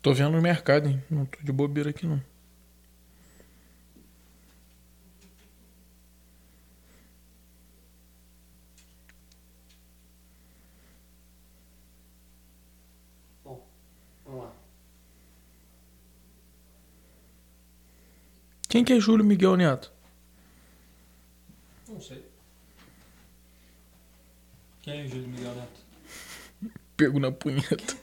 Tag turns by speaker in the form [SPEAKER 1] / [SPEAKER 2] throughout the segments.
[SPEAKER 1] Tô vendo no mercado, hein? Não tô de bobeira aqui, não.
[SPEAKER 2] Bom, vamos lá.
[SPEAKER 1] Quem que é Júlio Miguel Neto?
[SPEAKER 2] Não sei. Quem é o Júlio Miguel Neto?
[SPEAKER 1] Pego na punheta.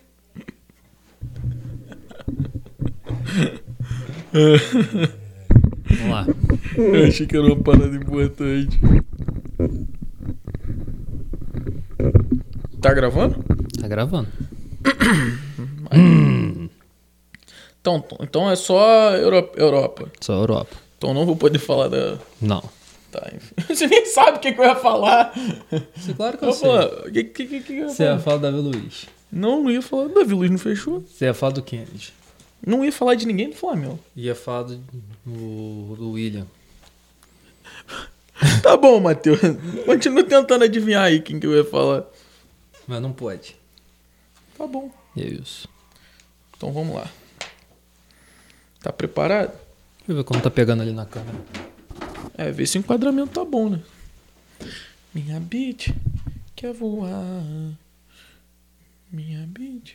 [SPEAKER 3] Vamos lá.
[SPEAKER 1] Eu achei que era uma parada importante. Tá gravando?
[SPEAKER 3] Tá gravando.
[SPEAKER 1] Então, então é só Europa, Europa.
[SPEAKER 3] Só Europa.
[SPEAKER 1] Então não vou poder falar da.
[SPEAKER 3] Não.
[SPEAKER 1] Tá, enfim. Você nem sabe o que, que eu ia falar.
[SPEAKER 3] Isso, claro que
[SPEAKER 1] Eu ia falar. O que, que, que, que eu ia
[SPEAKER 3] Você ia
[SPEAKER 1] falar?
[SPEAKER 3] falar do Davi Luiz.
[SPEAKER 1] Não, não ia falar. Davi Luiz não fechou.
[SPEAKER 3] Você ia falar do Kennedy.
[SPEAKER 1] Não ia falar de ninguém "Ah, do Flamengo.
[SPEAKER 3] Ia falar do, do, do William.
[SPEAKER 1] Tá bom, Matheus. Continua tentando adivinhar aí quem que eu ia falar.
[SPEAKER 3] Mas não pode.
[SPEAKER 1] Tá bom.
[SPEAKER 3] E é isso.
[SPEAKER 1] Então vamos lá. Tá preparado?
[SPEAKER 3] Deixa eu ver como tá pegando ali na câmera.
[SPEAKER 1] É, ver se o enquadramento tá bom, né? Minha beat quer voar. Minha beat.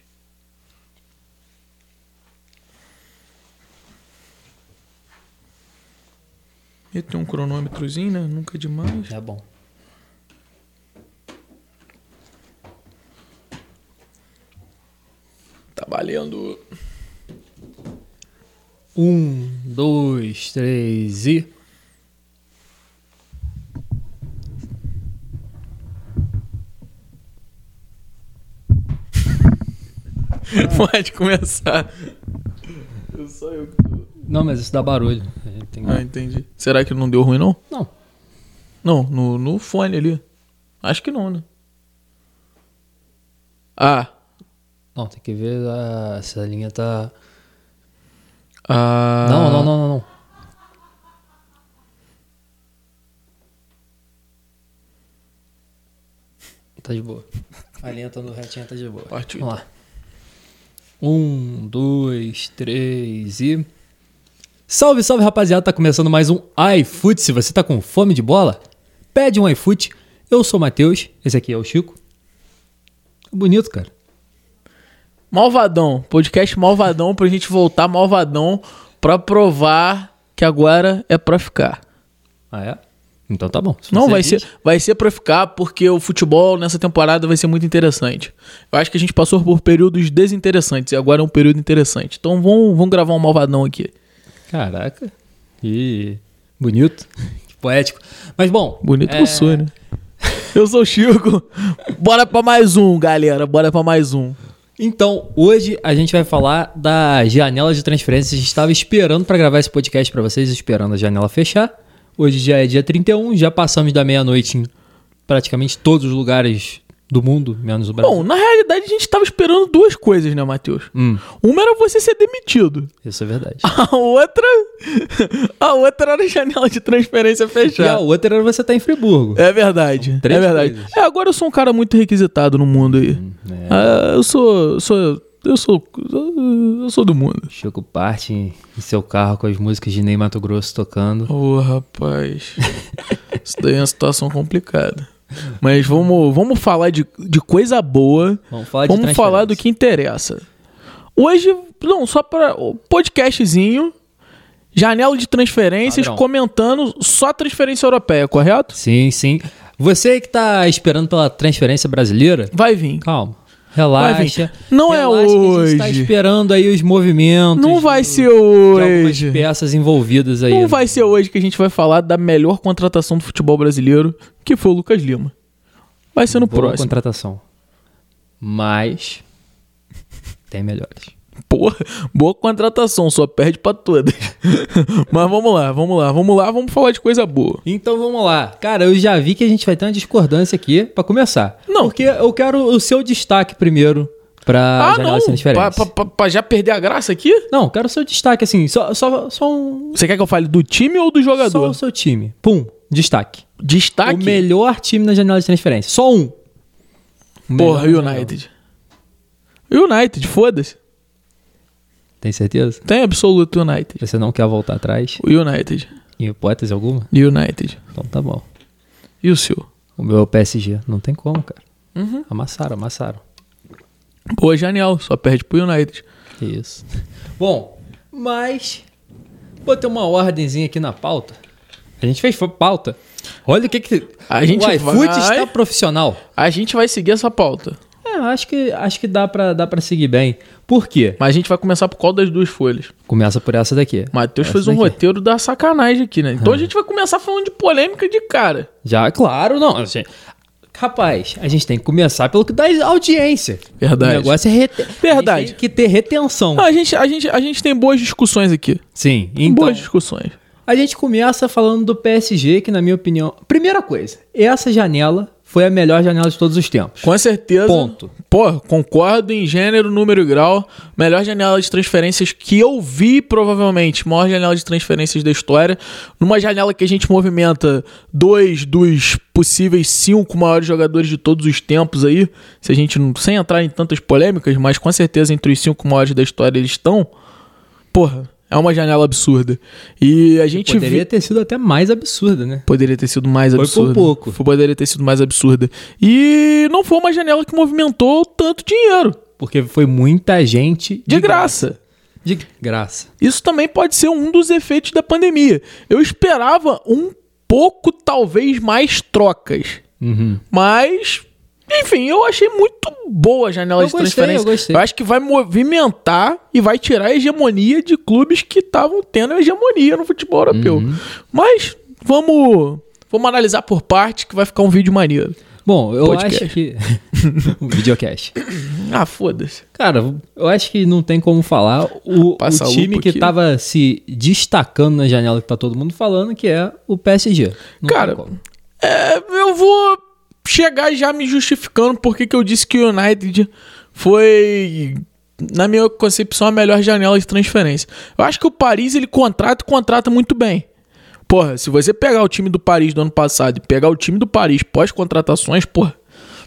[SPEAKER 1] E tem um cronômetrozinho, né? Nunca é demais.
[SPEAKER 3] É bom.
[SPEAKER 1] Tá valendo.
[SPEAKER 3] Um, dois, três e.
[SPEAKER 1] Pode começar. Ah. Eu só eu que tô.
[SPEAKER 3] Não, mas isso dá barulho. A gente tem que-
[SPEAKER 1] Ah, entendi. Será que não deu ruim, não?
[SPEAKER 3] Não.
[SPEAKER 1] Não, no, no fone ali. Acho que não, né? Ah.
[SPEAKER 3] Não, tem que ver a- se a linha tá.
[SPEAKER 1] Ah.
[SPEAKER 3] Não, não, não, não, não. Tá de boa. A linha tá no retinha, tá de boa.
[SPEAKER 1] Partiu,
[SPEAKER 3] Vamos lá. Um, dois, três e. Salve, salve rapaziada, tá começando mais um iFoot. Se você tá com fome de bola, pede um iFoot. Eu sou o Matheus, esse aqui é o Chico. Bonito, cara.
[SPEAKER 1] Malvadão. Podcast Malvadão pra gente voltar Malvadão pra provar que agora é pra ficar.
[SPEAKER 3] Ah, é? Então tá bom. Se
[SPEAKER 1] Não,
[SPEAKER 3] você
[SPEAKER 1] vai
[SPEAKER 3] diz-
[SPEAKER 1] ser, vai ser pra ficar porque o futebol nessa temporada vai ser muito interessante. Eu acho que a gente passou por períodos desinteressantes e agora é um período interessante. Então vamos, vamos gravar um Malvadão aqui.
[SPEAKER 3] Caraca. E bonito. Que poético. Mas bom.
[SPEAKER 1] Bonito que
[SPEAKER 3] é,
[SPEAKER 1] eu sou, né? Eu sou o Chico. Bora pra mais um, galera. Bora pra mais um.
[SPEAKER 3] Então, hoje a gente vai falar da janela de transferências. A gente estava esperando para gravar esse podcast para vocês, esperando a janela fechar. Hoje já é dia 31, já passamos da meia-noite em praticamente todos os lugares do mundo, menos o Brasil.
[SPEAKER 1] Bom, na realidade a gente tava esperando duas coisas, né, Matheus?
[SPEAKER 3] Hum,
[SPEAKER 1] Uma era você ser demitido.
[SPEAKER 3] isso é verdade.
[SPEAKER 1] A outra. A outra era a janela de transferência
[SPEAKER 3] E a
[SPEAKER 1] fechada.
[SPEAKER 3] outra era você estar em Friburgo.
[SPEAKER 1] É verdade.
[SPEAKER 3] três
[SPEAKER 1] é verdade.
[SPEAKER 3] coisas.
[SPEAKER 1] É, agora eu sou um cara muito requisitado no mundo aí.
[SPEAKER 3] É.
[SPEAKER 1] Ah, eu sou. sou eu sou. Eu sou do mundo.
[SPEAKER 3] Chico parte em em seu carro com as músicas de Ney Mato Grosso tocando.
[SPEAKER 1] Ô, rapaz. Isso daí é uma situação complicada. Mas vamos, vamos falar de, de coisa boa.
[SPEAKER 3] Vamos falar de
[SPEAKER 1] Vamos falar do
[SPEAKER 3] transferência.
[SPEAKER 1] que interessa. Hoje, não, só para o podcastzinho, janela de transferências,
[SPEAKER 3] Padrão.
[SPEAKER 1] comentando só transferência europeia, correto?
[SPEAKER 3] Sim, sim. Você que tá esperando pela transferência brasileira,
[SPEAKER 1] Vai vir.
[SPEAKER 3] calma.
[SPEAKER 1] Vai vir.
[SPEAKER 3] Relaxa.
[SPEAKER 1] Não é
[SPEAKER 3] Relaxa que A gente tá
[SPEAKER 1] hoje.
[SPEAKER 3] esperando aí os movimentos.
[SPEAKER 1] Não vai
[SPEAKER 3] do-
[SPEAKER 1] ser
[SPEAKER 3] de algumas
[SPEAKER 1] hoje.
[SPEAKER 3] peças envolvidas aí. né?
[SPEAKER 1] Não vai ser hoje que a gente vai falar da melhor contratação do futebol brasileiro, que foi o Lucas Lima. Vai ser no
[SPEAKER 3] Boa
[SPEAKER 1] próximo.
[SPEAKER 3] contratação. Mas tem melhores.
[SPEAKER 1] Porra, boa contratação, só perde pra todas. Mas vamos lá, vamos lá, vamos lá, vamos falar de coisa boa.
[SPEAKER 3] Então vamos lá. Cara, eu já vi que a gente vai ter uma discordância aqui pra começar.
[SPEAKER 1] Não.
[SPEAKER 3] Porque eu quero o seu destaque primeiro pra
[SPEAKER 1] Ah,
[SPEAKER 3] janela
[SPEAKER 1] não,
[SPEAKER 3] de transferência.
[SPEAKER 1] pra, pra- pra- pra já perder a graça aqui?
[SPEAKER 3] Não, quero o seu destaque assim, só, só, só um
[SPEAKER 1] Você quer que eu fale do time ou do
[SPEAKER 3] só
[SPEAKER 1] jogador?
[SPEAKER 3] o seu time. Pum, destaque.
[SPEAKER 1] Destaque.
[SPEAKER 3] O melhor time na janela de transferência. Só um. O melhor
[SPEAKER 1] Porra,
[SPEAKER 3] na janela.
[SPEAKER 1] United. United, foda-se.
[SPEAKER 3] Tem certeza?
[SPEAKER 1] Tem absoluto United.
[SPEAKER 3] Você não quer voltar atrás?
[SPEAKER 1] O United.
[SPEAKER 3] Em hipótese alguma?
[SPEAKER 1] United.
[SPEAKER 3] Então tá bom.
[SPEAKER 1] E o seu?
[SPEAKER 3] O meu é o PSG. Não tem como, cara.
[SPEAKER 1] Uhum.
[SPEAKER 3] Amassaram, amassaram.
[SPEAKER 1] Pô, é genial. Só perde pro United.
[SPEAKER 3] Isso. Bom, mas botei uma ordemzinha aqui na pauta. A gente fez fa- pauta. Olha o que que
[SPEAKER 1] A gente
[SPEAKER 3] o iFood
[SPEAKER 1] vai-
[SPEAKER 3] está profissional.
[SPEAKER 1] A gente vai seguir essa pauta.
[SPEAKER 3] É, acho que acho que dá para dá para seguir bem. Por quê?
[SPEAKER 1] Mas a gente vai começar por qual das duas folhas?
[SPEAKER 3] Começa por essa daqui.
[SPEAKER 1] Matheus
[SPEAKER 3] Essa
[SPEAKER 1] fez um
[SPEAKER 3] daqui. É.
[SPEAKER 1] roteiro da sacanagem aqui, né? Então a gente vai começar falando de polêmica de cara.
[SPEAKER 3] Já, claro, não. assim, Rapaz, a gente tem que começar pelo que dá audiência.
[SPEAKER 1] Verdade.
[SPEAKER 3] O negócio é rete...
[SPEAKER 1] Verdade. Ah,
[SPEAKER 3] A gente tem que ter retenção.
[SPEAKER 1] Não, a, gente, a, gente, a gente tem boas discussões aqui.
[SPEAKER 3] Sim,
[SPEAKER 1] Tem
[SPEAKER 3] então.
[SPEAKER 1] Boas discussões.
[SPEAKER 3] A gente começa falando do PSG, que na minha opinião, primeira coisa, essa janela foi a melhor janela de todos os tempos.
[SPEAKER 1] Com certeza.
[SPEAKER 3] Ponto.
[SPEAKER 1] Pô, concordo em gênero, número e grau. Melhor janela de transferências que eu vi, provavelmente. Maior janela de transferências da história. Numa janela que a gente movimenta dois dos possíveis cinco maiores jogadores de todos os tempos aí. Se a gente não. Sem entrar em tantas polêmicas, mas com certeza entre os cinco maiores da história eles estão. Porra, é uma janela absurda. E a gente vê.
[SPEAKER 3] Poderia ter sido até mais absurda, né?
[SPEAKER 1] Poderia ter sido mais
[SPEAKER 3] Foi por
[SPEAKER 1] absurda.
[SPEAKER 3] pouco.
[SPEAKER 1] Foi- Poderia ter sido mais absurda. E não foi uma janela que movimentou tanto dinheiro.
[SPEAKER 3] Porque foi muita gente
[SPEAKER 1] De, graça.
[SPEAKER 3] De graça.
[SPEAKER 1] Isso também pode ser um dos efeitos da pandemia. Eu esperava um pouco, talvez, mais trocas.
[SPEAKER 3] Uhum.
[SPEAKER 1] Mas, enfim, eu achei muito boa a janela
[SPEAKER 3] Eu
[SPEAKER 1] de
[SPEAKER 3] gostei,
[SPEAKER 1] transferência.
[SPEAKER 3] eu gostei.
[SPEAKER 1] acho que vai movimentar e vai tirar a hegemonia de clubes que estavam tendo a hegemonia no futebol europeu.
[SPEAKER 3] Uhum.
[SPEAKER 1] Mas vamos, vamos analisar por parte que vai ficar um vídeo maneiro.
[SPEAKER 3] Bom, eu
[SPEAKER 1] Podcast.
[SPEAKER 3] acho que. o videocast.
[SPEAKER 1] Ah, foda-se.
[SPEAKER 3] Cara, eu acho que não tem como falar. O, o
[SPEAKER 1] Passa a
[SPEAKER 3] time
[SPEAKER 1] lupa
[SPEAKER 3] que
[SPEAKER 1] aqui.
[SPEAKER 3] tava se destacando na janela que tá todo mundo falando, que é o PSG. Não tem
[SPEAKER 1] Cara,
[SPEAKER 3] como.
[SPEAKER 1] é, eu vou chegar já me justificando porque que eu disse que o United foi, na minha concepção, a melhor janela de transferência. Eu acho que o Paris, ele contrata e contrata muito bem. Porra, se você pegar o time do Paris do ano passado e pegar o time do Paris pós-contratações, porra,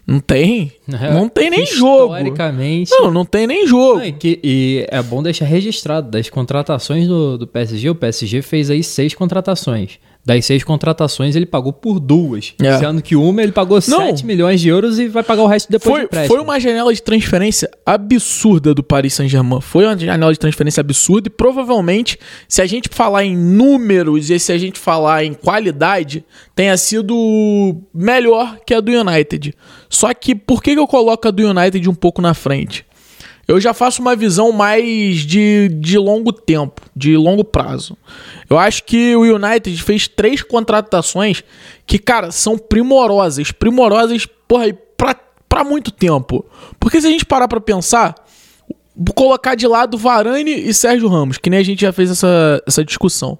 [SPEAKER 1] não tem, não tem nem jogo.
[SPEAKER 3] É, Historicamente.
[SPEAKER 1] Não, não tem nem jogo.
[SPEAKER 3] Não, e, que- e é bom deixar registrado, das contratações do, do PSG, o PSG fez aí seis contratações. Das seis contratações, ele pagou por duas.
[SPEAKER 1] É.
[SPEAKER 3] Sendo que uma ele pagou
[SPEAKER 1] Não.
[SPEAKER 3] 7 milhões de euros e vai pagar o resto depois
[SPEAKER 1] foi,
[SPEAKER 3] de empréstimo.
[SPEAKER 1] foi uma janela de transferência absurda do Paris Saint-Germain. Foi uma janela de transferência absurda e provavelmente, se a gente falar em números e se a gente falar em qualidade, tenha sido melhor que a do United. Só que por que que eu coloco a do United um pouco na frente? Eu já faço uma visão mais de, de longo tempo, de longo prazo. Eu acho que o United fez três contratações que, cara, são primorosas. Primorosas, porra, e pra, pra muito tempo. Porque se a gente parar pra pensar, colocar de lado Varane e Sérgio Ramos, que nem a gente já fez essa, essa discussão.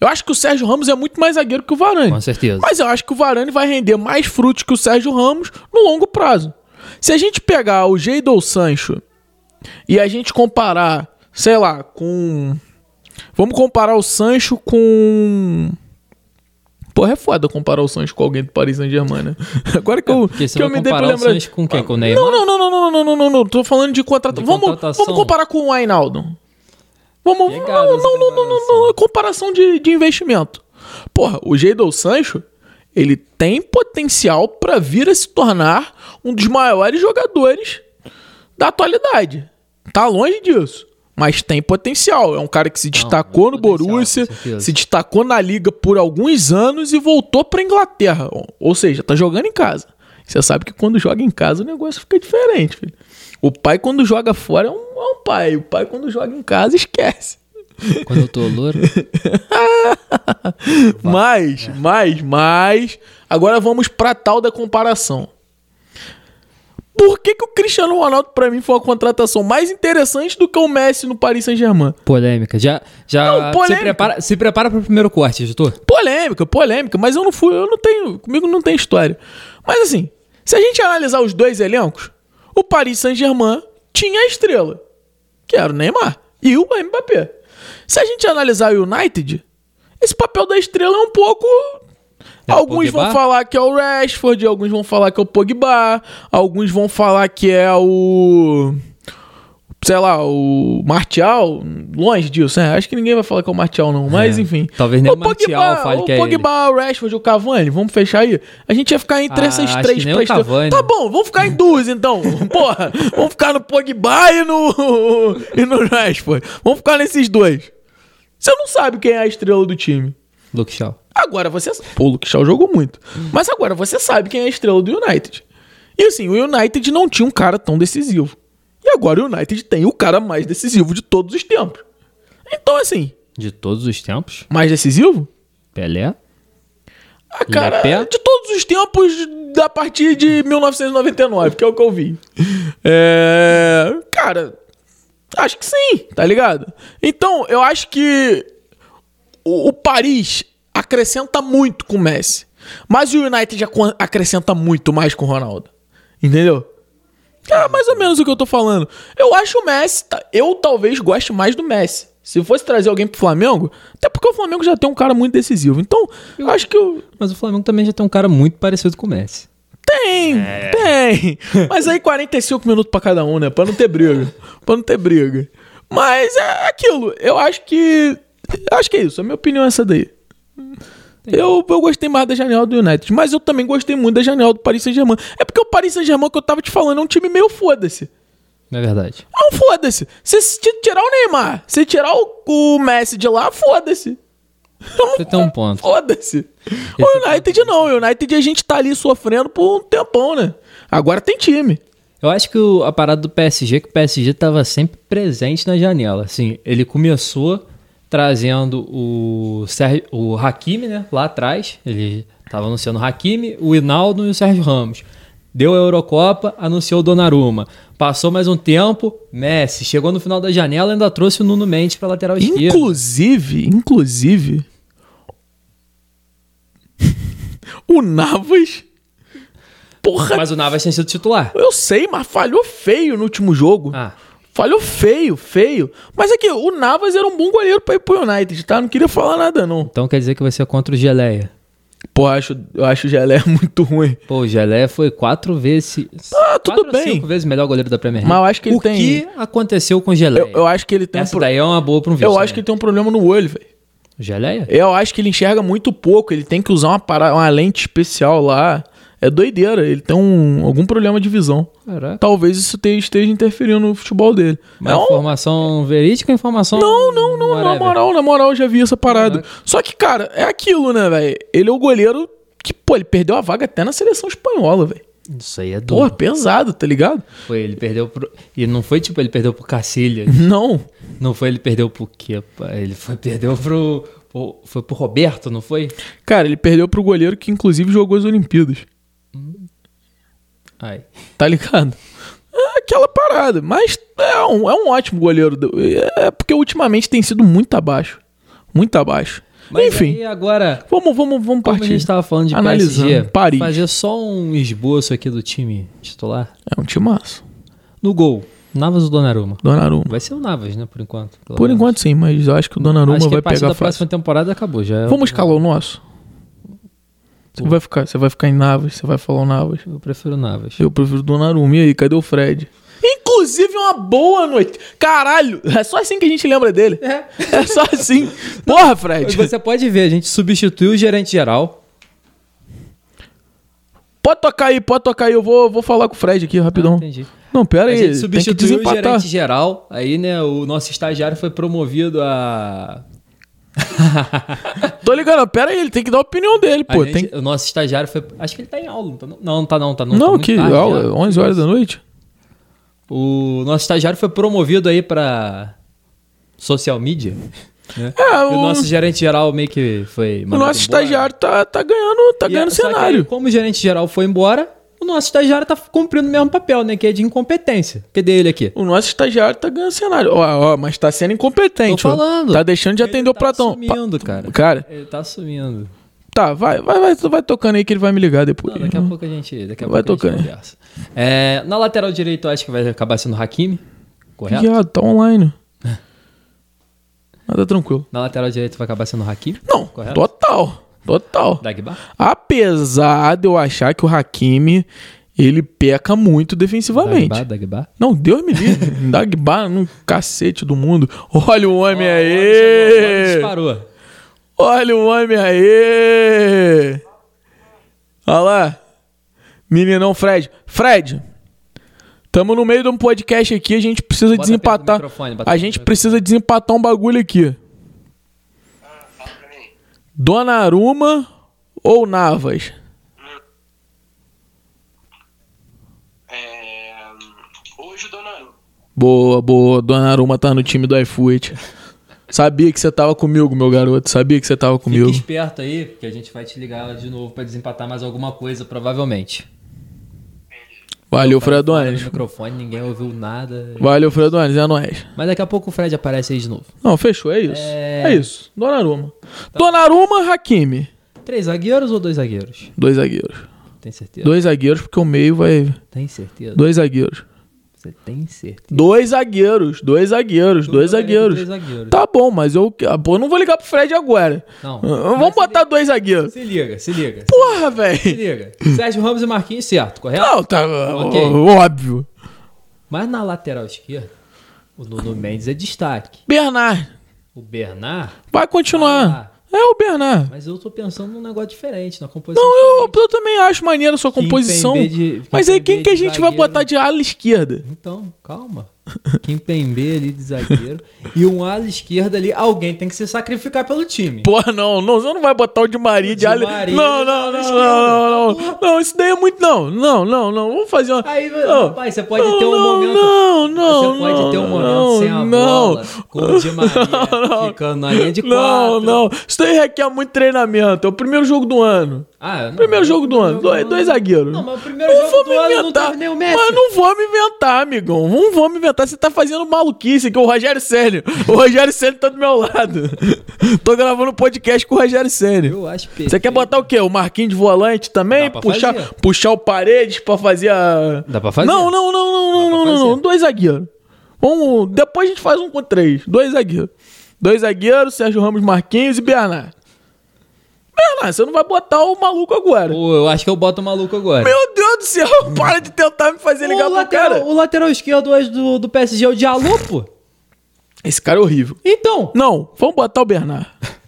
[SPEAKER 1] Eu acho que o Sérgio Ramos é muito mais zagueiro que o Varane.
[SPEAKER 3] Com certeza.
[SPEAKER 1] Mas eu acho que o Varane vai render mais frutos que o Sérgio Ramos no longo prazo. Se a gente pegar o Jadon Sancho e a gente comparar, sei lá, com. Vamos comparar o Sancho com. Porra, é foda comparar o Sancho com alguém do Paris Saint-Germain, né? Agora que eu,
[SPEAKER 3] Porque você
[SPEAKER 1] que eu
[SPEAKER 3] vai
[SPEAKER 1] me dei pra
[SPEAKER 3] comparar o
[SPEAKER 1] lembrar.
[SPEAKER 3] Sancho com quem? Com o Neymar?
[SPEAKER 1] não, não, não, não, não, não, não, não, não. Tô falando de contratação.
[SPEAKER 3] De
[SPEAKER 1] Vamos,
[SPEAKER 3] contratação.
[SPEAKER 1] vamos comparar com o Ainaldo. Vamos.
[SPEAKER 3] Pegada
[SPEAKER 1] não,
[SPEAKER 3] essa
[SPEAKER 1] não, não, não, não, não, é Comparação de, de investimento. Porra, o Jadon Sancho, ele tem potencial pra vir a se tornar um dos maiores jogadores da atualidade. Tá longe disso. Mas tem potencial. É um cara que se destacou no
[SPEAKER 3] potencial,
[SPEAKER 1] Borussia,
[SPEAKER 3] com certeza.
[SPEAKER 1] se destacou na liga por alguns anos e voltou pra Inglaterra. Ou- Ou seja, tá jogando em casa. Você sabe que quando joga em casa o negócio fica diferente, filho. O pai quando joga fora é um, é um pai. O pai quando joga em casa esquece.
[SPEAKER 3] Quando eu tô louro.
[SPEAKER 1] Mas, mas, mas. Agora vamos pra tal da comparação. Por que, que o Cristiano Ronaldo, pra mim, foi uma contratação mais interessante do que o Messi no Paris Saint-Germain?
[SPEAKER 3] Polêmica. Já, já
[SPEAKER 1] Não, polêmica.
[SPEAKER 3] Se, prepara, se prepara pro primeiro corte, editor.
[SPEAKER 1] Polêmica, polêmica, mas eu não fui, eu não tenho, comigo não tem história. Mas assim, se a gente analisar os dois elencos, o Paris Saint-Germain tinha a estrela, que era o Neymar, e o Mbappé. Se a gente analisar o United, esse papel da estrela é um pouco.
[SPEAKER 3] É o
[SPEAKER 1] alguns vão
[SPEAKER 3] Pogba?
[SPEAKER 1] falar que é o Rashford, alguns vão falar que é o Pogba, alguns vão falar que é o. sei lá, o Martial, longe disso, né? Acho que ninguém vai falar que é o Martial, não, mas
[SPEAKER 3] É.
[SPEAKER 1] enfim.
[SPEAKER 3] Talvez nem o
[SPEAKER 1] Pogba,
[SPEAKER 3] Martial fale
[SPEAKER 1] o
[SPEAKER 3] que é ele.
[SPEAKER 1] Pogba, o Rashford, o Cavani, vamos fechar aí? A gente ia ficar entre
[SPEAKER 3] Ah,
[SPEAKER 1] essas
[SPEAKER 3] acho
[SPEAKER 1] três
[SPEAKER 3] que nem o
[SPEAKER 1] pra estre-
[SPEAKER 3] Cavani.
[SPEAKER 1] Tá bom, vamos ficar em duas então. Porra, vamos ficar no Pogba e no, e no Rashford. Vamos ficar nesses dois. Você não sabe quem é a estrela do time.
[SPEAKER 3] Luke Shaw.
[SPEAKER 1] Agora você. Pô, o Luke Shaw jogou muito. Mas agora você sabe quem é a estrela do United. E assim, o United não tinha um cara tão decisivo. E agora o United tem o cara mais decisivo de todos os tempos. Então, assim,
[SPEAKER 3] De todos os tempos,
[SPEAKER 1] mais decisivo?
[SPEAKER 3] Pelé.
[SPEAKER 1] Ah, cara,
[SPEAKER 3] Lepé?
[SPEAKER 1] de todos os tempos, da partir de 1999, que é o que eu vi. É. Cara, acho que sim, tá ligado? Então, eu acho que o, o Paris acrescenta muito com o Messi. Mas o United acon- acrescenta muito mais com o Ronaldo. Entendeu? É mais ou menos o que eu tô falando. Eu acho o Messi. ta- Eu talvez goste mais do Messi. Se fosse trazer alguém pro Flamengo, até porque o Flamengo já tem um cara muito decisivo. Então, acho que eu.
[SPEAKER 3] Mas o Flamengo também já tem um cara muito parecido com o Messi.
[SPEAKER 1] Tem, tem. Mas aí 45 minutos pra cada um, né? Pra não ter briga. pra não ter briga. Mas é aquilo. Eu acho que. Acho que é isso. A minha opinião é essa daí. Eu, eu gostei mais da janela do United, mas eu também gostei muito da janela do Paris Saint-Germain. É porque o Paris Saint-Germain que eu tava te falando é um time meio foda-se.
[SPEAKER 3] Não é verdade.
[SPEAKER 1] É um foda-se. Se se tirar o Neymar, se tirar o, o Messi de lá, foda-se. Então, é,
[SPEAKER 3] Você tem um ponto. é
[SPEAKER 1] Foda-se. O United não. O United a gente tá ali sofrendo por um tempão, né? Agora tem time.
[SPEAKER 3] Eu acho que o- a parada do PSG, é que o PSG estava sempre presente na janela. Assim, ele começou trazendo o, Sérgio, o Hakimi, né? Lá atrás, ele estava anunciando o Hakimi, o Hinaldo e o Sérgio Ramos. Deu a Eurocopa, anunciou o Donnarumma. Passou mais um tempo, Messi. Chegou no final da janela e ainda trouxe o Nuno Mendes para lateral esquerda.
[SPEAKER 1] Inclusive, inclusive. o Navas. Porra,
[SPEAKER 3] Mas o Navas tem sido titular.
[SPEAKER 1] eu sei, mas falhou feio no último jogo.
[SPEAKER 3] Ah,
[SPEAKER 1] Falhou feio, feio. Mas aqui, o Navas era um bom goleiro pra ir pro United, tá? Não queria falar nada, não.
[SPEAKER 3] então quer dizer que vai ser contra o Geleia.
[SPEAKER 1] Pô, eu acho, eu acho o Gelé muito ruim.
[SPEAKER 3] Pô, o Geleia foi quatro vezes...
[SPEAKER 1] Ah, tudo
[SPEAKER 3] quatro,
[SPEAKER 1] bem.
[SPEAKER 3] Cinco vezes melhor goleiro da Premier League.
[SPEAKER 1] Mas eu acho que ele
[SPEAKER 3] o
[SPEAKER 1] tem-
[SPEAKER 3] que aconteceu com o Geleia?
[SPEAKER 1] Eu, eu acho que ele tem um
[SPEAKER 3] É. Essa
[SPEAKER 1] pro-
[SPEAKER 3] daí é uma boa pra um vídeo.
[SPEAKER 1] Eu acho que ele tem um problema no olho, velho.
[SPEAKER 3] Geleia?
[SPEAKER 1] Eu acho que ele enxerga muito pouco. Ele tem que usar uma, para... uma lente especial lá. É doideira. Ele tem um... algum problema de visão.
[SPEAKER 3] Caraca.
[SPEAKER 1] Talvez isso te- esteja interferindo no futebol dele.
[SPEAKER 3] Mas
[SPEAKER 1] é um-
[SPEAKER 3] informação verídica ou informação.
[SPEAKER 1] Não, não, não. Na
[SPEAKER 3] whatever?
[SPEAKER 1] moral, na moral, eu já vi essa parada. Só que, cara, é aquilo, né, velho? Ele é o goleiro que, pô, ele perdeu a vaga até na seleção espanhola, velho.
[SPEAKER 3] Isso aí é
[SPEAKER 1] Porra,
[SPEAKER 3] duro.
[SPEAKER 1] pesado, tá ligado?
[SPEAKER 3] Foi, ele perdeu pro. E não foi tipo, ele perdeu pro Cacilha.
[SPEAKER 1] Não.
[SPEAKER 3] não foi, ele perdeu pro Kepa. Ele foi, perdeu pro. pro- Foi pro Roberto, não foi?
[SPEAKER 1] Cara, ele perdeu pro goleiro que, inclusive, jogou as Olimpíadas.
[SPEAKER 3] Ai.
[SPEAKER 1] Tá ligado? É aquela parada. Mas é um, é um ótimo goleiro. do- É porque ultimamente tem sido muito abaixo. Muito abaixo.
[SPEAKER 3] Mas
[SPEAKER 1] Enfim,
[SPEAKER 3] aí agora.
[SPEAKER 1] vamos, vamos, vamos
[SPEAKER 3] Como a
[SPEAKER 1] partir.
[SPEAKER 3] gente tá- tava falando de
[SPEAKER 1] Analisando,
[SPEAKER 3] PSG,
[SPEAKER 1] Paris.
[SPEAKER 3] fazer só um esboço aqui do time titular.
[SPEAKER 1] É um timaço.
[SPEAKER 3] No gol, Navas ou Donnarumma?
[SPEAKER 1] Donnarumma.
[SPEAKER 3] Vai ser o Navas, né, por enquanto. pelo
[SPEAKER 1] Por
[SPEAKER 3] menos.
[SPEAKER 1] enquanto sim, mas eu acho que o Donnarumma
[SPEAKER 3] Acho que
[SPEAKER 1] vai
[SPEAKER 3] a partir
[SPEAKER 1] pegar
[SPEAKER 3] da
[SPEAKER 1] fácil.
[SPEAKER 3] próxima temporada acabou, já. é o-
[SPEAKER 1] Vamos escalar o nosso? Você vai, ficar, você vai ficar em Navas, você vai falar o Navas.
[SPEAKER 3] Eu prefiro Navas.
[SPEAKER 1] Eu prefiro o Donnarumma. E aí, cadê o Fred? Inclusive, uma boa noite. Caralho, é só assim que a gente lembra dele. É, só assim. Porra, Fred.
[SPEAKER 3] Você pode ver, a gente substituiu o gerente geral.
[SPEAKER 1] Pode tocar aí, pode tocar aí. Eu vou, vou falar com o Fred aqui rapidão.
[SPEAKER 3] Ah, Entendi.
[SPEAKER 1] não, pera
[SPEAKER 3] a
[SPEAKER 1] aí.
[SPEAKER 3] gente
[SPEAKER 1] tem que
[SPEAKER 3] substituiu o
[SPEAKER 1] desempatar.
[SPEAKER 3] gerente geral. Aí, né, o nosso estagiário foi promovido a.
[SPEAKER 1] Tô ligando, pera aí. Ele tem que dar a opinião dele,
[SPEAKER 3] a
[SPEAKER 1] pô.
[SPEAKER 3] gente-
[SPEAKER 1] tem...
[SPEAKER 3] O nosso estagiário foi. Acho que ele tá em aula, não tá? Não, não tá, não. Tá, não, tá
[SPEAKER 1] Não,
[SPEAKER 3] muito
[SPEAKER 1] que
[SPEAKER 3] tarde
[SPEAKER 1] aula,
[SPEAKER 3] já.
[SPEAKER 1] 11 horas da noite.
[SPEAKER 3] O nosso estagiário foi promovido aí pra. Social media. né?
[SPEAKER 1] É,
[SPEAKER 3] E o
[SPEAKER 1] o-
[SPEAKER 3] nosso gerente geral meio que foi.
[SPEAKER 1] O
[SPEAKER 3] mandado
[SPEAKER 1] nosso
[SPEAKER 3] embora.
[SPEAKER 1] estagiário tá, tá ganhando, tá
[SPEAKER 3] E
[SPEAKER 1] ganhando
[SPEAKER 3] é- só que aí,
[SPEAKER 1] cenário.
[SPEAKER 3] como o gerente geral foi embora, o nosso estagiário tá cumprindo o mesmo papel, né? Que é de incompetência. Cadê ele aqui?
[SPEAKER 1] O nosso estagiário tá ganhando cenário. Ó, ó, mas tá sendo incompetente.
[SPEAKER 3] Tô
[SPEAKER 1] ó.
[SPEAKER 3] falando.
[SPEAKER 1] Tá deixando de atender o
[SPEAKER 3] tá
[SPEAKER 1] Platão.
[SPEAKER 3] sumindo,
[SPEAKER 1] Pa-
[SPEAKER 3] cara.
[SPEAKER 1] Cara,
[SPEAKER 3] Ele tá sumindo.
[SPEAKER 1] tá, vai, vai, vai, vai tocando aí que ele vai me ligar
[SPEAKER 3] Não,
[SPEAKER 1] depois.
[SPEAKER 3] daqui a pouco a gente, daqui a
[SPEAKER 1] Uhum. Vai
[SPEAKER 3] pouco a gente
[SPEAKER 1] tocando.
[SPEAKER 3] conversa. É, na lateral direito, eu acho que vai acabar sendo o Hakimi, correto?
[SPEAKER 1] Viado, tá online. Mas tá tranquilo.
[SPEAKER 3] Na lateral direito vai acabar sendo o Hakimi,
[SPEAKER 1] Não,
[SPEAKER 3] Correto.
[SPEAKER 1] total. Total.
[SPEAKER 3] Dagba.
[SPEAKER 1] Apesar de eu achar que o Hakimi ele peca muito defensivamente.
[SPEAKER 3] Dagba, Dagba.
[SPEAKER 1] Não, Deus me livre. Dagba no cacete do mundo. Olha o homem
[SPEAKER 3] Ó, o homem
[SPEAKER 1] aí!
[SPEAKER 3] disparou.
[SPEAKER 1] Olha o homem aí! Olha lá. Meninão Fred. Fred, tamo no meio de um podcast aqui, a gente precisa
[SPEAKER 3] Bota perto do
[SPEAKER 1] desempatar.
[SPEAKER 3] microfone, bota
[SPEAKER 1] A
[SPEAKER 3] perto
[SPEAKER 1] gente
[SPEAKER 3] do
[SPEAKER 1] precisa desempatar um bagulho aqui.
[SPEAKER 4] Fala pra mim.
[SPEAKER 1] Dona Aruma ou Navas?
[SPEAKER 4] É, hum, hoje o Donnarumma.
[SPEAKER 1] Boa, boa. Dona Aruma tá no time do iFoot. Sabia que você tava comigo, meu garoto. Sabia que você tava
[SPEAKER 3] Fica
[SPEAKER 1] comigo.
[SPEAKER 3] esperto aí, porque a gente vai te ligar de novo pra desempatar mais alguma coisa, provavelmente. Tá
[SPEAKER 1] Valeu,
[SPEAKER 3] No
[SPEAKER 1] Fredones.
[SPEAKER 3] microfone, ninguém ouviu nada.
[SPEAKER 1] Valeu, Fredones. É nóis.
[SPEAKER 3] Mas daqui a pouco o Fred aparece aí de novo.
[SPEAKER 1] Não, fechou. É isso.
[SPEAKER 3] É.
[SPEAKER 1] É, isso. Dona Aruma. Dona Aruma, Hakimi.
[SPEAKER 3] Três zagueiros ou dois zagueiros?
[SPEAKER 1] Dois zagueiros.
[SPEAKER 3] Tem certeza?
[SPEAKER 1] Dois zagueiros, porque o meio vai.
[SPEAKER 3] Tem certeza?
[SPEAKER 1] Dois zagueiros.
[SPEAKER 3] Você tem certeza?
[SPEAKER 1] Dois zagueiros, dois zagueiros,
[SPEAKER 3] Tu
[SPEAKER 1] dois
[SPEAKER 3] vai ligar com
[SPEAKER 1] zagueiros.
[SPEAKER 3] Três zagueiros.
[SPEAKER 1] Tá bom, mas eu. ah, Pô, eu não vou ligar pro Fred agora.
[SPEAKER 3] Não.
[SPEAKER 1] Ah, Vamos botar dois zagueiros.
[SPEAKER 3] Se liga, se liga.
[SPEAKER 1] Porra,
[SPEAKER 3] Se
[SPEAKER 1] velho.
[SPEAKER 3] liga. Sérgio Ramos e Marquinhos, certo, correto?
[SPEAKER 1] Não, tá.
[SPEAKER 3] Ok.
[SPEAKER 1] ó- Óbvio.
[SPEAKER 3] Mas na lateral esquerda, o Nuno Mendes é destaque.
[SPEAKER 1] Bernard.
[SPEAKER 3] O Bernard,
[SPEAKER 1] Vai continuar.
[SPEAKER 3] Ah.
[SPEAKER 1] É o Bernard.
[SPEAKER 3] mas eu tô pensando num negócio diferente, na composição.
[SPEAKER 1] Não, eu, eu também acho maneiro a sua
[SPEAKER 3] Kimpembe
[SPEAKER 1] composição.
[SPEAKER 3] de-
[SPEAKER 1] Mas aí quem
[SPEAKER 3] Kimpembe
[SPEAKER 1] que a
[SPEAKER 3] de né?
[SPEAKER 1] gente vai
[SPEAKER 3] zagueiro.
[SPEAKER 1] botar de ala esquerda?
[SPEAKER 3] Então, calma. Kim Pembe ali de zagueiro. e um ala esquerda ali, alguém tem que se sacrificar pelo time.
[SPEAKER 1] Porra, não, não, você não vai botar o de Maria de
[SPEAKER 3] Di
[SPEAKER 1] ali.
[SPEAKER 3] Maria
[SPEAKER 1] Não,
[SPEAKER 3] de
[SPEAKER 1] não,
[SPEAKER 3] ala
[SPEAKER 1] não,
[SPEAKER 3] esquerda.
[SPEAKER 1] não, não, não, não. Isso daí é muito. Não, não, não, não. Vamos fazer uma.
[SPEAKER 3] Aí,
[SPEAKER 1] não.
[SPEAKER 3] rapaz, você pode
[SPEAKER 1] não,
[SPEAKER 3] ter um
[SPEAKER 1] não,
[SPEAKER 3] momento.
[SPEAKER 1] Não, não,
[SPEAKER 3] você pode
[SPEAKER 1] não,
[SPEAKER 3] ter um momento
[SPEAKER 1] não,
[SPEAKER 3] sem a
[SPEAKER 1] não,
[SPEAKER 3] bola, com o Di Maria ficando na linha de
[SPEAKER 1] Não,
[SPEAKER 3] quatro.
[SPEAKER 1] não. Isso daí requer muito treinamento. É o primeiro jogo do ano.
[SPEAKER 3] Ah, não.
[SPEAKER 1] Primeiro jogo do ano. Dois, dois zagueiros.
[SPEAKER 3] Não, mas o primeiro
[SPEAKER 1] Não
[SPEAKER 3] jogo
[SPEAKER 1] vou
[SPEAKER 3] do
[SPEAKER 1] me
[SPEAKER 3] ano não
[SPEAKER 1] inventar.
[SPEAKER 3] teve nem o Messi.
[SPEAKER 1] Mas não vou me inventar, amigão. Não vou me inventar. Você tá fazendo maluquice que o Rogério Ceni. O Rogério Ceni tá do meu lado. Tô gravando um podcast com o Rogério Ceni.
[SPEAKER 3] Eu acho perfeito.
[SPEAKER 1] Você quer botar o quê? O Marquinhos de volante também?
[SPEAKER 3] Dá pra
[SPEAKER 1] Puxar,
[SPEAKER 3] fazer.
[SPEAKER 1] puxar o paredes pra fazer a.
[SPEAKER 3] Dá pra fazer.
[SPEAKER 1] Não, não, não, não, não,
[SPEAKER 3] pra
[SPEAKER 1] não, não, não.
[SPEAKER 3] fazer.
[SPEAKER 1] Dois zagueiros. Um, depois a gente faz um com três. Dois zagueiros. Dois zagueiros, Sérgio Ramos Marquinhos e Bernard. Bernard, você não vai botar o maluco agora.
[SPEAKER 3] Pô, eu acho que eu boto o maluco agora.
[SPEAKER 1] Meu Deus do céu, para de tentar me fazer ligar
[SPEAKER 3] o,
[SPEAKER 1] pro
[SPEAKER 3] lateral,
[SPEAKER 1] cara.
[SPEAKER 3] o lateral esquerdo hoje do, do PSG é o Diallo, pô.
[SPEAKER 1] Esse cara é horrível.
[SPEAKER 3] Então,
[SPEAKER 1] Não, vamos botar o Bernard.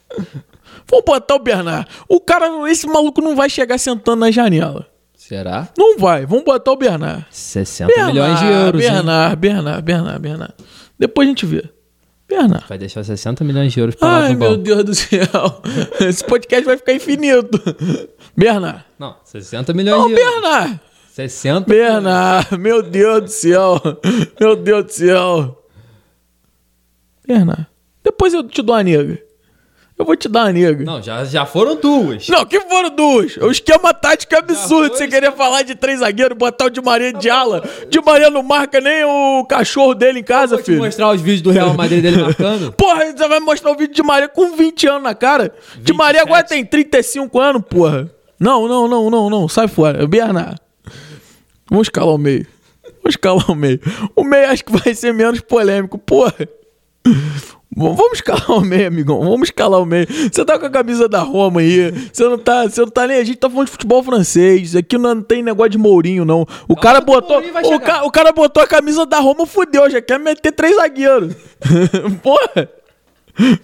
[SPEAKER 1] vamos botar o Bernard. O cara, esse maluco não vai chegar sentando na janela.
[SPEAKER 3] será?
[SPEAKER 1] Não vai, vamos botar o Bernard.
[SPEAKER 3] 60 é milhões de euros, hein?
[SPEAKER 1] Bernard, Bernard, Bernard, Bernard. Depois a gente vê. Bernard.
[SPEAKER 3] Vai deixar 60 milhões de euros pra Tá lá
[SPEAKER 1] Ai,
[SPEAKER 3] no
[SPEAKER 1] meu
[SPEAKER 3] banco.
[SPEAKER 1] Deus do céu. Esse podcast vai ficar infinito. Bernard.
[SPEAKER 3] Não, 60 milhões
[SPEAKER 1] Não,
[SPEAKER 3] de euros.
[SPEAKER 1] Bernard.
[SPEAKER 3] 60
[SPEAKER 1] Bernard, meu Deus do céu. Meu Deus do céu. Bernard. Depois eu te dou a nega. Eu vou te dar a nega. Não,
[SPEAKER 3] Não, já, já foram duas.
[SPEAKER 1] que foram duas. O esquema tático é absurdo.
[SPEAKER 3] foi
[SPEAKER 1] Você querer falar de três zagueiros, botar o Di Maria de ala. Di Maria não marca nem o cachorro dele em casa,
[SPEAKER 3] Vou te
[SPEAKER 1] filho.
[SPEAKER 3] mostrar os vídeos do Real Madrid dele marcando.
[SPEAKER 1] Porra, você vai mostrar o vídeo de Maria com 20 anos na cara? De
[SPEAKER 3] 27.
[SPEAKER 1] Maria agora tem 35 anos, porra. Não, não, não, não, não. Sai fora. Bernard. Vamos escalar o meio. Vamos escalar o meio. O meio acho que vai ser menos polêmico, porra. Bom, Vamos escalar o meio, amigão. Vamos escalar o meio. Você tá com a camisa da Roma aí. Você não tá, você não tá nem. A gente tá falando de futebol francês. Aqui não tem negócio de Mourinho, não. O cara
[SPEAKER 3] que o
[SPEAKER 1] botou.
[SPEAKER 3] Mourinho vai
[SPEAKER 1] O,
[SPEAKER 3] chegar.
[SPEAKER 1] ca- o cara botou a camisa da Roma, fudeu. Já quer meter três zagueiros. Porra!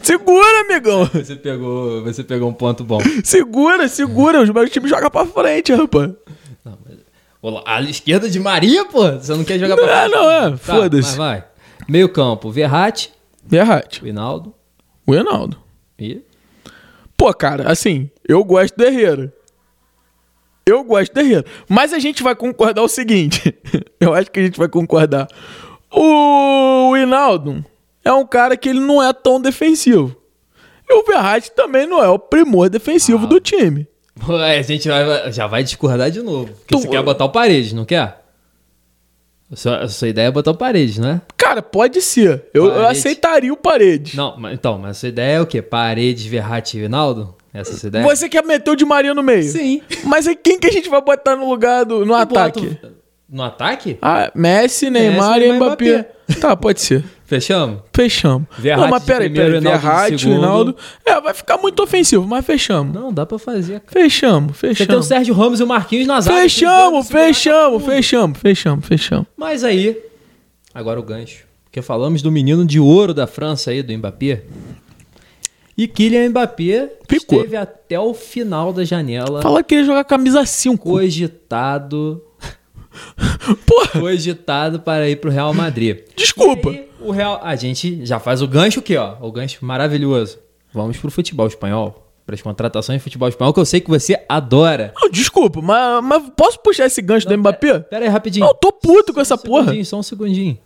[SPEAKER 1] Segura, amigão.
[SPEAKER 3] Você pegou, você pegou um ponto bom.
[SPEAKER 1] Segura, segura. Os meus times jogam pra frente, rapaz.
[SPEAKER 3] Não, mas- Ô, lá, ala esquerda de Maria, pô. Você não quer jogar
[SPEAKER 1] Não,
[SPEAKER 3] pra frente?
[SPEAKER 1] não, é,
[SPEAKER 3] Tá,
[SPEAKER 1] foda-se.
[SPEAKER 3] mas vai. Meio campo, Verratti,
[SPEAKER 1] Verratti.
[SPEAKER 3] Rinaldo
[SPEAKER 1] O Reinaldo.
[SPEAKER 3] e...
[SPEAKER 1] Pô, cara, assim, eu gosto do Herrera. Eu gosto do Herrera. Mas a gente vai concordar o seguinte. eu acho que a gente vai concordar. O Hinaldo é um cara que ele não é tão defensivo. E o Verratti também não é o primor defensivo
[SPEAKER 3] Ah.
[SPEAKER 1] do time.
[SPEAKER 3] Pô, aí a gente vai- já vai discordar de novo. Porque
[SPEAKER 1] Tu-
[SPEAKER 3] você quer botar o Paredes, não quer? A sua, a sua ideia é botar o Paredes, né?
[SPEAKER 1] Cara, pode ser. Eu, eu
[SPEAKER 3] Parede.
[SPEAKER 1] aceitaria o Paredes.
[SPEAKER 3] Não, mas- então, mas a sua ideia é o quê? Paredes, Verratti e Rinaldo? Essa é a sua ideia?
[SPEAKER 1] Você quer meter o Di Maria no meio.
[SPEAKER 3] Sim.
[SPEAKER 1] Mas aí quem que a gente vai botar no lugar do no
[SPEAKER 3] Eu boto-
[SPEAKER 1] ataque?
[SPEAKER 3] No ataque?
[SPEAKER 1] Ah, Messi, Neymar e
[SPEAKER 3] Neymar e
[SPEAKER 1] Mbappé. Tá, pode ser.
[SPEAKER 3] Fechamos?
[SPEAKER 1] Fechamos.
[SPEAKER 3] Verratti
[SPEAKER 1] não, mas
[SPEAKER 3] de
[SPEAKER 1] peraí,
[SPEAKER 3] primeiro,
[SPEAKER 1] peraí.
[SPEAKER 3] Reinaldo de
[SPEAKER 1] Verratti,
[SPEAKER 3] segundo.
[SPEAKER 1] Reinaldo. É, vai ficar muito ofensivo, mas fechamos.
[SPEAKER 3] Não, dá pra fazer. cara.
[SPEAKER 1] Fechamos,
[SPEAKER 3] Você tem o
[SPEAKER 1] fechamos.
[SPEAKER 3] Sérgio Ramos e o Marquinhos na zaga.
[SPEAKER 1] Fechamos,
[SPEAKER 3] que dando-
[SPEAKER 1] fechamos, fechamos, fechamos, fechamos.
[SPEAKER 3] Mas aí, agora o gancho. Porque falamos do menino de ouro da França aí, do Mbappé. E Kylian Mbappé
[SPEAKER 1] Picou.
[SPEAKER 3] esteve até o final da janela
[SPEAKER 1] Fala que queria jogar camisa 5.
[SPEAKER 3] cogitado,
[SPEAKER 1] Porra,
[SPEAKER 3] cogitado para ir pro Real Madrid.
[SPEAKER 1] desculpa.
[SPEAKER 3] E aí, o Real, a gente já faz o gancho aqui, ó. O gancho maravilhoso. Vamos pro futebol espanhol, para as contratações de futebol espanhol que eu sei que você adora.
[SPEAKER 1] Não, desculpa, mas, mas posso puxar esse gancho do Mbappé?
[SPEAKER 3] É, Pera aí rapidinho.
[SPEAKER 1] Não, eu tô puto com essa
[SPEAKER 3] Só um
[SPEAKER 1] porra.
[SPEAKER 3] segundinho, Só um segundinho.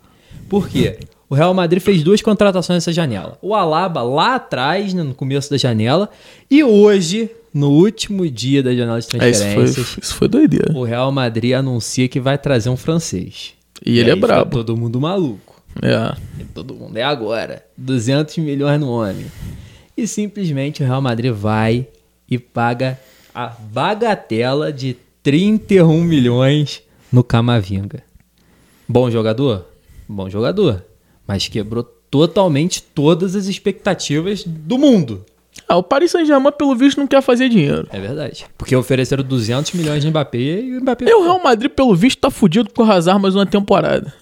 [SPEAKER 3] Por quê? O Real Madrid fez duas contratações nessa janela. O Alaba lá atrás, né, no começo da janela, e hoje, no último dia da janela de
[SPEAKER 1] É, isso foi,
[SPEAKER 3] transferências,
[SPEAKER 1] isso foi doideira.
[SPEAKER 3] o Real Madrid anuncia que vai trazer um francês.
[SPEAKER 1] E ele
[SPEAKER 3] aí
[SPEAKER 1] é
[SPEAKER 3] fica
[SPEAKER 1] brabo.
[SPEAKER 3] Todo mundo maluco.
[SPEAKER 1] É.
[SPEAKER 3] E Todo mundo é agora. 200 milhões no homem. E simplesmente o Real Madrid vai e paga a bagatela de 31 milhões no Camavinga. Bom jogador? Bom jogador. Mas quebrou totalmente todas as expectativas do mundo.
[SPEAKER 1] Ah, o Paris Saint-Germain, pelo visto, não quer fazer dinheiro.
[SPEAKER 3] É verdade. Porque ofereceram 200 milhões de Mbappé e o Mbappé...
[SPEAKER 1] E o Real Madrid, pelo visto, tá fudido com o Hazard mais uma temporada.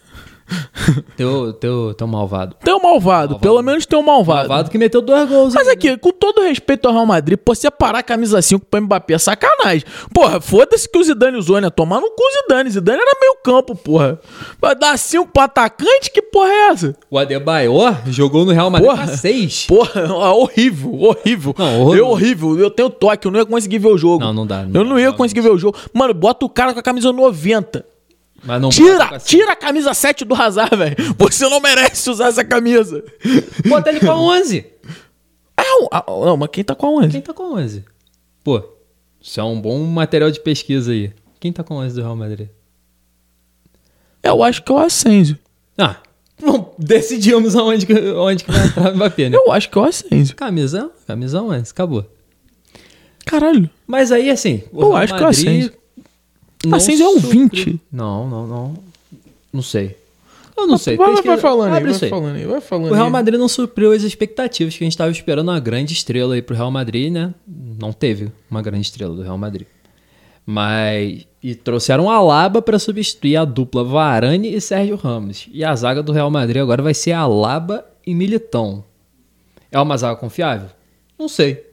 [SPEAKER 3] Teu, teu, teu malvado.
[SPEAKER 1] Tem o malvado, pelo menos tem o malvado.
[SPEAKER 3] Malvado que meteu dois gols.
[SPEAKER 1] Mas é aqui, com todo respeito ao Real Madrid, pô, separar a camisa 5 pro Mbappé é sacanagem. Porra, foda-se que o Zidane usou, né? Tomar no cu o Zidane. Zidane era meio campo, porra. Vai dar 5 pro atacante? Que porra é essa?
[SPEAKER 3] O Adebayor jogou no Real Madrid
[SPEAKER 1] Porra.
[SPEAKER 3] pra seis.
[SPEAKER 1] Porra, é horrível, horrível.
[SPEAKER 3] Não, horror-
[SPEAKER 1] Eu horrível, eu tenho toque, eu não ia conseguir ver o jogo.
[SPEAKER 3] Não, não dá, não
[SPEAKER 1] eu não
[SPEAKER 3] dá,
[SPEAKER 1] ia
[SPEAKER 3] realmente.
[SPEAKER 1] conseguir ver o jogo. Mano, bota o cara com a camisa 90.
[SPEAKER 3] Mas não
[SPEAKER 1] Tira,
[SPEAKER 3] bota com a
[SPEAKER 1] tira a camisa 7 do Hazard, velho. Você não merece usar essa camisa.
[SPEAKER 3] Bota ele com a 11.
[SPEAKER 1] Au, au, não, mas quem tá com a 11?
[SPEAKER 3] Quem tá com a 11? Pô, isso é um bom material de pesquisa aí. Quem tá com a 11 do Real Madrid?
[SPEAKER 1] Eu acho que é o Asensio.
[SPEAKER 3] Ah, bom, decidimos aonde que, aonde que vai entrar o Mbappé, né?
[SPEAKER 1] Eu acho que é o Asensio.
[SPEAKER 3] Camisa, um, camisa 11, acabou.
[SPEAKER 1] Caralho.
[SPEAKER 3] Mas aí, assim, o
[SPEAKER 1] Eu acho que é o Asensio.
[SPEAKER 3] não
[SPEAKER 1] Asensio é um
[SPEAKER 3] supre-
[SPEAKER 1] 20.
[SPEAKER 3] Não, não, não. Não sei. Eu não sei.
[SPEAKER 1] Vai, vai,
[SPEAKER 3] pesquisa-
[SPEAKER 1] vai falando aí,
[SPEAKER 3] abre
[SPEAKER 1] vai
[SPEAKER 3] isso aí.
[SPEAKER 1] falando aí, vai falando
[SPEAKER 3] O Real
[SPEAKER 1] aí.
[SPEAKER 3] Madrid não supriu as expectativas que a gente estava esperando uma grande estrela aí pro Real Madrid, né? Não teve uma grande estrela do Real Madrid. Mas e trouxeram a Alaba para substituir a dupla Varane e Sérgio Ramos. E a zaga do Real Madrid agora vai ser Alaba e Militão. É uma zaga confiável? Não sei.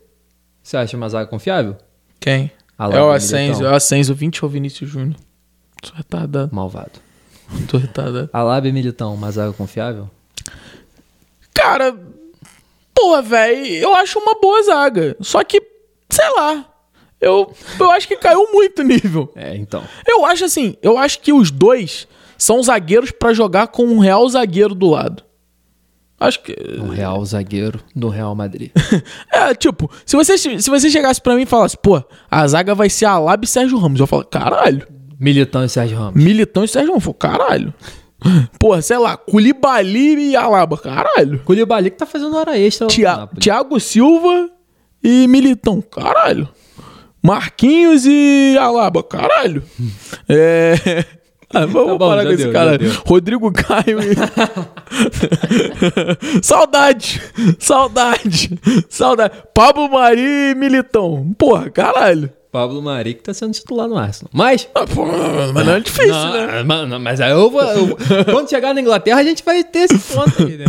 [SPEAKER 3] Você acha uma zaga confiável?
[SPEAKER 1] Quem?
[SPEAKER 3] Ah lá,
[SPEAKER 1] é o
[SPEAKER 3] o
[SPEAKER 1] Asensio,
[SPEAKER 3] Militão.
[SPEAKER 1] é o Asensio 20 ou Vinícius Júnior. Tô retardado,
[SPEAKER 3] Malvado.
[SPEAKER 1] tô retardado.
[SPEAKER 3] Alaba e Militão, uma zaga confiável?
[SPEAKER 1] Cara, porra, velho, eu acho uma boa zaga. Só que, sei lá, eu, eu acho que caiu muito o nível.
[SPEAKER 3] É, então.
[SPEAKER 1] Eu acho assim, eu acho que os dois são zagueiros pra jogar com um real zagueiro do lado. Acho que.
[SPEAKER 3] Um real zagueiro do Real Madrid.
[SPEAKER 1] É, tipo, se você, se você chegasse pra mim e falasse, pô, a zaga vai ser Alaba e Sérgio Ramos, eu falo, caralho.
[SPEAKER 3] Militão e Sérgio Ramos.
[SPEAKER 1] Militão e Sérgio Ramos, eu falo, caralho. Porra, sei lá, Culibali e Alaba, caralho.
[SPEAKER 3] Koulibaly que tá fazendo hora extra lá no
[SPEAKER 1] Tia,
[SPEAKER 3] Napoli.
[SPEAKER 1] Thiago Silva e Militão, caralho. Marquinhos e Alaba, caralho. É. Ah, vamos
[SPEAKER 3] Tá bom,
[SPEAKER 1] parar
[SPEAKER 3] já
[SPEAKER 1] com esse
[SPEAKER 3] deu,
[SPEAKER 1] cara.
[SPEAKER 3] já deu.
[SPEAKER 1] Rodrigo Caio e. saudade! Saudade! Saudade! Pablo Mari e Militão. Porra, caralho.
[SPEAKER 3] Pablo Mari que tá sendo titular no Arsenal. Mas.
[SPEAKER 1] Ah, pô, Mas não é difícil, né?
[SPEAKER 3] Não, mas- não, mas aí eu vou. eu- quando chegar na Inglaterra, a gente vai ter esse ponto aí, né?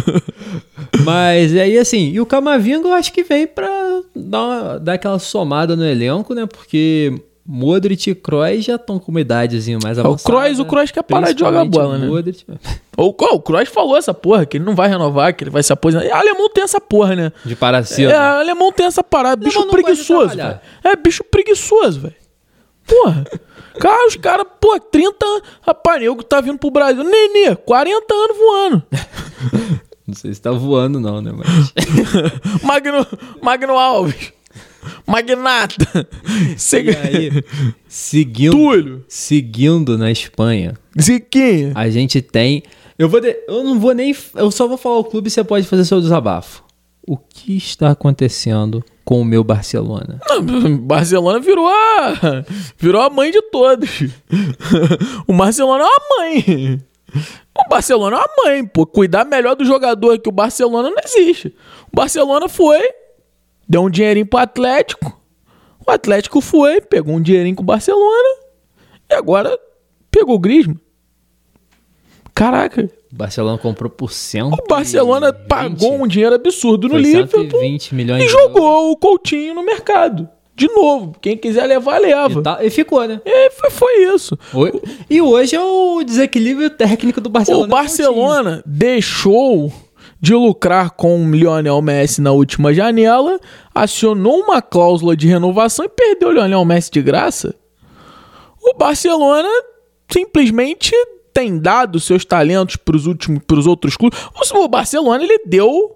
[SPEAKER 3] Mas aí, assim, e o Camavinga eu acho que vem pra dar, uma- dar aquela somada no elenco, né? Porque Modric e Kroos já estão com uma idadezinha mais
[SPEAKER 1] É, o
[SPEAKER 3] avançada.
[SPEAKER 1] Kroos- o Kroos quer parar de jogar
[SPEAKER 3] Principalmente
[SPEAKER 1] bola, né?
[SPEAKER 3] o Modric.
[SPEAKER 1] O, oh, o Kroos falou essa porra, que ele não vai renovar, que ele vai se aposentar. E alemão tem essa porra, né?
[SPEAKER 3] De parar cedo.
[SPEAKER 1] É, alemão tem essa parada, bicho
[SPEAKER 3] não gosta de
[SPEAKER 1] preguiçoso, velho.
[SPEAKER 3] trabalhar.
[SPEAKER 1] É bicho preguiçoso, velho. Porra. Cara, os caras, pô, 30 anos. Rapaz, eu que tá vindo pro Brasil. Nenê, 40 anos voando.
[SPEAKER 3] Não sei se tá voando, não, né? Mas.
[SPEAKER 1] Magno, Magno Alves. Magnata.
[SPEAKER 3] E
[SPEAKER 1] Seg...
[SPEAKER 3] aí, seguindo.
[SPEAKER 1] Túlio.
[SPEAKER 3] Seguindo na Espanha.
[SPEAKER 1] Ziquinha.
[SPEAKER 3] A gente tem. Eu vou. de- Eu não vou nem. Eu só vou falar o clube e você pode fazer seu desabafo. O que está acontecendo com o meu Barcelona?
[SPEAKER 1] Barcelona virou a. virou a mãe de todos. o Barcelona é uma mãe. O Barcelona é uma mãe, pô. Cuidar melhor do jogador que o Barcelona não existe. O Barcelona foi, deu um dinheirinho pro Atlético. O Atlético foi, pegou um dinheirinho com o Barcelona. E agora pegou o Griezmann. Caraca,
[SPEAKER 3] O Barcelona comprou por cento.
[SPEAKER 1] o Barcelona pagou um dinheiro absurdo no
[SPEAKER 3] Foi
[SPEAKER 1] Liverpool
[SPEAKER 3] 120 milhões
[SPEAKER 1] e
[SPEAKER 3] de
[SPEAKER 1] jogou o Coutinho no mercado. De novo, quem quiser levar, leva.
[SPEAKER 3] E, tá- e ficou, né?
[SPEAKER 1] E foi, foi isso.
[SPEAKER 3] Oi- E hoje é o desequilíbrio técnico do Barcelona. é um
[SPEAKER 1] O Barcelona deixou de lucrar com o Lionel Messi na última janela, acionou uma cláusula de renovação e perdeu o Lionel Messi de graça. O Barcelona simplesmente tem dado seus talentos para os últimos, para os outros clubes. O Barcelona ele deu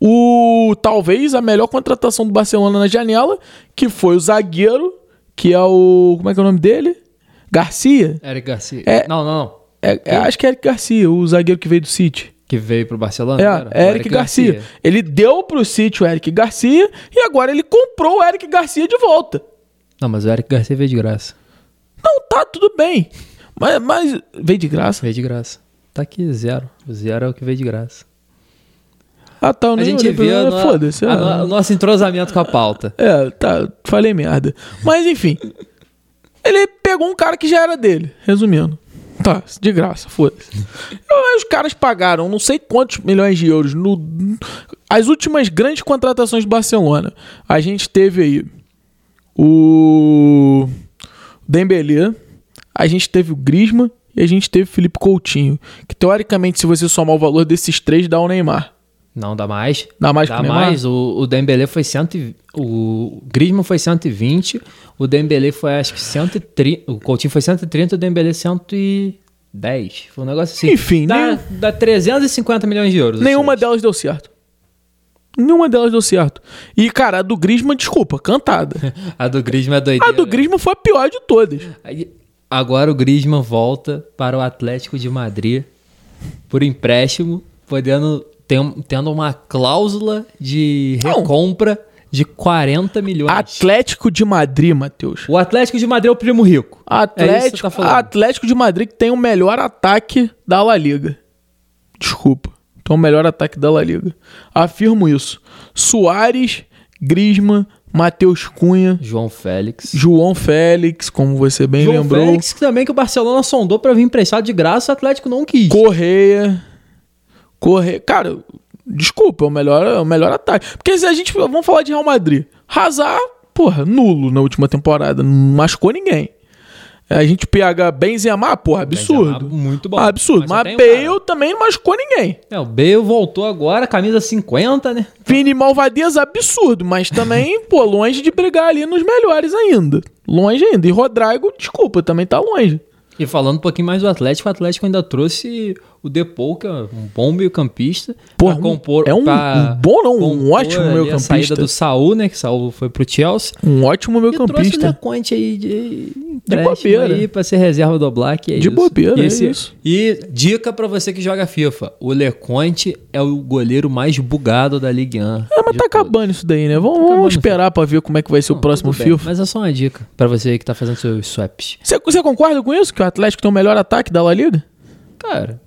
[SPEAKER 1] o talvez a melhor contratação do Barcelona na janela, que foi o zagueiro, que é o como é que é o nome dele? Garcia.
[SPEAKER 3] Eric Garcia.
[SPEAKER 1] É-
[SPEAKER 3] Não, não, não.
[SPEAKER 1] É, é, acho que é Eric Garcia, o zagueiro que veio do City.
[SPEAKER 3] Que veio pro Barcelona.
[SPEAKER 1] É,
[SPEAKER 3] Ah, cara?
[SPEAKER 1] Eric, Garcia. Ele deu pro City o Eric Garcia e agora ele comprou o Eric Garcia de volta.
[SPEAKER 3] Não, mas o Eric Garcia veio de graça.
[SPEAKER 1] Não, tá tudo bem. Mas, mas veio de graça.
[SPEAKER 3] Veio de graça. Tá aqui zero. O zero é o que veio de graça.
[SPEAKER 1] Ah, tá, eu
[SPEAKER 3] A
[SPEAKER 1] nem
[SPEAKER 3] gente
[SPEAKER 1] olhei pra-
[SPEAKER 3] vê a no-
[SPEAKER 1] Foda-se.
[SPEAKER 3] a
[SPEAKER 1] é.
[SPEAKER 3] no- o nosso entrosamento com a pauta.
[SPEAKER 1] É, tá, falei merda. Mas enfim. Ele pegou um cara que já era dele, resumindo. Tá, de graça, foda-se. Eu- aí Os caras pagaram não sei quantos milhões de euros no. As últimas grandes contratações do Barcelona. A gente teve aí o Dembélé, a gente teve o Griezmann e a gente teve o Felipe Coutinho. Que teoricamente, se você somar o valor desses três, dá o Neymar.
[SPEAKER 3] Não, dá mais.
[SPEAKER 1] Dá mais
[SPEAKER 3] Dá
[SPEAKER 1] pro Neymar?
[SPEAKER 3] mais. O, o Dembélé foi 100 O Griezmann foi 120. O Dembélé foi, acho que 130. O Coutinho foi 130. O Dembélé 110. Foi um negócio assim.
[SPEAKER 1] Enfim,
[SPEAKER 3] dá,
[SPEAKER 1] nenhum-
[SPEAKER 3] dá 350 milhões de euros.
[SPEAKER 1] Nenhuma
[SPEAKER 3] Ou seja,
[SPEAKER 1] delas deu certo. Nenhuma delas deu certo. E, cara, a do Grisman, desculpa, cantada.
[SPEAKER 3] A do Griezmann é
[SPEAKER 1] A
[SPEAKER 3] doideira.
[SPEAKER 1] do Grisman foi a pior de todas.
[SPEAKER 3] Aí, Agora o Griezmann volta para o Atlético de Madrid por empréstimo, podendo tem- tendo uma cláusula de
[SPEAKER 1] Não.
[SPEAKER 3] recompra de 40 milhões.
[SPEAKER 1] Atlético de Madrid, Matheus.
[SPEAKER 3] O Atlético de Madrid é o primo rico. É isso que você
[SPEAKER 1] Atlético,
[SPEAKER 3] tá falando.
[SPEAKER 1] Atlético de Madrid que tem o melhor ataque da La Liga. Desculpa. Tem o melhor ataque da La Liga. Afirmo isso. Soares, Grisman, Matheus Cunha,
[SPEAKER 3] João Félix.
[SPEAKER 1] João Félix, como você bem
[SPEAKER 3] João
[SPEAKER 1] lembrou.
[SPEAKER 3] Félix que também que o Barcelona sondou para vir emprestado de graça, o Atlético não quis.
[SPEAKER 1] Correia. Correia. Cara, desculpa, é o melhor, é o melhor ataque. Porque se a gente. Vamos falar de Real Madrid. Hazard, porra, nulo na última temporada. Não machucou ninguém. A gente pega Benzema, porra, absurdo.
[SPEAKER 3] Benzema, muito bom.
[SPEAKER 1] Absurdo.
[SPEAKER 3] Mas só
[SPEAKER 1] Mas,
[SPEAKER 3] tem um
[SPEAKER 1] Bale
[SPEAKER 3] cara.
[SPEAKER 1] também não machucou ninguém.
[SPEAKER 3] É, o Bale voltou agora, camisa 50, né?
[SPEAKER 1] Vini Malvadeza, absurdo. Mas também, pô, longe de brigar ali nos melhores ainda. Longe ainda. E Rodrigo, desculpa, também tá longe.
[SPEAKER 3] E falando um pouquinho mais do Atlético, o Atlético ainda trouxe o Depou, que é um bom meio-campista,
[SPEAKER 1] Porra,
[SPEAKER 3] pra
[SPEAKER 1] um-
[SPEAKER 3] compor.
[SPEAKER 1] é um-
[SPEAKER 3] pra
[SPEAKER 1] um bom não, um
[SPEAKER 3] compor
[SPEAKER 1] ótimo
[SPEAKER 3] ali A
[SPEAKER 1] meio-campista.
[SPEAKER 3] saída do Saúl, né? Que Saúl foi pro Chelsea.
[SPEAKER 1] Um ótimo
[SPEAKER 3] E trouxe o né?
[SPEAKER 1] meio-campista.
[SPEAKER 3] Leconte aí de, empréstimo
[SPEAKER 1] bobeira.
[SPEAKER 3] aí pra ser reserva do Black. É
[SPEAKER 1] De
[SPEAKER 3] isso.
[SPEAKER 1] bobeira,
[SPEAKER 3] e
[SPEAKER 1] é isso.
[SPEAKER 3] E dica pra você que joga FIFA: o Leconte é o goleiro mais bugado da Ligue 1.
[SPEAKER 1] Ah, mas tá acabando isso daí, né? Vamos, vamos
[SPEAKER 3] acabando,
[SPEAKER 1] esperar pra ver como é que vai ser o próximo
[SPEAKER 3] filme.
[SPEAKER 1] FIFA.
[SPEAKER 3] Mas é só uma dica pra você aí que tá fazendo seus swaps.
[SPEAKER 1] Você, você concorda com isso? Que o Atlético tem o melhor ataque da La Liga?
[SPEAKER 3] Cara,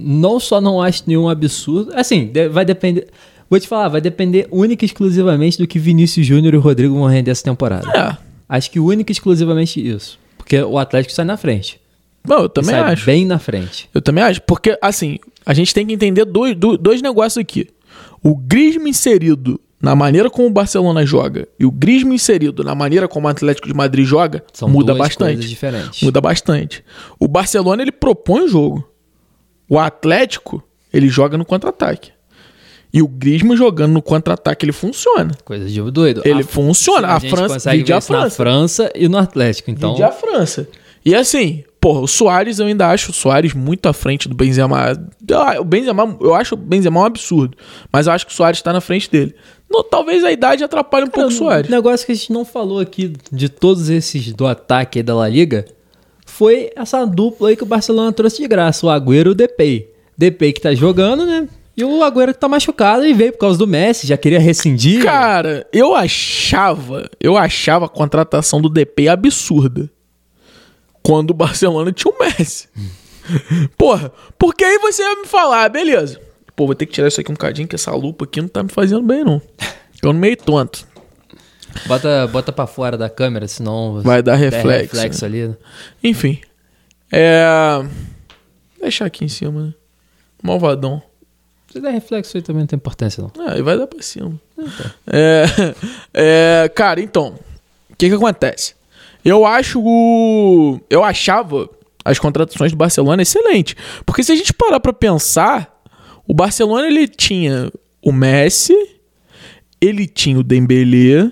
[SPEAKER 3] não só não acho nenhum absurdo. Assim, de- vai depender. Vou te falar, vai depender única e exclusivamente do que Vinícius Júnior e Rodrigo vão render essa temporada.
[SPEAKER 1] É.
[SPEAKER 3] Acho que única e exclusivamente isso. Porque o Atlético sai na frente.
[SPEAKER 1] Não, eu também
[SPEAKER 3] sai
[SPEAKER 1] acho.
[SPEAKER 3] bem na frente.
[SPEAKER 1] Eu também acho. Porque, assim, a gente tem que entender dois, do- dois negócios aqui. O Griezmann inserido na maneira como o Barcelona joga e o Griezmann inserido na maneira como o Atlético de Madrid joga
[SPEAKER 3] São
[SPEAKER 1] muda
[SPEAKER 3] duas
[SPEAKER 1] bastante.
[SPEAKER 3] coisas diferentes.
[SPEAKER 1] Muda bastante. O Barcelona, ele propõe o jogo. O Atlético, ele joga no contra-ataque. E o Griezmann jogando no contra-ataque, ele funciona.
[SPEAKER 3] Coisa de doido.
[SPEAKER 1] Ele
[SPEAKER 3] A-
[SPEAKER 1] funciona. A
[SPEAKER 3] gente
[SPEAKER 1] França,
[SPEAKER 3] consegue
[SPEAKER 1] vide
[SPEAKER 3] ver
[SPEAKER 1] a
[SPEAKER 3] isso na
[SPEAKER 1] França.
[SPEAKER 3] França e no Atlético. Então,
[SPEAKER 1] Vide a França. E assim, porra, o Soares eu ainda acho o Soares muito à frente do Benzema. Ah, O Benzema, eu acho o Benzema um absurdo. Mas eu acho que o Soares tá na frente dele. No- talvez a idade atrapalhe um pouco o Soares.
[SPEAKER 3] Um negócio que a gente não falou aqui de todos esses do ataque aí da La Liga foi essa dupla aí que o Barcelona trouxe de graça, o Agüero e o Depay. Depay que tá jogando, né? E o Agüero que tá machucado e veio por causa do Messi, já queria rescindir.
[SPEAKER 1] Cara, eu achava, eu achava a contratação do DP absurda. Quando o Barcelona tinha o Messi.
[SPEAKER 3] Hum.
[SPEAKER 1] Porra, porque aí você ia me falar, beleza. Pô, vou ter que tirar isso aqui um bocadinho, que essa lupa aqui não tá me fazendo bem, não. Tô meio tonto.
[SPEAKER 3] Bota, bota pra fora da câmera, senão você
[SPEAKER 1] Vai dar
[SPEAKER 3] perde
[SPEAKER 1] reflexo,
[SPEAKER 3] reflexo ali. né?
[SPEAKER 1] Enfim. É. Deixar aqui em cima, né? Malvadão.
[SPEAKER 3] Se der reflexo aí também não tem importância, não.
[SPEAKER 1] Ah, e vai dar pra cima. É, é, cara, então, o que que acontece? Eu acho o... Eu achava as contratações do Barcelona excelente. Porque se a gente parar pra pensar, o Barcelona ele tinha o Messi, ele tinha o Dembélé,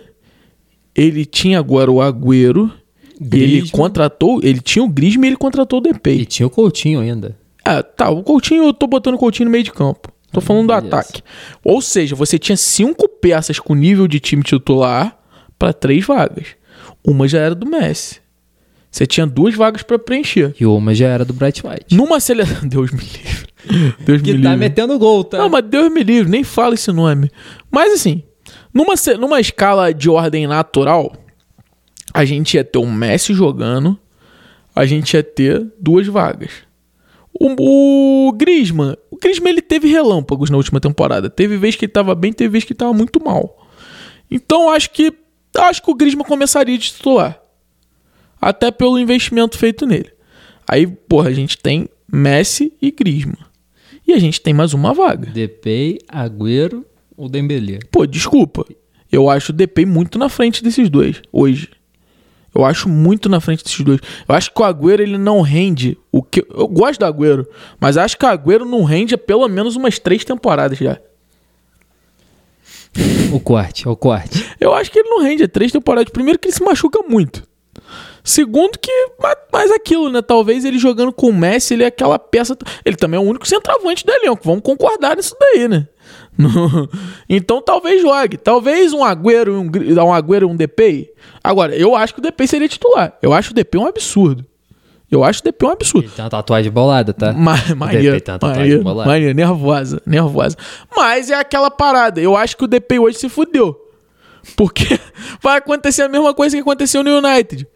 [SPEAKER 1] ele tinha agora o Agüero, e ele
[SPEAKER 3] Griezmann.
[SPEAKER 1] contratou, ele tinha o Griezmann e ele contratou o Depay.
[SPEAKER 3] E tinha o Coutinho ainda.
[SPEAKER 1] Ah, tá. O Coutinho, eu tô botando o Coutinho no meio de campo. Tô falando do
[SPEAKER 3] Hum, beleza.
[SPEAKER 1] ataque. Ou seja, você tinha cinco peças com nível de time titular pra três vagas. Uma já era do Messi. Você tinha duas vagas pra preencher.
[SPEAKER 3] E o Oma já era do Bright White.
[SPEAKER 1] Numa seleção. Deus me livre. Deus me
[SPEAKER 3] Que tá
[SPEAKER 1] livre.
[SPEAKER 3] metendo gol, tá?
[SPEAKER 1] Não, mas Deus me livre, nem fala esse nome. Mas assim, numa, se- numa escala de ordem natural, a gente ia ter o Messi jogando, a gente ia ter duas vagas. O, o Griezmann, o Griezmann ele teve relâmpagos na última temporada. Teve vez que ele tava bem, teve vez que ele tava muito mal. Então acho que acho que o Griezmann começaria de titular. Até pelo investimento feito nele. Aí, porra, a gente tem Messi e Griezmann. E a gente tem mais uma vaga.
[SPEAKER 3] Depay, Agüero ou Dembélé?
[SPEAKER 1] Pô, desculpa. Eu acho o DP muito na frente desses dois hoje. Eu acho muito na frente desses dois. Eu acho que o Agüero ele não rende o que eu gosto do Agüero, mas acho que o Agüero não rende há pelo menos umas três temporadas já.
[SPEAKER 3] O corte, o corte.
[SPEAKER 1] Eu acho que ele não rende há três temporadas. Primeiro que ele se machuca muito. Segundo que ma- mais aquilo, né? Talvez ele jogando com o Messi, ele é aquela peça. Ele também é o único centroavante do elenco. Vamos concordar nisso daí, né? No- então talvez jogue. Talvez um Agüero e um, Gri- um Agüero e um DP. Agora, eu acho que o DP seria titular. Eu acho o DP um absurdo. Eu acho o DP um absurdo.
[SPEAKER 3] Ele tem uma tatuagem bolada, tá?
[SPEAKER 1] Ma maneiro,
[SPEAKER 3] DP tem uma tatuagem
[SPEAKER 1] maneiro,
[SPEAKER 3] bolada.
[SPEAKER 1] maneiro, nervosa, nervosa. Mas é aquela parada. Eu acho que o DP hoje se fudeu. Porque vai acontecer a mesma coisa que aconteceu no United.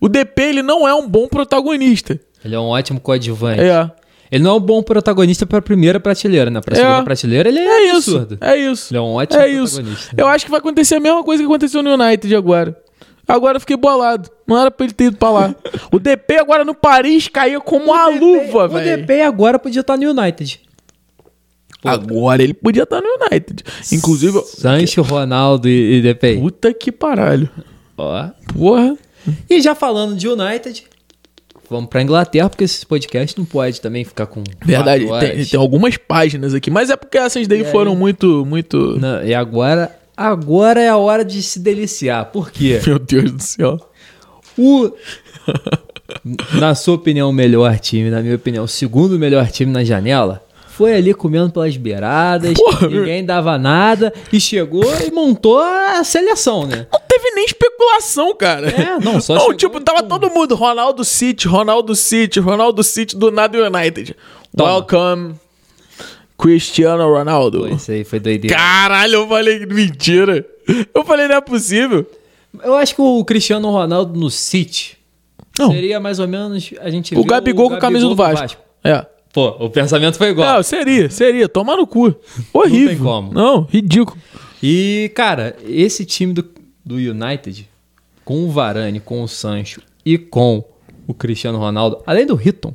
[SPEAKER 1] O DP, ele não é um bom protagonista.
[SPEAKER 3] Ele é um ótimo coadjuvante.
[SPEAKER 1] É.
[SPEAKER 3] Ele não é um bom protagonista pra primeira prateleira, né? Pra
[SPEAKER 1] É.
[SPEAKER 3] segunda prateleira ele é,
[SPEAKER 1] É isso.
[SPEAKER 3] absurdo.
[SPEAKER 1] É isso.
[SPEAKER 3] Ele é um ótimo
[SPEAKER 1] é isso.
[SPEAKER 3] protagonista.
[SPEAKER 1] Eu acho que vai acontecer a mesma coisa que aconteceu no United agora. Agora eu fiquei bolado. Não era pra ele ter ido pra lá. o DP agora no Paris caiu como uma luva,
[SPEAKER 3] O
[SPEAKER 1] velho.
[SPEAKER 3] DP agora podia estar no United. Pô.
[SPEAKER 1] Agora ele podia estar no United. Inclusive,
[SPEAKER 3] Sancho, Ronaldo e, e DP.
[SPEAKER 1] Puta que paralho.
[SPEAKER 3] Ó.
[SPEAKER 1] Porra.
[SPEAKER 3] E já falando de United, vamos pra Inglaterra, porque esse podcast não pode também ficar com. quatro
[SPEAKER 1] Verdade, tem,
[SPEAKER 3] horas.
[SPEAKER 1] tem algumas páginas aqui, mas é porque essas daí foram muito, muito.
[SPEAKER 3] Não, e agora, agora é a hora de se deliciar. Por quê?
[SPEAKER 1] Meu Deus do céu.
[SPEAKER 3] O. na sua opinião, o melhor time, na minha opinião, o segundo melhor time na janela. Foi ali comendo pelas beiradas,
[SPEAKER 1] Porra, meu-
[SPEAKER 3] ninguém dava nada, e chegou e montou a seleção, né?
[SPEAKER 1] Não teve nem especulação, cara.
[SPEAKER 3] É, não, só
[SPEAKER 1] Não,
[SPEAKER 3] chegou
[SPEAKER 1] tipo,
[SPEAKER 3] e
[SPEAKER 1] tava
[SPEAKER 3] pum.
[SPEAKER 1] todo mundo. Ronaldo City, Ronaldo City, Ronaldo City do nada United.
[SPEAKER 3] Toma.
[SPEAKER 1] Welcome, Cristiano Ronaldo.
[SPEAKER 3] Pô, Isso aí foi doideira.
[SPEAKER 1] Caralho, eu falei, mentira. Eu falei, não é possível.
[SPEAKER 3] Eu acho que o Cristiano Ronaldo no City
[SPEAKER 1] Não,
[SPEAKER 3] seria mais ou menos a gente
[SPEAKER 1] o
[SPEAKER 3] vê
[SPEAKER 1] Gabigol com a camisa do
[SPEAKER 3] Gabigol
[SPEAKER 1] Vasco. É.
[SPEAKER 3] Pô, o pensamento foi igual.
[SPEAKER 1] Não, seria, seria. Tomar no cu. Horrível.
[SPEAKER 3] tem como.
[SPEAKER 1] Não, ridículo.
[SPEAKER 3] E, cara, esse time do, do United, com o Varane, com o Sancho e com o Cristiano Ronaldo, além do Hitton,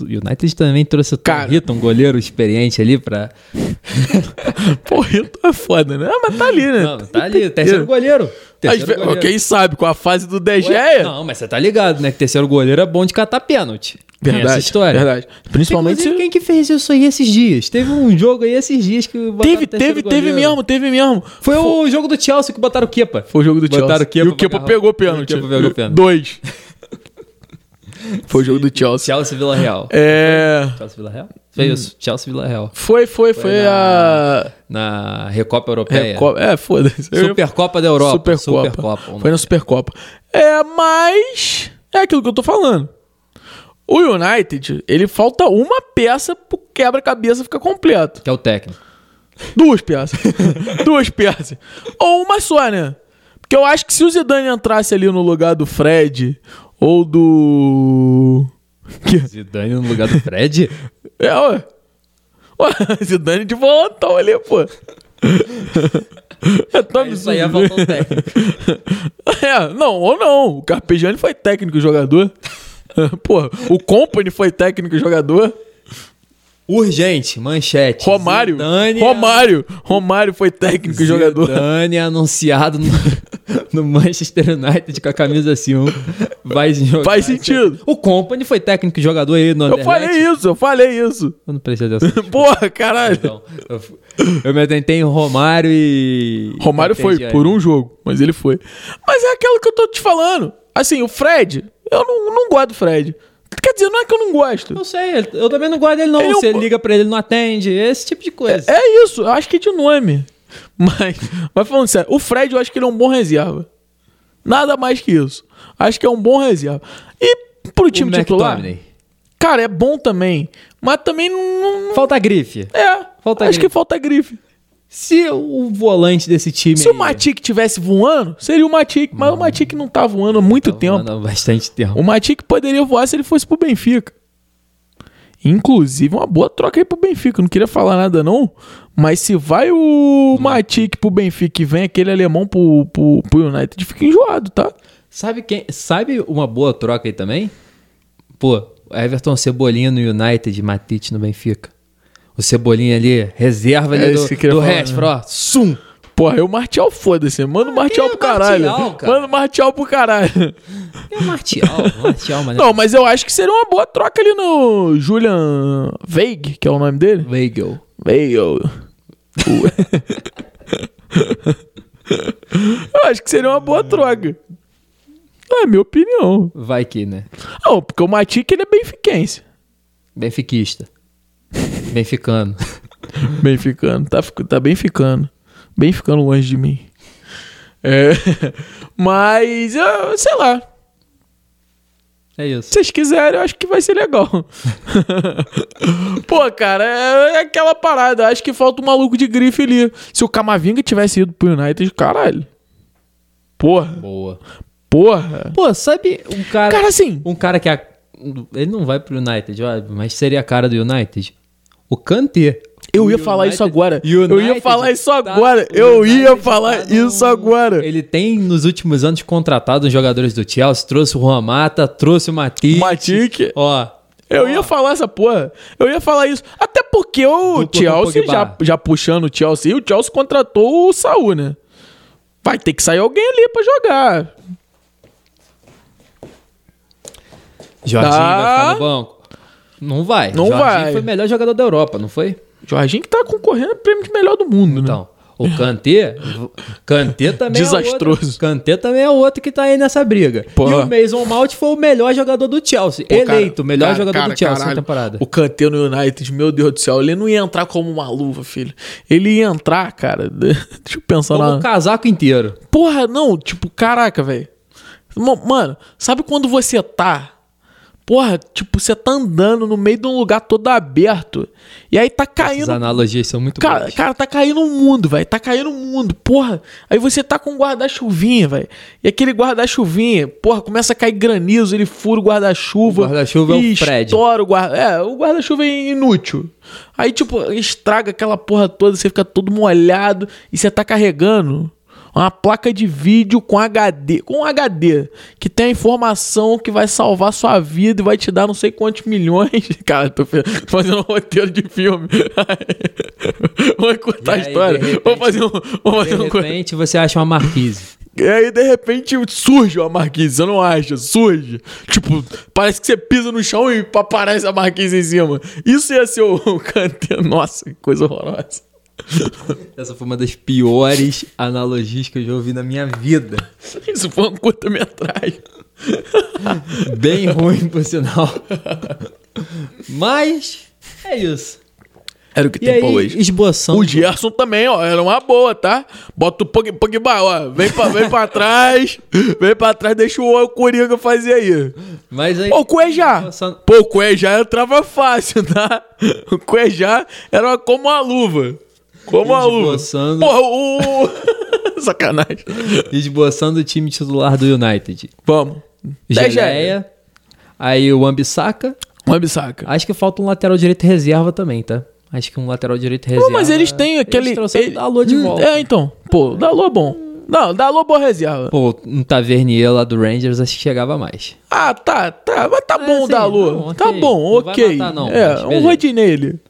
[SPEAKER 3] o United também trouxe o Tom
[SPEAKER 1] Cara.
[SPEAKER 3] Hitton, goleiro experiente ali pra...
[SPEAKER 1] Porra, tu é foda, né? Ah, mas tá ali, né?
[SPEAKER 3] Não, tá ali, terceiro goleiro.
[SPEAKER 1] Às
[SPEAKER 3] Terceiro
[SPEAKER 1] ve-
[SPEAKER 3] goleiro.
[SPEAKER 1] Quem sabe, com a fase do De
[SPEAKER 3] Ué,
[SPEAKER 1] Gea.
[SPEAKER 3] Não, mas você tá ligado, né? Que terceiro goleiro é bom de catar pênalti. Tem
[SPEAKER 1] Verdade.
[SPEAKER 3] Essa história.
[SPEAKER 1] Verdade. Principalmente.
[SPEAKER 3] Inclusive, quem que fez isso aí esses dias? Teve um jogo aí esses dias que botaram
[SPEAKER 1] Teve,
[SPEAKER 3] o terceiro
[SPEAKER 1] teve,
[SPEAKER 3] goleiro.
[SPEAKER 1] teve mesmo, teve mesmo.
[SPEAKER 3] Foi o jogo do Chelsea que botaram o Kepa.
[SPEAKER 1] Foi o jogo do Chelsea.
[SPEAKER 3] Botaram o Kepa
[SPEAKER 1] e o
[SPEAKER 3] pra
[SPEAKER 1] Kepa
[SPEAKER 3] agarrar.
[SPEAKER 1] pegou pênalti.
[SPEAKER 3] E o Kepa pegou pênalti.
[SPEAKER 1] Dois. Foi o jogo do Chelsea.
[SPEAKER 3] Chelsea e Vila Real.
[SPEAKER 1] É. Hum.
[SPEAKER 3] Chelsea e Vila Real? Foi isso, Chelsea e Vila Real.
[SPEAKER 1] Foi, foi, foi, a.
[SPEAKER 3] Na Recopa Europeia.
[SPEAKER 1] Reco- É, foda-se. Eu ia-
[SPEAKER 3] Supercopa da Europa.
[SPEAKER 1] Supercopa.
[SPEAKER 3] Supercopa, um
[SPEAKER 1] Foi na Supercopa. É, mas é aquilo que eu tô falando. O United, ele falta uma peça pro- quebra-cabeça fica completo.
[SPEAKER 3] Que é o técnico.
[SPEAKER 1] Duas peças. Duas peças. Ou uma só, né? Porque eu acho que se o Zidane entrasse ali no lugar do Fred ou do. Que-
[SPEAKER 3] Zidane no lugar do Fred?
[SPEAKER 1] É, ué. Ué, Zidane de volantão ali, pô. É tão
[SPEAKER 3] Aí Isso aí é
[SPEAKER 1] absurdo.
[SPEAKER 3] falta o técnico.
[SPEAKER 1] É, não, ou não. O Carpegiani foi técnico e jogador. Pô, o Company foi técnico e jogador.
[SPEAKER 3] Urgente, manchete.
[SPEAKER 1] Romário.
[SPEAKER 3] Zidane é
[SPEAKER 1] Romário. Romário foi técnico e jogador.
[SPEAKER 3] Zidane anunciado no, no Manchester United com a camisa assim. um, Vai jogar.
[SPEAKER 1] Faz sentido.
[SPEAKER 3] O Company foi técnico e jogador aí no
[SPEAKER 1] Eu falei isso, eu falei isso.
[SPEAKER 3] Eu não prestei atenção.
[SPEAKER 1] Porra, caralho.
[SPEAKER 3] Então, eu, fu- eu me atentei em Romário e.
[SPEAKER 1] Romário foi
[SPEAKER 3] Entendi,
[SPEAKER 1] por
[SPEAKER 3] aí.
[SPEAKER 1] um jogo, mas ele foi. Mas é aquilo que eu tô te falando. Assim, o Fred, eu não, não gosto do Fred. Quer dizer, não é que eu não gosto.
[SPEAKER 3] Não sei, ele- eu também não gosto dele, não.
[SPEAKER 1] Ele é um
[SPEAKER 3] Você
[SPEAKER 1] bo-
[SPEAKER 3] liga pra ele, ele não atende. Esse tipo de coisa.
[SPEAKER 1] É isso, eu acho que é de nome. Mas, mas falando sério, o Fred eu acho que ele é um bom reserva. Nada mais que isso. Acho que é um bom reserva. E pro time titular,
[SPEAKER 3] McTominay.
[SPEAKER 1] cara, é bom também. Mas também não. não-
[SPEAKER 3] Falta grife.
[SPEAKER 1] É,
[SPEAKER 3] Falta
[SPEAKER 1] acho
[SPEAKER 3] grife.
[SPEAKER 1] que falta grife.
[SPEAKER 3] Se o volante desse time.
[SPEAKER 1] Se o
[SPEAKER 3] aí-
[SPEAKER 1] Matic tivesse voando, seria o Matic.
[SPEAKER 3] Hum.
[SPEAKER 1] Mas o Matic não tá voando há muito tempo.
[SPEAKER 3] Mano, há Então, bastante tempo.
[SPEAKER 1] O Matic poderia voar se ele fosse pro Benfica. Inclusive, uma boa troca aí pro Benfica. Não queria falar nada, não. Mas se vai o Matic pro Benfica e vem aquele alemão pro, pro, pro United, fica enjoado, tá?
[SPEAKER 3] Sabe quem. Sabe uma boa troca aí também? Pô, Everton Cebolinha no United, Matite no Benfica. O Cebolinha ali, reserva ali
[SPEAKER 1] É isso
[SPEAKER 3] do,
[SPEAKER 1] que eu queria
[SPEAKER 3] do
[SPEAKER 1] falar,
[SPEAKER 3] Rashford,
[SPEAKER 1] né?
[SPEAKER 3] ó. Sum!
[SPEAKER 1] Porra, eu Martial foda-se. Manda o Martial
[SPEAKER 3] quem
[SPEAKER 1] pro
[SPEAKER 3] é
[SPEAKER 1] caralho.
[SPEAKER 3] Martial, cara?
[SPEAKER 1] Manda o Martial pro caralho.
[SPEAKER 3] É o Martial, Martial, mano.
[SPEAKER 1] Não, mas eu acho que seria uma boa troca ali no Julian Veig, que é o nome dele.
[SPEAKER 3] Weigel.
[SPEAKER 1] Veio. Eu acho que seria uma boa troca. É a minha opinião.
[SPEAKER 3] Vai que, né?
[SPEAKER 1] Não, porque o Matic ele é benfiquense.
[SPEAKER 3] Benfiquista. Benficano.
[SPEAKER 1] Bem ficando, tá, fic- tá bem ficando. Bem ficando longe de mim. É, mas, eu, sei lá.
[SPEAKER 3] É isso.
[SPEAKER 1] Se vocês quiserem, eu acho que vai ser legal. Pô, cara, é, é aquela parada. Acho que falta um maluco de grife ali. Se o Camavinga tivesse ido pro United, caralho. Porra.
[SPEAKER 3] Boa.
[SPEAKER 1] Porra.
[SPEAKER 3] Pô, sabe um cara.
[SPEAKER 1] Cara, assim.
[SPEAKER 3] Um cara que. A, ele não vai pro United, ó, mas seria a cara do United. O Kanté.
[SPEAKER 1] Eu
[SPEAKER 3] O
[SPEAKER 1] ia falar isso agora.
[SPEAKER 3] United
[SPEAKER 1] Eu ia falar isso
[SPEAKER 3] tá-
[SPEAKER 1] agora.
[SPEAKER 3] o
[SPEAKER 1] Eu ia
[SPEAKER 3] United
[SPEAKER 1] falar
[SPEAKER 3] tá num-
[SPEAKER 1] isso agora.
[SPEAKER 3] Ele tem, nos últimos anos, contratado os jogadores do Chelsea. Trouxe o Juan Mata, trouxe o Matic.
[SPEAKER 1] Matic.
[SPEAKER 3] Ó.
[SPEAKER 1] Eu ia falar essa porra. Eu ia falar isso. Até porque o
[SPEAKER 3] Dupla com
[SPEAKER 1] Chelsea,
[SPEAKER 3] Pogba.
[SPEAKER 1] já, já puxando o Chelsea, o Chelsea contratou o Saul, né? Vai ter que sair alguém ali pra jogar.
[SPEAKER 3] Jorginho vai
[SPEAKER 1] Tá.
[SPEAKER 3] ficar no banco. Não vai.
[SPEAKER 1] Não
[SPEAKER 3] Jorginho
[SPEAKER 1] vai.
[SPEAKER 3] foi o melhor jogador da Europa, não foi?
[SPEAKER 1] Jorginho que tá concorrendo ao prêmio de melhor do mundo, né?
[SPEAKER 3] Então, o Kanté, Kanté também é outro.
[SPEAKER 1] Desastroso.
[SPEAKER 3] Kanté também é outro que tá aí nessa briga.
[SPEAKER 1] Pô.
[SPEAKER 3] E o Mason Mount foi o melhor jogador do Chelsea,
[SPEAKER 1] Pô, cara,
[SPEAKER 3] eleito o melhor
[SPEAKER 1] cara,
[SPEAKER 3] jogador
[SPEAKER 1] cara,
[SPEAKER 3] do Chelsea
[SPEAKER 1] caralho.
[SPEAKER 3] na temporada.
[SPEAKER 1] O Kanté no United, meu Deus do céu, ele não ia entrar como uma luva, filho. Ele ia entrar, cara. Deixa eu pensar
[SPEAKER 3] Como
[SPEAKER 1] na.
[SPEAKER 3] o casaco inteiro.
[SPEAKER 1] Porra, não, tipo, caraca, velho. Mo- Mano, sabe quando você tá. Porra, tipo, você tá andando no meio de um lugar todo aberto. E aí tá
[SPEAKER 3] As
[SPEAKER 1] caindo.
[SPEAKER 3] analogias são muito
[SPEAKER 1] Cara,
[SPEAKER 3] boas.
[SPEAKER 1] cara, tá caindo um mundo, velho. Tá caindo um mundo, porra. Aí você tá com um guarda-chuvinha, velho. E aquele guarda-chuvinha, porra, começa a cair granizo, ele fura o guarda-chuva.
[SPEAKER 3] O guarda-chuva é o
[SPEAKER 1] e
[SPEAKER 3] Fred.
[SPEAKER 1] Estoura o guarda É, o guarda-chuva é inútil. Aí, tipo, estraga aquela porra toda, você fica todo molhado e você tá carregando. Uma placa de vídeo com HD, com HD, que tem a informação que vai salvar sua vida e vai te dar não sei quantos milhões. Cara, tô fe- fazendo um roteiro de filme. Vou cortar
[SPEAKER 3] E
[SPEAKER 1] a
[SPEAKER 3] aí,
[SPEAKER 1] história.
[SPEAKER 3] de repente-
[SPEAKER 1] vou fazer um. Vou fazer
[SPEAKER 3] De
[SPEAKER 1] um corte.
[SPEAKER 3] repente você acha uma marquise.
[SPEAKER 1] E aí, de repente, surge uma marquise, eu não acho, surge. Tipo, parece que você pisa no chão e aparece a marquise em cima. Isso ia ser o, o Kanté. Nossa, que coisa horrorosa.
[SPEAKER 3] Essa foi uma das piores analogias que eu já ouvi na minha vida.
[SPEAKER 1] Isso foi um curta-metragem.
[SPEAKER 3] Bem ruim, por sinal. Mas é isso.
[SPEAKER 1] Era o que
[SPEAKER 3] E
[SPEAKER 1] tem pra
[SPEAKER 3] aí,
[SPEAKER 1] hoje.
[SPEAKER 3] esboçando.
[SPEAKER 1] O Gerson também, ó, era uma boa, tá? Bota o Pog- Pogba, ó, vem pra, vem pra trás, vem pra trás, deixa o o Coringa fazer aí.
[SPEAKER 3] Mas aí.
[SPEAKER 1] Pô, o Cuejá. Pô, o Cuejá entrava é fácil, tá? O Cuejá era como uma luva. Como uma luva.
[SPEAKER 3] Esboçando.
[SPEAKER 1] Porra, o... Sacanagem.
[SPEAKER 3] Esboçando o time titular do United.
[SPEAKER 1] Vamos. Dez já é.
[SPEAKER 3] Geleia. Aí o Ambissaca.
[SPEAKER 1] Uma bisaca.
[SPEAKER 3] Acho que falta um lateral direito reserva também, tá? Acho que um lateral direito reserva.
[SPEAKER 1] Pô, mas eles têm aquele.
[SPEAKER 3] Eles trouxeram
[SPEAKER 1] ele-
[SPEAKER 3] o Dalot de
[SPEAKER 1] Hum,
[SPEAKER 3] volta.
[SPEAKER 1] É, então. Pô, o Dalô é bom. Não, o Dalô é boa reserva.
[SPEAKER 3] Pô, um Tavernier lá do Rangers acho que chegava mais.
[SPEAKER 1] Ah, tá, tá. Mas tá bom o
[SPEAKER 3] É, sim,
[SPEAKER 1] Dalô.
[SPEAKER 3] não,
[SPEAKER 1] Tá
[SPEAKER 3] ok.
[SPEAKER 1] bom,
[SPEAKER 3] Não vai
[SPEAKER 1] ok.
[SPEAKER 3] matar, não, mas
[SPEAKER 1] é, um
[SPEAKER 3] beleza.
[SPEAKER 1] Rodinei ele.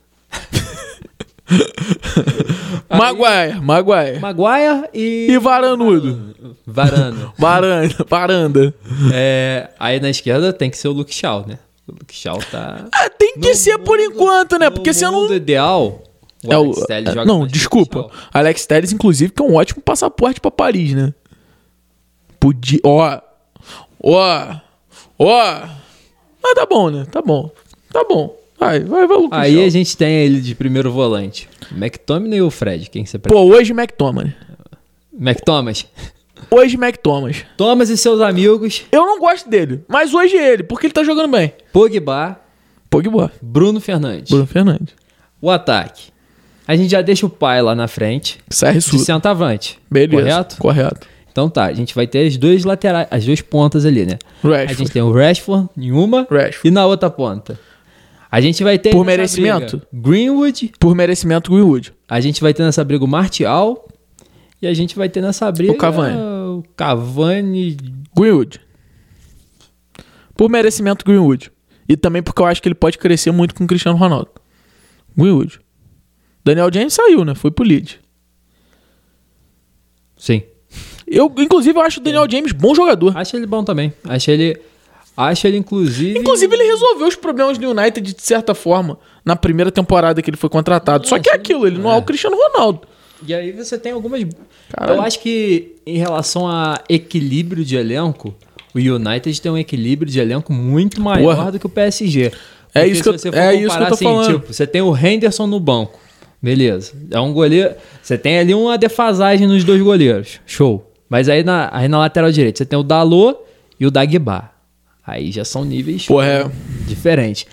[SPEAKER 1] Maguire, Maguire.
[SPEAKER 3] Maguire e.
[SPEAKER 1] E Varanudo.
[SPEAKER 3] Varana.
[SPEAKER 1] Varanda, varanda.
[SPEAKER 3] É, aí na esquerda tem que ser o Luke Shaw, né? O Luke Shaw tá.
[SPEAKER 1] Ah, tem que ser por enquanto, né? Porque
[SPEAKER 3] no
[SPEAKER 1] você não.
[SPEAKER 3] mundo ideal, o
[SPEAKER 1] É o,
[SPEAKER 3] Alex Telles
[SPEAKER 1] é,
[SPEAKER 3] joga
[SPEAKER 1] não,
[SPEAKER 3] mais que o
[SPEAKER 1] desculpa.
[SPEAKER 3] Luke Shaw.
[SPEAKER 1] Alex Telles, inclusive, que é um ótimo passaporte pra Paris, né? Podia. Ó. Ó. Ó. Mas tá bom, né? Tá bom. Tá bom. Vai, vai, vai, Lucas.
[SPEAKER 3] Aí
[SPEAKER 1] Shaw.
[SPEAKER 3] a gente tem ele de primeiro volante. McTominay ou Fred? Quem você prefere?
[SPEAKER 1] Pô, hoje McTominay.
[SPEAKER 3] McThomas.
[SPEAKER 1] Hoje McTomas.
[SPEAKER 3] Thomas e seus amigos,
[SPEAKER 1] Eu não gosto dele, mas hoje é ele, porque ele tá jogando bem.
[SPEAKER 3] Pogba,
[SPEAKER 1] Pogba.
[SPEAKER 3] Bruno Fernandes.
[SPEAKER 1] Bruno Fernandes.
[SPEAKER 3] O ataque. A gente já deixa o pai lá na frente.
[SPEAKER 1] Serre
[SPEAKER 3] De
[SPEAKER 1] Sul.
[SPEAKER 3] centroavante.
[SPEAKER 1] Beleza.
[SPEAKER 3] é um Correto?
[SPEAKER 1] Correto.
[SPEAKER 3] Então tá, a gente vai ter as duas laterais, as duas pontas ali, né?
[SPEAKER 1] Rashford.
[SPEAKER 3] A gente tem o Rashford em uma
[SPEAKER 1] Rashford.
[SPEAKER 3] e na outra ponta. A gente vai ter
[SPEAKER 1] Por
[SPEAKER 3] nessa
[SPEAKER 1] merecimento?
[SPEAKER 3] briga Greenwood,
[SPEAKER 1] Por merecimento, Greenwood.
[SPEAKER 3] a gente vai ter nessa briga o Martial e a gente vai ter nessa briga
[SPEAKER 1] O Cavani.
[SPEAKER 3] o Cavani,
[SPEAKER 1] Greenwood. Por merecimento, Greenwood. E também porque eu acho que ele pode crescer muito com o Cristiano Ronaldo. Greenwood. Daniel James saiu, né? Foi pro Leeds.
[SPEAKER 3] sim.
[SPEAKER 1] Eu, inclusive, eu acho o Daniel James bom jogador.
[SPEAKER 3] Acho ele bom também. Acho ele acho ele inclusive
[SPEAKER 1] Inclusive, ele resolveu os problemas do United de certa forma na primeira temporada que ele foi contratado. Só que é aquilo, ele não é o Cristiano Ronaldo.
[SPEAKER 3] E aí você tem algumas.
[SPEAKER 1] Caralho.
[SPEAKER 3] Eu acho que em relação a equilíbrio de elenco, o United tem um equilíbrio de elenco muito maior
[SPEAKER 1] Porra.
[SPEAKER 3] do que o PSG.
[SPEAKER 1] É isso que eu- é isso que eu tô falando.
[SPEAKER 3] Tipo, você tem o Henderson no banco. Beleza. É um goleiro. Você tem ali uma defasagem nos dois goleiros. Show. Mas aí na, aí na lateral direita você tem o Dalot e o Dagba. Aí já são níveis
[SPEAKER 1] Porra, é.
[SPEAKER 3] diferentes.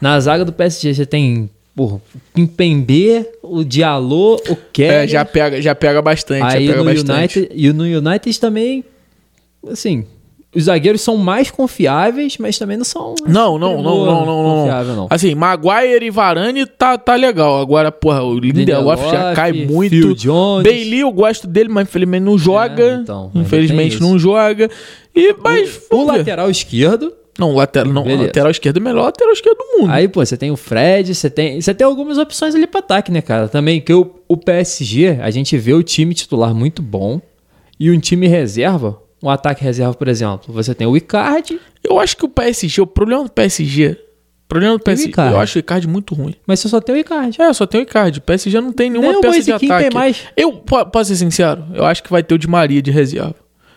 [SPEAKER 3] Na zaga do PSG você tem porra, o Kimpembe, o Diallo, o Kelly.
[SPEAKER 1] É, já pega, já pega bastante.
[SPEAKER 3] né? Aí
[SPEAKER 1] já pega
[SPEAKER 3] no
[SPEAKER 1] bastante.
[SPEAKER 3] United, e no United também, assim, os zagueiros são mais confiáveis, mas também não são.
[SPEAKER 1] Não, não, não,
[SPEAKER 3] primor
[SPEAKER 1] não, não, não.
[SPEAKER 3] confiável, não.
[SPEAKER 1] Assim, Maguire e Varane tá, tá legal. Agora, porra, o Lindelof já
[SPEAKER 3] Lindelof,
[SPEAKER 1] cai
[SPEAKER 3] Phil
[SPEAKER 1] muito.
[SPEAKER 3] Jones.
[SPEAKER 1] Bailey eu gosto dele, mas infelizmente não joga.
[SPEAKER 3] então, ainda
[SPEAKER 1] infelizmente
[SPEAKER 3] tem isso.
[SPEAKER 1] não joga. E mas
[SPEAKER 3] O
[SPEAKER 1] vamos ver.
[SPEAKER 3] lateral esquerdo.
[SPEAKER 1] Não, lateral, não,
[SPEAKER 3] Beleza.
[SPEAKER 1] lateral esquerdo é o melhor lateral esquerdo do mundo.
[SPEAKER 3] Aí, pô, você tem o Fred, você tem, você tem algumas opções ali pra ataque, né, cara? Também que o, o PSG, a gente vê o time titular muito bom e um time reserva, um ataque reserva, por exemplo. Você tem o Icardi,
[SPEAKER 1] Eu acho que o PSG, o problema do PSG, o problema do PSG,
[SPEAKER 3] Icardi?
[SPEAKER 1] eu acho o Icardi muito ruim.
[SPEAKER 3] mas você só tem o Icardi.
[SPEAKER 1] É, só tem o Icardi. O PSG não tem nenhuma
[SPEAKER 3] Nem o
[SPEAKER 1] peça de
[SPEAKER 3] Moise Kean
[SPEAKER 1] ataque.
[SPEAKER 3] tem mais.
[SPEAKER 1] Eu po- posso ser sincero, eu acho que vai ter o de Maria de reserva.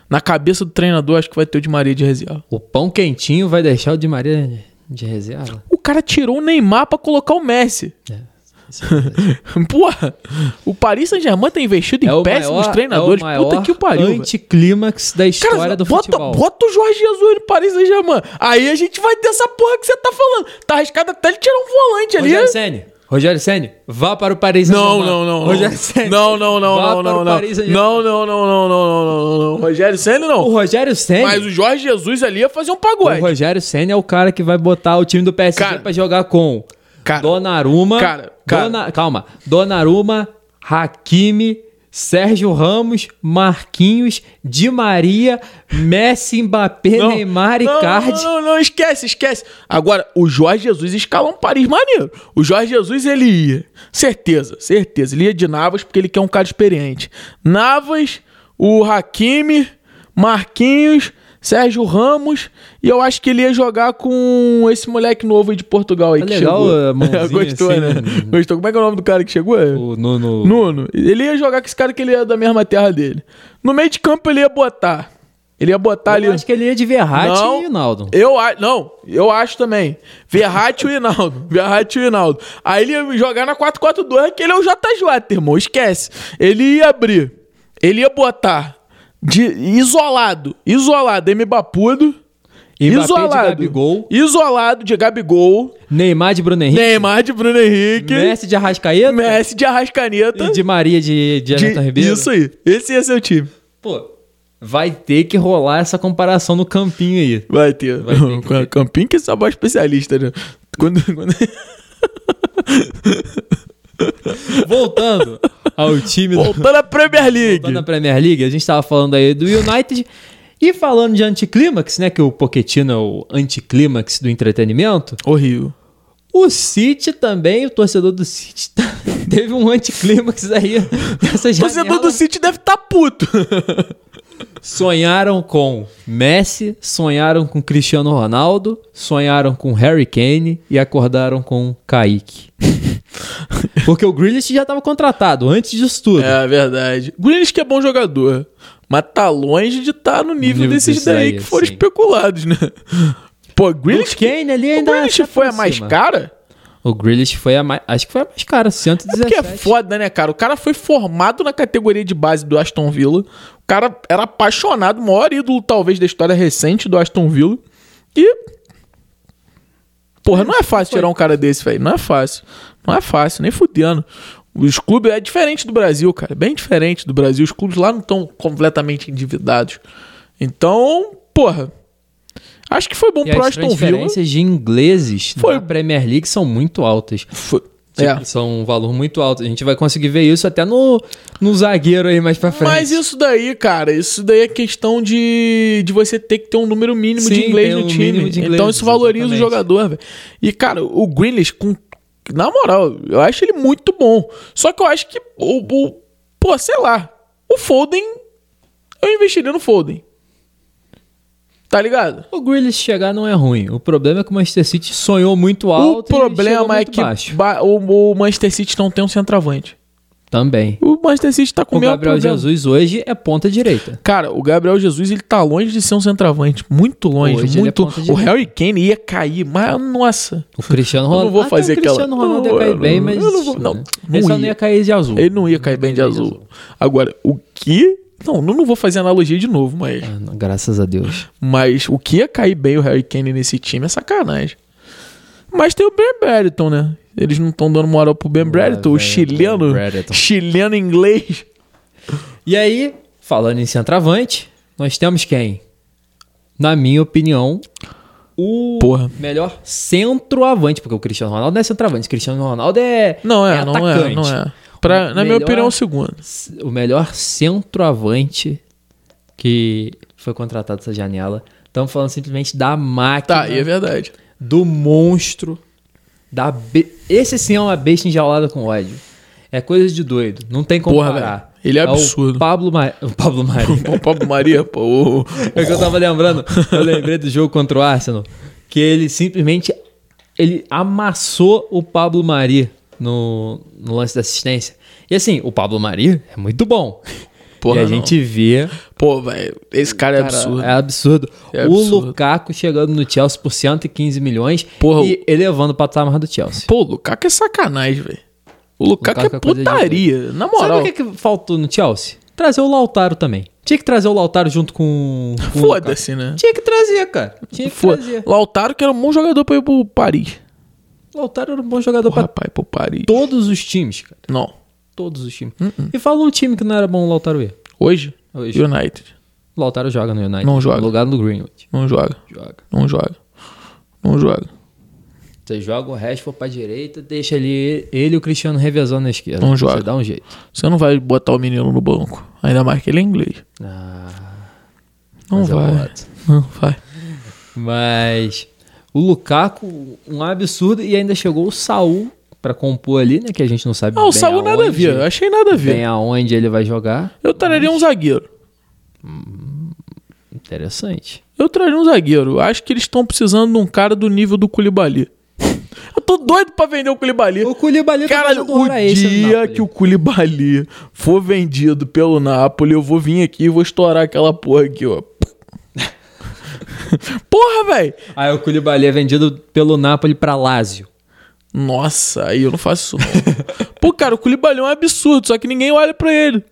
[SPEAKER 1] Na cabeça do treinador, acho que vai ter o de Maria de reserva.
[SPEAKER 3] O pão quentinho vai deixar o Di Maria de reserva.
[SPEAKER 1] O cara tirou o Neymar pra colocar o Messi.
[SPEAKER 3] É. Isso
[SPEAKER 1] Porra, o Paris Saint-Germain tá investido em péssimos treinadores.
[SPEAKER 3] É o É maior
[SPEAKER 1] Puta que o pariu. velho.
[SPEAKER 3] anticlímax da história
[SPEAKER 1] Cara,
[SPEAKER 3] do
[SPEAKER 1] bota,
[SPEAKER 3] futebol.
[SPEAKER 1] bota o Jorge Jesus no Paris Saint-Germain. Aí a gente vai ter essa porra que você tá falando. Tá arriscado até ele tirar um volante ali.
[SPEAKER 3] Rogério Ceni, Rogério Ceni, vá para o Paris
[SPEAKER 1] Não,
[SPEAKER 3] Saint-Germain.
[SPEAKER 1] não, não. não.
[SPEAKER 3] Rogério Ceni.
[SPEAKER 1] Não, não, não,
[SPEAKER 3] vá
[SPEAKER 1] não,
[SPEAKER 3] para
[SPEAKER 1] não,
[SPEAKER 3] o
[SPEAKER 1] não.
[SPEAKER 3] Paris Saint-Germain.
[SPEAKER 1] Não, não, não, não, não, não, não, não. Rogério Senna
[SPEAKER 3] O
[SPEAKER 1] não.
[SPEAKER 3] Rogério Ceni.
[SPEAKER 1] Mas o Jorge Jesus ali ia fazer um
[SPEAKER 3] O
[SPEAKER 1] pagode.
[SPEAKER 3] Então, Rogério Senna é o cara que vai botar o time do PSG
[SPEAKER 1] Cara.
[SPEAKER 3] pra jogar com
[SPEAKER 1] Cara.
[SPEAKER 3] Donnarumma,
[SPEAKER 1] Cara, cara.
[SPEAKER 3] Donna- calma, Donnarumma, Hakimi, Sérgio Ramos, Marquinhos, Di Maria, Messi, Mbappé,
[SPEAKER 1] Não.
[SPEAKER 3] Neymar,
[SPEAKER 1] Não,
[SPEAKER 3] Icardi.
[SPEAKER 1] Não, não, não, esquece, esquece. Agora, o Jorge Jesus escala um Paris maneiro. O Jorge Jesus, ele ia. Certeza, certeza. Ele ia de Navas porque ele quer um cara experiente. Navas, o Hakimi, Marquinhos, Sérgio Ramos. E eu acho que ele ia jogar com esse moleque novo aí de Portugal aí
[SPEAKER 3] Tá
[SPEAKER 1] que
[SPEAKER 3] legal
[SPEAKER 1] chegou.
[SPEAKER 3] a mãozinha
[SPEAKER 1] Gostou,
[SPEAKER 3] assim,
[SPEAKER 1] né?
[SPEAKER 3] né?
[SPEAKER 1] Gostou. Como é que é o nome do cara que chegou?
[SPEAKER 3] O Nuno-
[SPEAKER 1] Nuno. Ele ia jogar com esse cara que ele é da mesma terra dele. No meio de campo ele ia botar Ele ia botar ali.
[SPEAKER 3] Eu acho que ele ia de Verratti
[SPEAKER 1] Não.
[SPEAKER 3] e Rinaldo.
[SPEAKER 1] Eu acho. Não, eu acho também. Verratti e o Hinaldo. Verratti e o Hinaldo. Aí ele ia jogar na 4-4-2, que ele é o JJ, irmão. Esquece. Ele ia abrir. Ele ia botar. De, isolado. Isolado. M. Bapudo.
[SPEAKER 3] Mbappé de
[SPEAKER 1] isolado.
[SPEAKER 3] Gabigol.
[SPEAKER 1] Isolado de Gabigol.
[SPEAKER 3] Neymar de Bruno Henrique.
[SPEAKER 1] Neymar de Bruno Henrique. Messi,
[SPEAKER 3] Messi de Arrascaeta.
[SPEAKER 1] de Arrascaneta.
[SPEAKER 3] E de Maria de, de
[SPEAKER 1] de-
[SPEAKER 3] Everton Ribeiro.
[SPEAKER 1] Isso aí. Esse ia ser o time.
[SPEAKER 3] Pô, vai ter que rolar essa comparação no campinho aí.
[SPEAKER 1] Vai ter.
[SPEAKER 3] Vai ter que ter.
[SPEAKER 1] Campinho que é só especialista, né? Quando- quando...
[SPEAKER 3] Voltando ao time do,
[SPEAKER 1] Voltando à Premier League.
[SPEAKER 3] Voltando à Tá Premier League, a gente tava falando aí do United. E falando de anticlímax, né? Que o Pochettino é o anticlímax do entretenimento.
[SPEAKER 1] Horrível.
[SPEAKER 3] O City também, o torcedor do City tá- teve um anticlímax aí nessa
[SPEAKER 1] O torcedor
[SPEAKER 3] janela.
[SPEAKER 1] do City deve estar puto.
[SPEAKER 3] Sonharam com Messi, sonharam com Cristiano Ronaldo, sonharam com Harry Kane e acordaram com Kaique. Porque o Grealish já tava contratado antes disso tudo.
[SPEAKER 1] É verdade. Grealish que é bom jogador, mas tá longe de estar no nível,
[SPEAKER 3] Nível
[SPEAKER 1] desses
[SPEAKER 3] desses
[SPEAKER 1] daí
[SPEAKER 3] aí,
[SPEAKER 1] que foram
[SPEAKER 3] sim.
[SPEAKER 1] especulados, né? Pô,
[SPEAKER 3] O
[SPEAKER 1] Grealish,
[SPEAKER 3] Kane ali
[SPEAKER 1] o
[SPEAKER 3] ainda se
[SPEAKER 1] Grealish foi a mais
[SPEAKER 3] aproxima.
[SPEAKER 1] cara?
[SPEAKER 3] O Grealish foi a mais. Acho que foi a mais cara,
[SPEAKER 1] É porque
[SPEAKER 3] 117.
[SPEAKER 1] é foda, né, cara? O cara foi formado na categoria de base do Aston Villa. O cara era apaixonado, o maior ídolo, talvez, da história recente do Aston Villa. E. Porra, não é fácil tirar um cara desse, velho. Não é fácil. Não é fácil, nem fudendo. Os clubes é diferente do Brasil, cara. É bem diferente do Brasil. Os clubes lá não estão completamente endividados. Então, porra. Acho que foi bom
[SPEAKER 3] E
[SPEAKER 1] pro
[SPEAKER 3] as
[SPEAKER 1] Aston um Villa.
[SPEAKER 3] transferências de ingleses
[SPEAKER 1] Foi.
[SPEAKER 3] da Premier League são muito altas.
[SPEAKER 1] Foi-
[SPEAKER 3] Tipo,
[SPEAKER 1] É.
[SPEAKER 3] São um valor muito alto. A gente vai conseguir ver isso até no, no zagueiro aí mais pra frente.
[SPEAKER 1] Mas isso daí, cara, isso daí é questão de, de você ter que ter um número mínimo de
[SPEAKER 3] Sim,
[SPEAKER 1] inglês
[SPEAKER 3] tem
[SPEAKER 1] no
[SPEAKER 3] um
[SPEAKER 1] time.
[SPEAKER 3] mínimo de
[SPEAKER 1] então
[SPEAKER 3] inglês,
[SPEAKER 1] isso valoriza
[SPEAKER 3] exatamente.
[SPEAKER 1] o jogador, velho. E, cara, o Grealish, com, na moral, eu acho ele muito bom. Só que eu acho que, o, o- pô, sei lá, o Foden, eu investiria no Foden. Tá ligado?
[SPEAKER 3] O Grealish chegar não é ruim. O problema é que o Manchester City sonhou muito alto.
[SPEAKER 1] o
[SPEAKER 3] e chegou
[SPEAKER 1] problema é
[SPEAKER 3] muito
[SPEAKER 1] que
[SPEAKER 3] baixo.
[SPEAKER 1] ba- o, o Manchester City não tem um centroavante.
[SPEAKER 3] Também.
[SPEAKER 1] O Manchester City tá com
[SPEAKER 3] O
[SPEAKER 1] o mesmo
[SPEAKER 3] Gabriel
[SPEAKER 1] problema.
[SPEAKER 3] Jesus hoje é ponta direita.
[SPEAKER 1] Cara, o Gabriel Jesus, ele tá longe de ser um centroavante. Muito longe,
[SPEAKER 3] Hoje ele é
[SPEAKER 1] muito.
[SPEAKER 3] ponta
[SPEAKER 1] o
[SPEAKER 3] direita.
[SPEAKER 1] Harry Kane ia cair, mas nossa.
[SPEAKER 3] O Cristiano
[SPEAKER 1] Eu
[SPEAKER 3] Ronaldo.
[SPEAKER 1] não vou
[SPEAKER 3] Até
[SPEAKER 1] fazer
[SPEAKER 3] o
[SPEAKER 1] aquela-
[SPEAKER 3] Cristiano Ronaldo
[SPEAKER 1] Eu
[SPEAKER 3] ia cair
[SPEAKER 1] não-
[SPEAKER 3] bem, mas.
[SPEAKER 1] eu não vou- não,
[SPEAKER 3] né?
[SPEAKER 1] não
[SPEAKER 3] Ele só não
[SPEAKER 1] ia.
[SPEAKER 3] ia cair de azul.
[SPEAKER 1] Ele não ia cair bem de azul. Agora, o que. Não, não, não vou fazer analogia de novo, mas.
[SPEAKER 3] Ah, não, Graças a Deus.
[SPEAKER 1] Mas o que ia cair bem o Harry Kane nesse time é sacanagem. Mas tem o Ben Bradton, né? Eles não estão dando moral pro Ben Bradton, o
[SPEAKER 3] vem o
[SPEAKER 1] chileno.
[SPEAKER 3] é, Ben Bradton.
[SPEAKER 1] Chileno inglês.
[SPEAKER 3] E aí, falando em centroavante, nós temos quem? Na minha opinião, o
[SPEAKER 1] Porra.
[SPEAKER 3] melhor centroavante, porque o Cristiano Ronaldo não é centroavante, o Cristiano Ronaldo é
[SPEAKER 1] Não é,
[SPEAKER 3] é
[SPEAKER 1] não é,
[SPEAKER 3] atacante.
[SPEAKER 1] não é. Pra, na minha
[SPEAKER 3] Melhor-
[SPEAKER 1] opinião, é o segundo.
[SPEAKER 3] o melhor centroavante que foi contratado essa janela. Estamos falando simplesmente da máquina,
[SPEAKER 1] Tá, e é verdade.
[SPEAKER 3] do monstro, da be... esse sim é uma besta enjaulada com ódio. É coisa de doido, não tem como
[SPEAKER 1] Porra,
[SPEAKER 3] parar.
[SPEAKER 1] velho, ele é
[SPEAKER 3] O
[SPEAKER 1] absurdo.
[SPEAKER 3] Pablo, Ma... o Pablo Maria.
[SPEAKER 1] Pô, Pablo Maria, pô. o-
[SPEAKER 3] É o que eu tava lembrando. Eu lembrei do jogo contra o Arsenal. Que ele simplesmente ele amassou o Pablo Mari no, no lance da assistência. E assim, o Pablo Mari é muito bom.
[SPEAKER 1] Porra,
[SPEAKER 3] e a
[SPEAKER 1] não.
[SPEAKER 3] gente vê.
[SPEAKER 1] Pô, velho, esse cara é
[SPEAKER 3] cara,
[SPEAKER 1] absurdo.
[SPEAKER 3] é absurdo.
[SPEAKER 1] É
[SPEAKER 3] O
[SPEAKER 1] absurdo.
[SPEAKER 3] Lukaku chegando no Chelsea por 115 milhões
[SPEAKER 1] Porra,
[SPEAKER 3] e elevando o patamar do Chelsea.
[SPEAKER 1] Pô, o Lukaku é sacanagem, velho. O Lukaku, é
[SPEAKER 3] Lukaku é coisa de
[SPEAKER 1] putaria. Na moral.
[SPEAKER 3] Sabe o que, é? que faltou no Chelsea? Trazer o Lautaro também. Tinha que trazer o Lautaro junto com. com o Lukaku.
[SPEAKER 1] Foda-se, né?
[SPEAKER 3] Tinha que trazer, cara. Tinha que
[SPEAKER 1] Foda
[SPEAKER 3] trazer.
[SPEAKER 1] Lautaro que era um bom jogador pra ir pro Paris.
[SPEAKER 3] Lautaro era um bom jogador
[SPEAKER 1] Pô,
[SPEAKER 3] pra
[SPEAKER 1] rapaz, pro Paris.
[SPEAKER 3] todos os times, cara.
[SPEAKER 1] Não.
[SPEAKER 3] Todos os times.
[SPEAKER 1] Uh-uh.
[SPEAKER 3] E fala um time que não era bom o Lautaro ir.
[SPEAKER 1] Hoje?
[SPEAKER 3] Hoje.
[SPEAKER 1] United.
[SPEAKER 3] O Lautaro joga no United.
[SPEAKER 1] Não joga.
[SPEAKER 3] No lugar do Greenwood.
[SPEAKER 1] Não joga.
[SPEAKER 3] Joga.
[SPEAKER 1] Não joga. Não joga.
[SPEAKER 3] Você joga o Rashford pra direita, deixa ali ele e o Cristiano revezando na esquerda.
[SPEAKER 1] Não joga.
[SPEAKER 3] Você dá um jeito.
[SPEAKER 1] Você não vai botar o menino no banco. Ainda mais que ele é inglês.
[SPEAKER 3] Ah,
[SPEAKER 1] Não
[SPEAKER 3] mas é
[SPEAKER 1] vai.
[SPEAKER 3] bolado.
[SPEAKER 1] não vai.
[SPEAKER 3] Mas o Lukaku, um absurdo. E ainda chegou o Saul pra compor ali, né? Que a gente não sabe
[SPEAKER 1] Ah, o
[SPEAKER 3] bem
[SPEAKER 1] Saúl nada a
[SPEAKER 3] aonde-
[SPEAKER 1] ver. Eu achei nada a ver.
[SPEAKER 3] Bem aonde ele vai jogar.
[SPEAKER 1] Eu traria um zagueiro.
[SPEAKER 3] Interessante.
[SPEAKER 1] Eu traria um zagueiro. Acho que eles estão precisando de um cara do nível do Culibali. Eu tô doido pra vender o Culibali.
[SPEAKER 3] O Koulibaly tá
[SPEAKER 1] Caralho, o dia que o Culibali for vendido pelo Napoli, eu vou vir aqui e vou estourar aquela porra aqui, ó. Porra, velho!
[SPEAKER 3] Aí o Koulibaly é vendido pelo Napoli pra Lazio.
[SPEAKER 1] Nossa, aí eu não faço isso. não. Pô, cara, o Koulibaly é um absurdo, só que ninguém olha pra ele.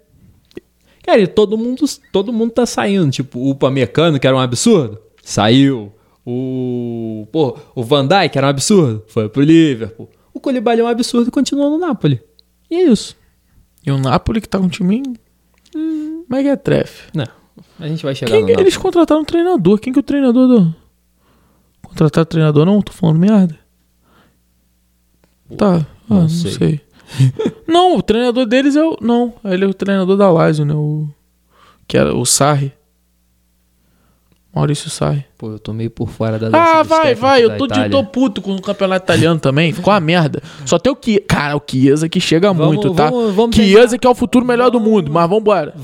[SPEAKER 3] Cara, e todo mundo, todo mundo tá saindo. Tipo, o Upamecano, que era um absurdo, saiu. O. Pô, o Van Dijk era um absurdo, foi pro Liverpool. O Koulibaly é um absurdo e continua no Napoli. E é isso.
[SPEAKER 1] E o Napoli que tá com um time. Hum, mega trefe.
[SPEAKER 3] Não, a gente vai chegar
[SPEAKER 1] Quem-
[SPEAKER 3] no Napoli.
[SPEAKER 1] eles contrataram um treinador. Quem que é o treinador do. Contrataram o treinador, não? Tô falando merda. Tá, ah, não, sei.
[SPEAKER 3] sei.
[SPEAKER 1] não, o treinador deles é o. Não, ele é o treinador da Lazio, né? O. Que era o Sarri. Maurício Sarri.
[SPEAKER 3] Pô, eu tô meio por fora da lista
[SPEAKER 1] Ah,
[SPEAKER 3] dos
[SPEAKER 1] vai,
[SPEAKER 3] técnicos
[SPEAKER 1] vai. Eu
[SPEAKER 3] da
[SPEAKER 1] tô, de,
[SPEAKER 3] Itália.
[SPEAKER 1] tô puto com o campeonato italiano também. Ficou uma merda. Só tem o que. Cara, o Chiesa que chega
[SPEAKER 3] Vamos-
[SPEAKER 1] muito, tá?
[SPEAKER 3] vamos- vamos
[SPEAKER 1] Chiesa que é o futuro melhor do mundo, mas vambora.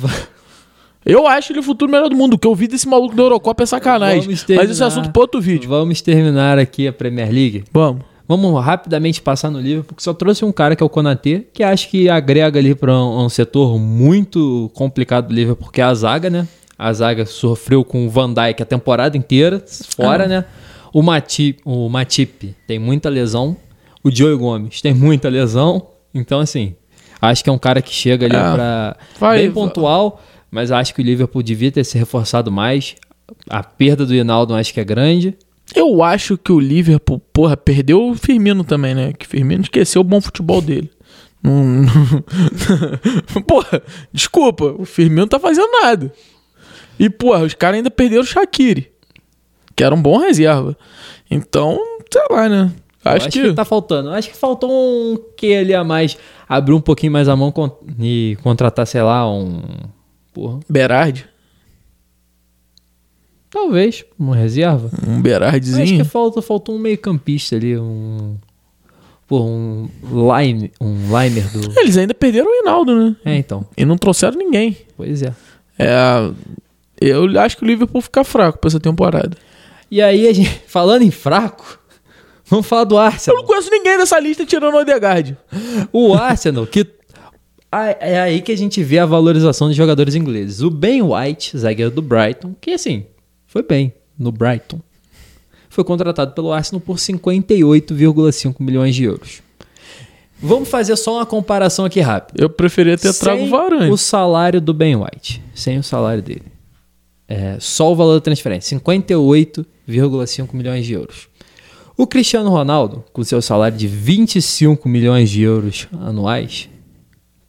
[SPEAKER 1] Eu acho ele o futuro melhor do mundo. O que eu vi desse maluco da Eurocopa é sacanagem.
[SPEAKER 3] Vamos
[SPEAKER 1] Mas esse é
[SPEAKER 3] terminar.
[SPEAKER 1] assunto pra outro vídeo.
[SPEAKER 3] Vamos terminar aqui a Premier League.
[SPEAKER 1] Vamos.
[SPEAKER 3] Vamos rapidamente passar no livro, porque só trouxe um cara que é o Konatê, que acho que agrega ali para um, um setor muito complicado do livro, porque é a zaga, né? A zaga sofreu com o Van Dijk a temporada inteira, fora, né? O Matip, o Matip tem muita lesão, o Joey Gomes tem muita lesão, então assim, acho que é um cara que chega ali
[SPEAKER 1] É.
[SPEAKER 3] pra para
[SPEAKER 1] Vai-
[SPEAKER 3] bem pontual, mas acho que o Liverpool devia ter se reforçado mais. A perda do Hinaldo acho que é grande.
[SPEAKER 1] Eu acho que o Liverpool, porra, perdeu o Firmino também, né? Que o Firmino esqueceu o bom futebol dele. Não- porra, desculpa, o Firmino não tá fazendo nada. E, porra, os caras ainda perderam o Shaqiri, que era um bom reserva. Então, sei lá, né?
[SPEAKER 3] Eu
[SPEAKER 1] Acho, que,
[SPEAKER 3] tá faltando. Acho que faltou um que ali a mais. Abrir um pouquinho mais a mão con- e contratar, sei lá, um. Porra.
[SPEAKER 1] Berardi,
[SPEAKER 3] Talvez, uma reserva.
[SPEAKER 1] um
[SPEAKER 3] Acho
[SPEAKER 1] Berardizinho.
[SPEAKER 3] que falta, faltou um meio-campista ali, um. Pô, um lime, um limer do.
[SPEAKER 1] Eles ainda perderam o Hinaldo, né?
[SPEAKER 3] É, então.
[SPEAKER 1] E não trouxeram ninguém.
[SPEAKER 3] Pois é.
[SPEAKER 1] É, eu acho que o Liverpool fica fraco pra essa temporada.
[SPEAKER 3] E aí, a gente, falando em fraco, vamos falar do
[SPEAKER 1] Eu
[SPEAKER 3] Arsenal.
[SPEAKER 1] não conheço ninguém dessa lista tirando o Odegaard.
[SPEAKER 3] O Arsenal, que. Ah, É aí que a gente vê a valorização dos jogadores ingleses. O Ben White, zagueiro do Brighton, que assim, foi bem no Brighton, foi contratado pelo Arsenal por 58,5 milhões de euros. Vamos fazer só uma comparação aqui rápida.
[SPEAKER 1] Eu preferia ter trago o
[SPEAKER 3] Sem
[SPEAKER 1] Varane.
[SPEAKER 3] O salário do Ben White, sem o salário dele. É, só o valor da transferência, 58,5 milhões de euros. O Cristiano Ronaldo, com seu salário de 25 milhões de euros anuais,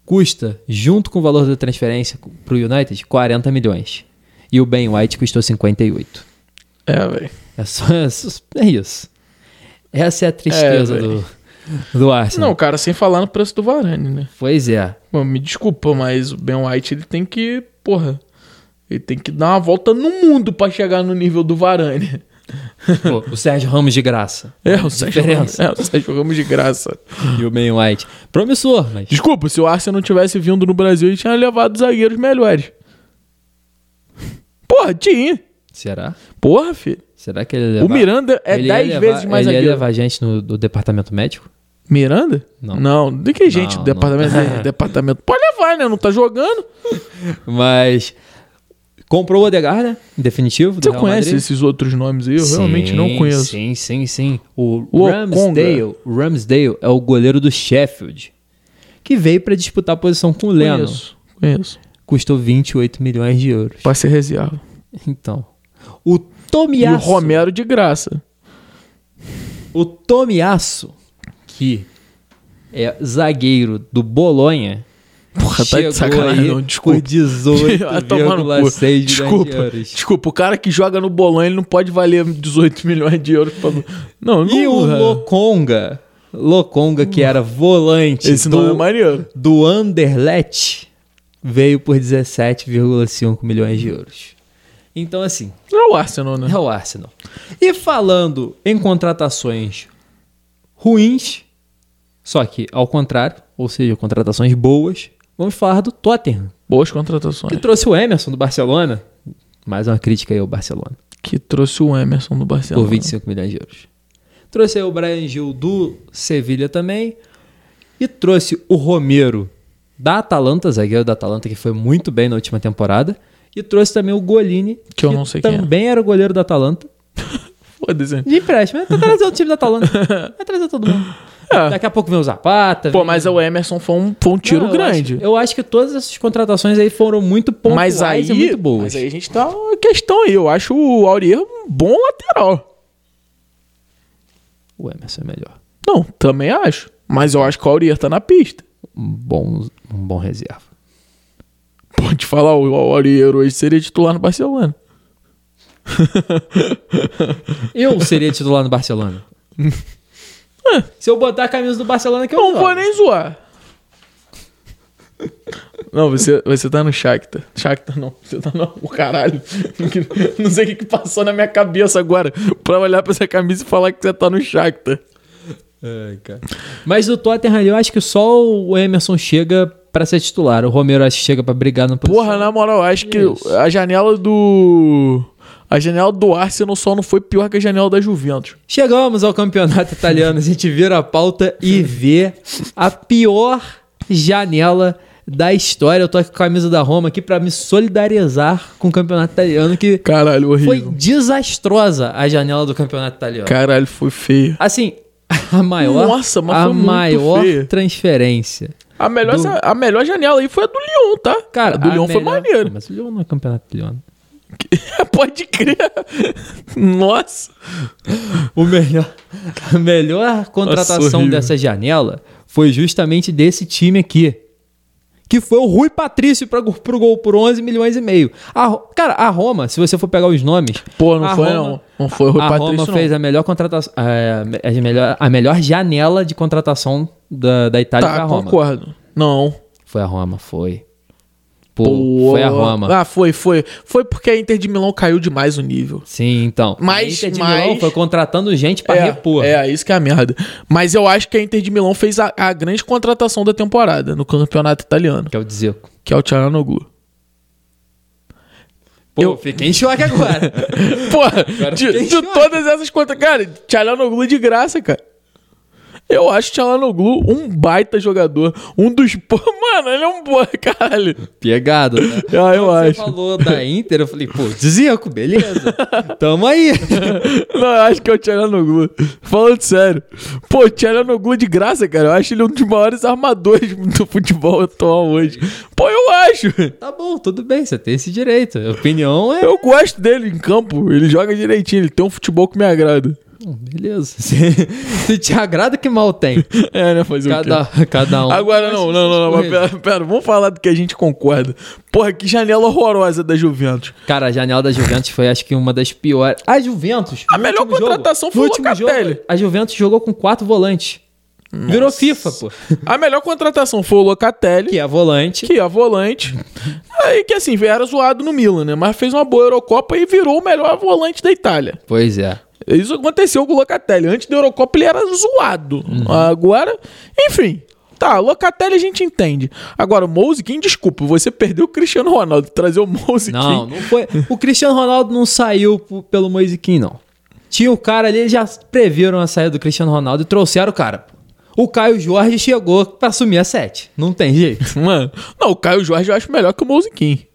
[SPEAKER 3] custa, junto com o valor da transferência para o United, 40 milhões. E o Ben White custou 58.
[SPEAKER 1] É, velho.
[SPEAKER 3] É, só, é, só- é isso. Essa é a tristeza
[SPEAKER 1] É,
[SPEAKER 3] do, do Arsenal.
[SPEAKER 1] Não, cara, sem falar no preço do Varane, né?
[SPEAKER 3] Pois é.
[SPEAKER 1] Bom, me desculpa, mas o Ben White ele tem que, porra, ele tem que dar uma volta no mundo pra chegar no nível do Varane.
[SPEAKER 3] Pô, o Sérgio Ramos de graça.
[SPEAKER 1] É, o Sérgio Ramos,
[SPEAKER 3] Diferença.
[SPEAKER 1] é, o Sérgio Ramos de graça.
[SPEAKER 3] E o Ben White. Promissor, mas.
[SPEAKER 1] Desculpa, se o Arsenal não tivesse vindo no Brasil, ele tinha levado zagueiros melhores. Porra, tinha.
[SPEAKER 3] Será?
[SPEAKER 1] Porra, filho.
[SPEAKER 3] Será que ele ia
[SPEAKER 1] O
[SPEAKER 3] levar-
[SPEAKER 1] Miranda é
[SPEAKER 3] ele ia
[SPEAKER 1] 10
[SPEAKER 3] levar-
[SPEAKER 1] vezes mais
[SPEAKER 3] Ele ia
[SPEAKER 1] zagueiro.
[SPEAKER 3] levar a gente no do departamento médico?
[SPEAKER 1] Miranda?
[SPEAKER 3] Não.
[SPEAKER 1] Não, de que gente?
[SPEAKER 3] não.
[SPEAKER 1] departamento, departamento. Pode levar, né? Não tá jogando.
[SPEAKER 3] Mas. Comprou o Odegar, né? Em definitivo. do
[SPEAKER 1] Você
[SPEAKER 3] Real
[SPEAKER 1] conhece
[SPEAKER 3] Madrid.
[SPEAKER 1] esses outros nomes aí? Eu realmente não
[SPEAKER 3] Sim,
[SPEAKER 1] conheço.
[SPEAKER 3] Sim, sim, sim. O
[SPEAKER 1] Lokonga.
[SPEAKER 3] Ramsdale, o Ramsdale é o goleiro do Sheffield, que veio para disputar a posição com o Leno.
[SPEAKER 1] Conheço. Conheço.
[SPEAKER 3] Custou 28 milhões de euros.
[SPEAKER 1] Pra ser reserva.
[SPEAKER 3] Então, o
[SPEAKER 1] E o
[SPEAKER 3] Tomiasso,
[SPEAKER 1] Romero de graça.
[SPEAKER 3] o Tomiasso, que é zagueiro do Bolonha,
[SPEAKER 1] Porra, tá
[SPEAKER 3] chegou
[SPEAKER 1] de sacanagem,
[SPEAKER 3] aí
[SPEAKER 1] não.
[SPEAKER 3] por
[SPEAKER 1] Desculpa. Vai tomar no cu.
[SPEAKER 3] 18,6 milhões
[SPEAKER 1] desculpa,
[SPEAKER 3] de euros.
[SPEAKER 1] desculpa, o cara que joga no bolão ele não pode valer 18 milhões de euros pra... Não, não.
[SPEAKER 3] E o
[SPEAKER 1] porra.
[SPEAKER 3] Lokonga, Lokonga que era volante
[SPEAKER 1] Esse
[SPEAKER 3] do,
[SPEAKER 1] nome é maneiro.
[SPEAKER 3] do Anderlecht, veio por 17,5 milhões de euros. Então, assim,
[SPEAKER 1] Não é o Arsenal, né?
[SPEAKER 3] é o Arsenal. E falando em contratações ruins, só que ao contrário, ou seja, contratações boas, vamos falar do Tottenham,
[SPEAKER 1] Boas
[SPEAKER 3] que
[SPEAKER 1] contratações.
[SPEAKER 3] trouxe o Emerson do Barcelona. Mais uma crítica aí ao Barcelona.
[SPEAKER 1] Que trouxe o Emerson do Barcelona.
[SPEAKER 3] por 25 milhões de euros. Trouxe aí o Brian Gil do Sevilha também. E trouxe o Romero da Atalanta, zagueiro da Atalanta, que foi muito bem na última temporada. E trouxe também o Golini,
[SPEAKER 1] Que eu não sei quem é.
[SPEAKER 3] também era o goleiro da Atalanta.
[SPEAKER 1] Foda-se.
[SPEAKER 3] De empréstimo, né? vai trazer o time da Atalanta. Vai trazer todo mundo.
[SPEAKER 1] É.
[SPEAKER 3] Daqui a pouco vem o Zapata.
[SPEAKER 1] Pô,
[SPEAKER 3] vem-
[SPEAKER 1] mas o Emerson foi um, foi um tiro
[SPEAKER 3] Não, eu
[SPEAKER 1] grande.
[SPEAKER 3] acho- eu acho que é um todas essas contratações aí foram muito pontuais
[SPEAKER 1] Mas aí,
[SPEAKER 3] e é muito boas.
[SPEAKER 1] mas aí a gente tá uma questão aí. Eu acho o Aurier um bom lateral.
[SPEAKER 3] O Emerson é melhor.
[SPEAKER 1] Não, também acho. Mas eu acho que o Aurier tá na pista.
[SPEAKER 3] Um bom, um bom reserva.
[SPEAKER 1] Pode falar, o o Aurier hoje seria titular no Barcelona.
[SPEAKER 3] Eu seria titular no Barcelona. Se eu botar a camisa do Barcelona que eu
[SPEAKER 1] Não
[SPEAKER 3] jogo.
[SPEAKER 1] vou nem zoar. Não, você, você tá no Shakhtar. Shakhtar não, você tá no... o Caralho. Não sei o que, que passou na minha cabeça agora pra olhar pra essa camisa e falar que você tá no Shakhtar.
[SPEAKER 3] Mas o Tottenham ali, eu acho que só o Emerson chega pra ser titular. O Romero acho que chega pra brigar na posição.
[SPEAKER 1] Porra, na moral, eu acho que a janela do... A janela do Arsenal só não foi pior que a janela da Juventus.
[SPEAKER 3] Chegamos ao campeonato italiano. A gente vira a pauta e vê a pior janela da história. Eu tô aqui com a camisa da Roma aqui pra me solidarizar com o campeonato italiano, que
[SPEAKER 1] Caralho,
[SPEAKER 3] foi
[SPEAKER 1] horrível.
[SPEAKER 3] desastrosa a janela do campeonato italiano.
[SPEAKER 1] Caralho, foi feio.
[SPEAKER 3] Assim, a maior,
[SPEAKER 1] Nossa, mas
[SPEAKER 3] a
[SPEAKER 1] foi muito
[SPEAKER 3] maior
[SPEAKER 1] feio.
[SPEAKER 3] transferência.
[SPEAKER 1] A melhor,
[SPEAKER 3] Do-
[SPEAKER 1] a melhor janela aí foi a do Lyon, tá?
[SPEAKER 3] Cara,
[SPEAKER 1] a do
[SPEAKER 3] a
[SPEAKER 1] Lyon foi
[SPEAKER 3] melhor-
[SPEAKER 1] maneiro.
[SPEAKER 3] Mas o Lyon não é campeonato italiano.
[SPEAKER 1] Pode crer. Nossa.
[SPEAKER 3] O melhor, a melhor contratação
[SPEAKER 1] horrível.
[SPEAKER 3] dessa janela foi justamente desse time aqui. Que foi o Rui Patrício pra, go- pro gol por 11 milhões e meio. A Ro- cara, a Roma, se você for pegar os nomes.
[SPEAKER 1] Pô, não
[SPEAKER 3] a
[SPEAKER 1] foi,
[SPEAKER 3] Roma-
[SPEAKER 1] não. Não foi o Rui
[SPEAKER 3] a
[SPEAKER 1] Patrício,
[SPEAKER 3] Roma
[SPEAKER 1] não.
[SPEAKER 3] fez a melhor contratação. A, a melhor, a melhor janela de contratação da, da Itália foi a
[SPEAKER 1] Tá,
[SPEAKER 3] Roma.
[SPEAKER 1] concordo. Não.
[SPEAKER 3] Foi a Roma, foi. Pô, foi a Roma.
[SPEAKER 1] Ah, foi, foi. Foi porque a Inter de Milão caiu demais o nível.
[SPEAKER 3] Sim, então.
[SPEAKER 1] Mas-
[SPEAKER 3] a Inter de
[SPEAKER 1] mas-
[SPEAKER 3] Milão foi contratando gente pra repor.
[SPEAKER 1] é, isso que é a merda. Mas eu acho que a Inter de Milão fez a, a grande contratação da temporada no campeonato italiano,
[SPEAKER 3] Que é o Dzeko.
[SPEAKER 1] que é o Tcharanoglu.
[SPEAKER 3] Pô,
[SPEAKER 1] Eu-
[SPEAKER 3] eu fiquei em choque agora.
[SPEAKER 1] Porra, de,
[SPEAKER 3] fiquei
[SPEAKER 1] de
[SPEAKER 3] chocado.
[SPEAKER 1] todas essas contas. Cara, Tchalanoglu de graça, cara. Eu acho Tchalanoglu um baita jogador. Um dos. Pô, mano, ele é um boa, caralho.
[SPEAKER 3] Pegado, né?
[SPEAKER 1] Ah, eu
[SPEAKER 3] Você
[SPEAKER 1] acho.
[SPEAKER 3] falou da Inter, eu falei, pô, Dzeko, beleza. Tamo aí.
[SPEAKER 1] Não, eu acho que é o Tchalanoglu. Falando sério. Pô, o Tchalanoglu de graça, cara. Eu acho ele um dos maiores armadores do futebol atual hoje. Pô, eu acho.
[SPEAKER 3] Tá bom, tudo bem, você tem esse direito. A opinião é.
[SPEAKER 1] Eu gosto dele em campo. Ele joga direitinho. Ele tem um futebol que me agrada.
[SPEAKER 3] Hum, Beleza. Se, se te agrada, que mal tem.
[SPEAKER 1] É, né? Fazer o quê?
[SPEAKER 3] Cada, cada um.
[SPEAKER 1] Agora não, não, não, não, mas
[SPEAKER 3] Correio.
[SPEAKER 1] pera, pera, vamos falar do que a gente concorda. Porra, que janela horrorosa da Juventus.
[SPEAKER 3] Cara, a janela da Juventus foi, acho que, uma das piores. A Juventus.
[SPEAKER 1] A
[SPEAKER 3] no
[SPEAKER 1] melhor
[SPEAKER 3] último
[SPEAKER 1] contratação
[SPEAKER 3] jogo,
[SPEAKER 1] foi
[SPEAKER 3] no
[SPEAKER 1] o
[SPEAKER 3] último jogo,
[SPEAKER 1] Locatelli.
[SPEAKER 3] A Juventus jogou com quatro volantes. Virou FIFA, pô.
[SPEAKER 1] A melhor contratação foi o Locatelli,
[SPEAKER 3] Que é volante.
[SPEAKER 1] que é volante. Aí que assim, era zoado no Milan, né? Mas fez uma boa Eurocopa e virou o melhor volante da Itália.
[SPEAKER 3] Pois é.
[SPEAKER 1] Isso aconteceu com o Locatelli. Antes da Eurocopa ele era zoado.
[SPEAKER 3] Uhum.
[SPEAKER 1] Agora, enfim. Tá, Locatelli a gente entende. Agora, o Mousekin, desculpa, você perdeu o Cristiano Ronaldo. Trazer o Mousekin.
[SPEAKER 3] Não, não foi. O Cristiano Ronaldo não saiu p- pelo Moisiquim, não. Tinha o cara ali, eles já previram a saída do Cristiano Ronaldo e trouxeram o cara. pô. O Caio Jorge chegou pra assumir a 7. Não tem jeito.
[SPEAKER 1] Mano, não, o Caio Jorge eu acho melhor que o Mousekin.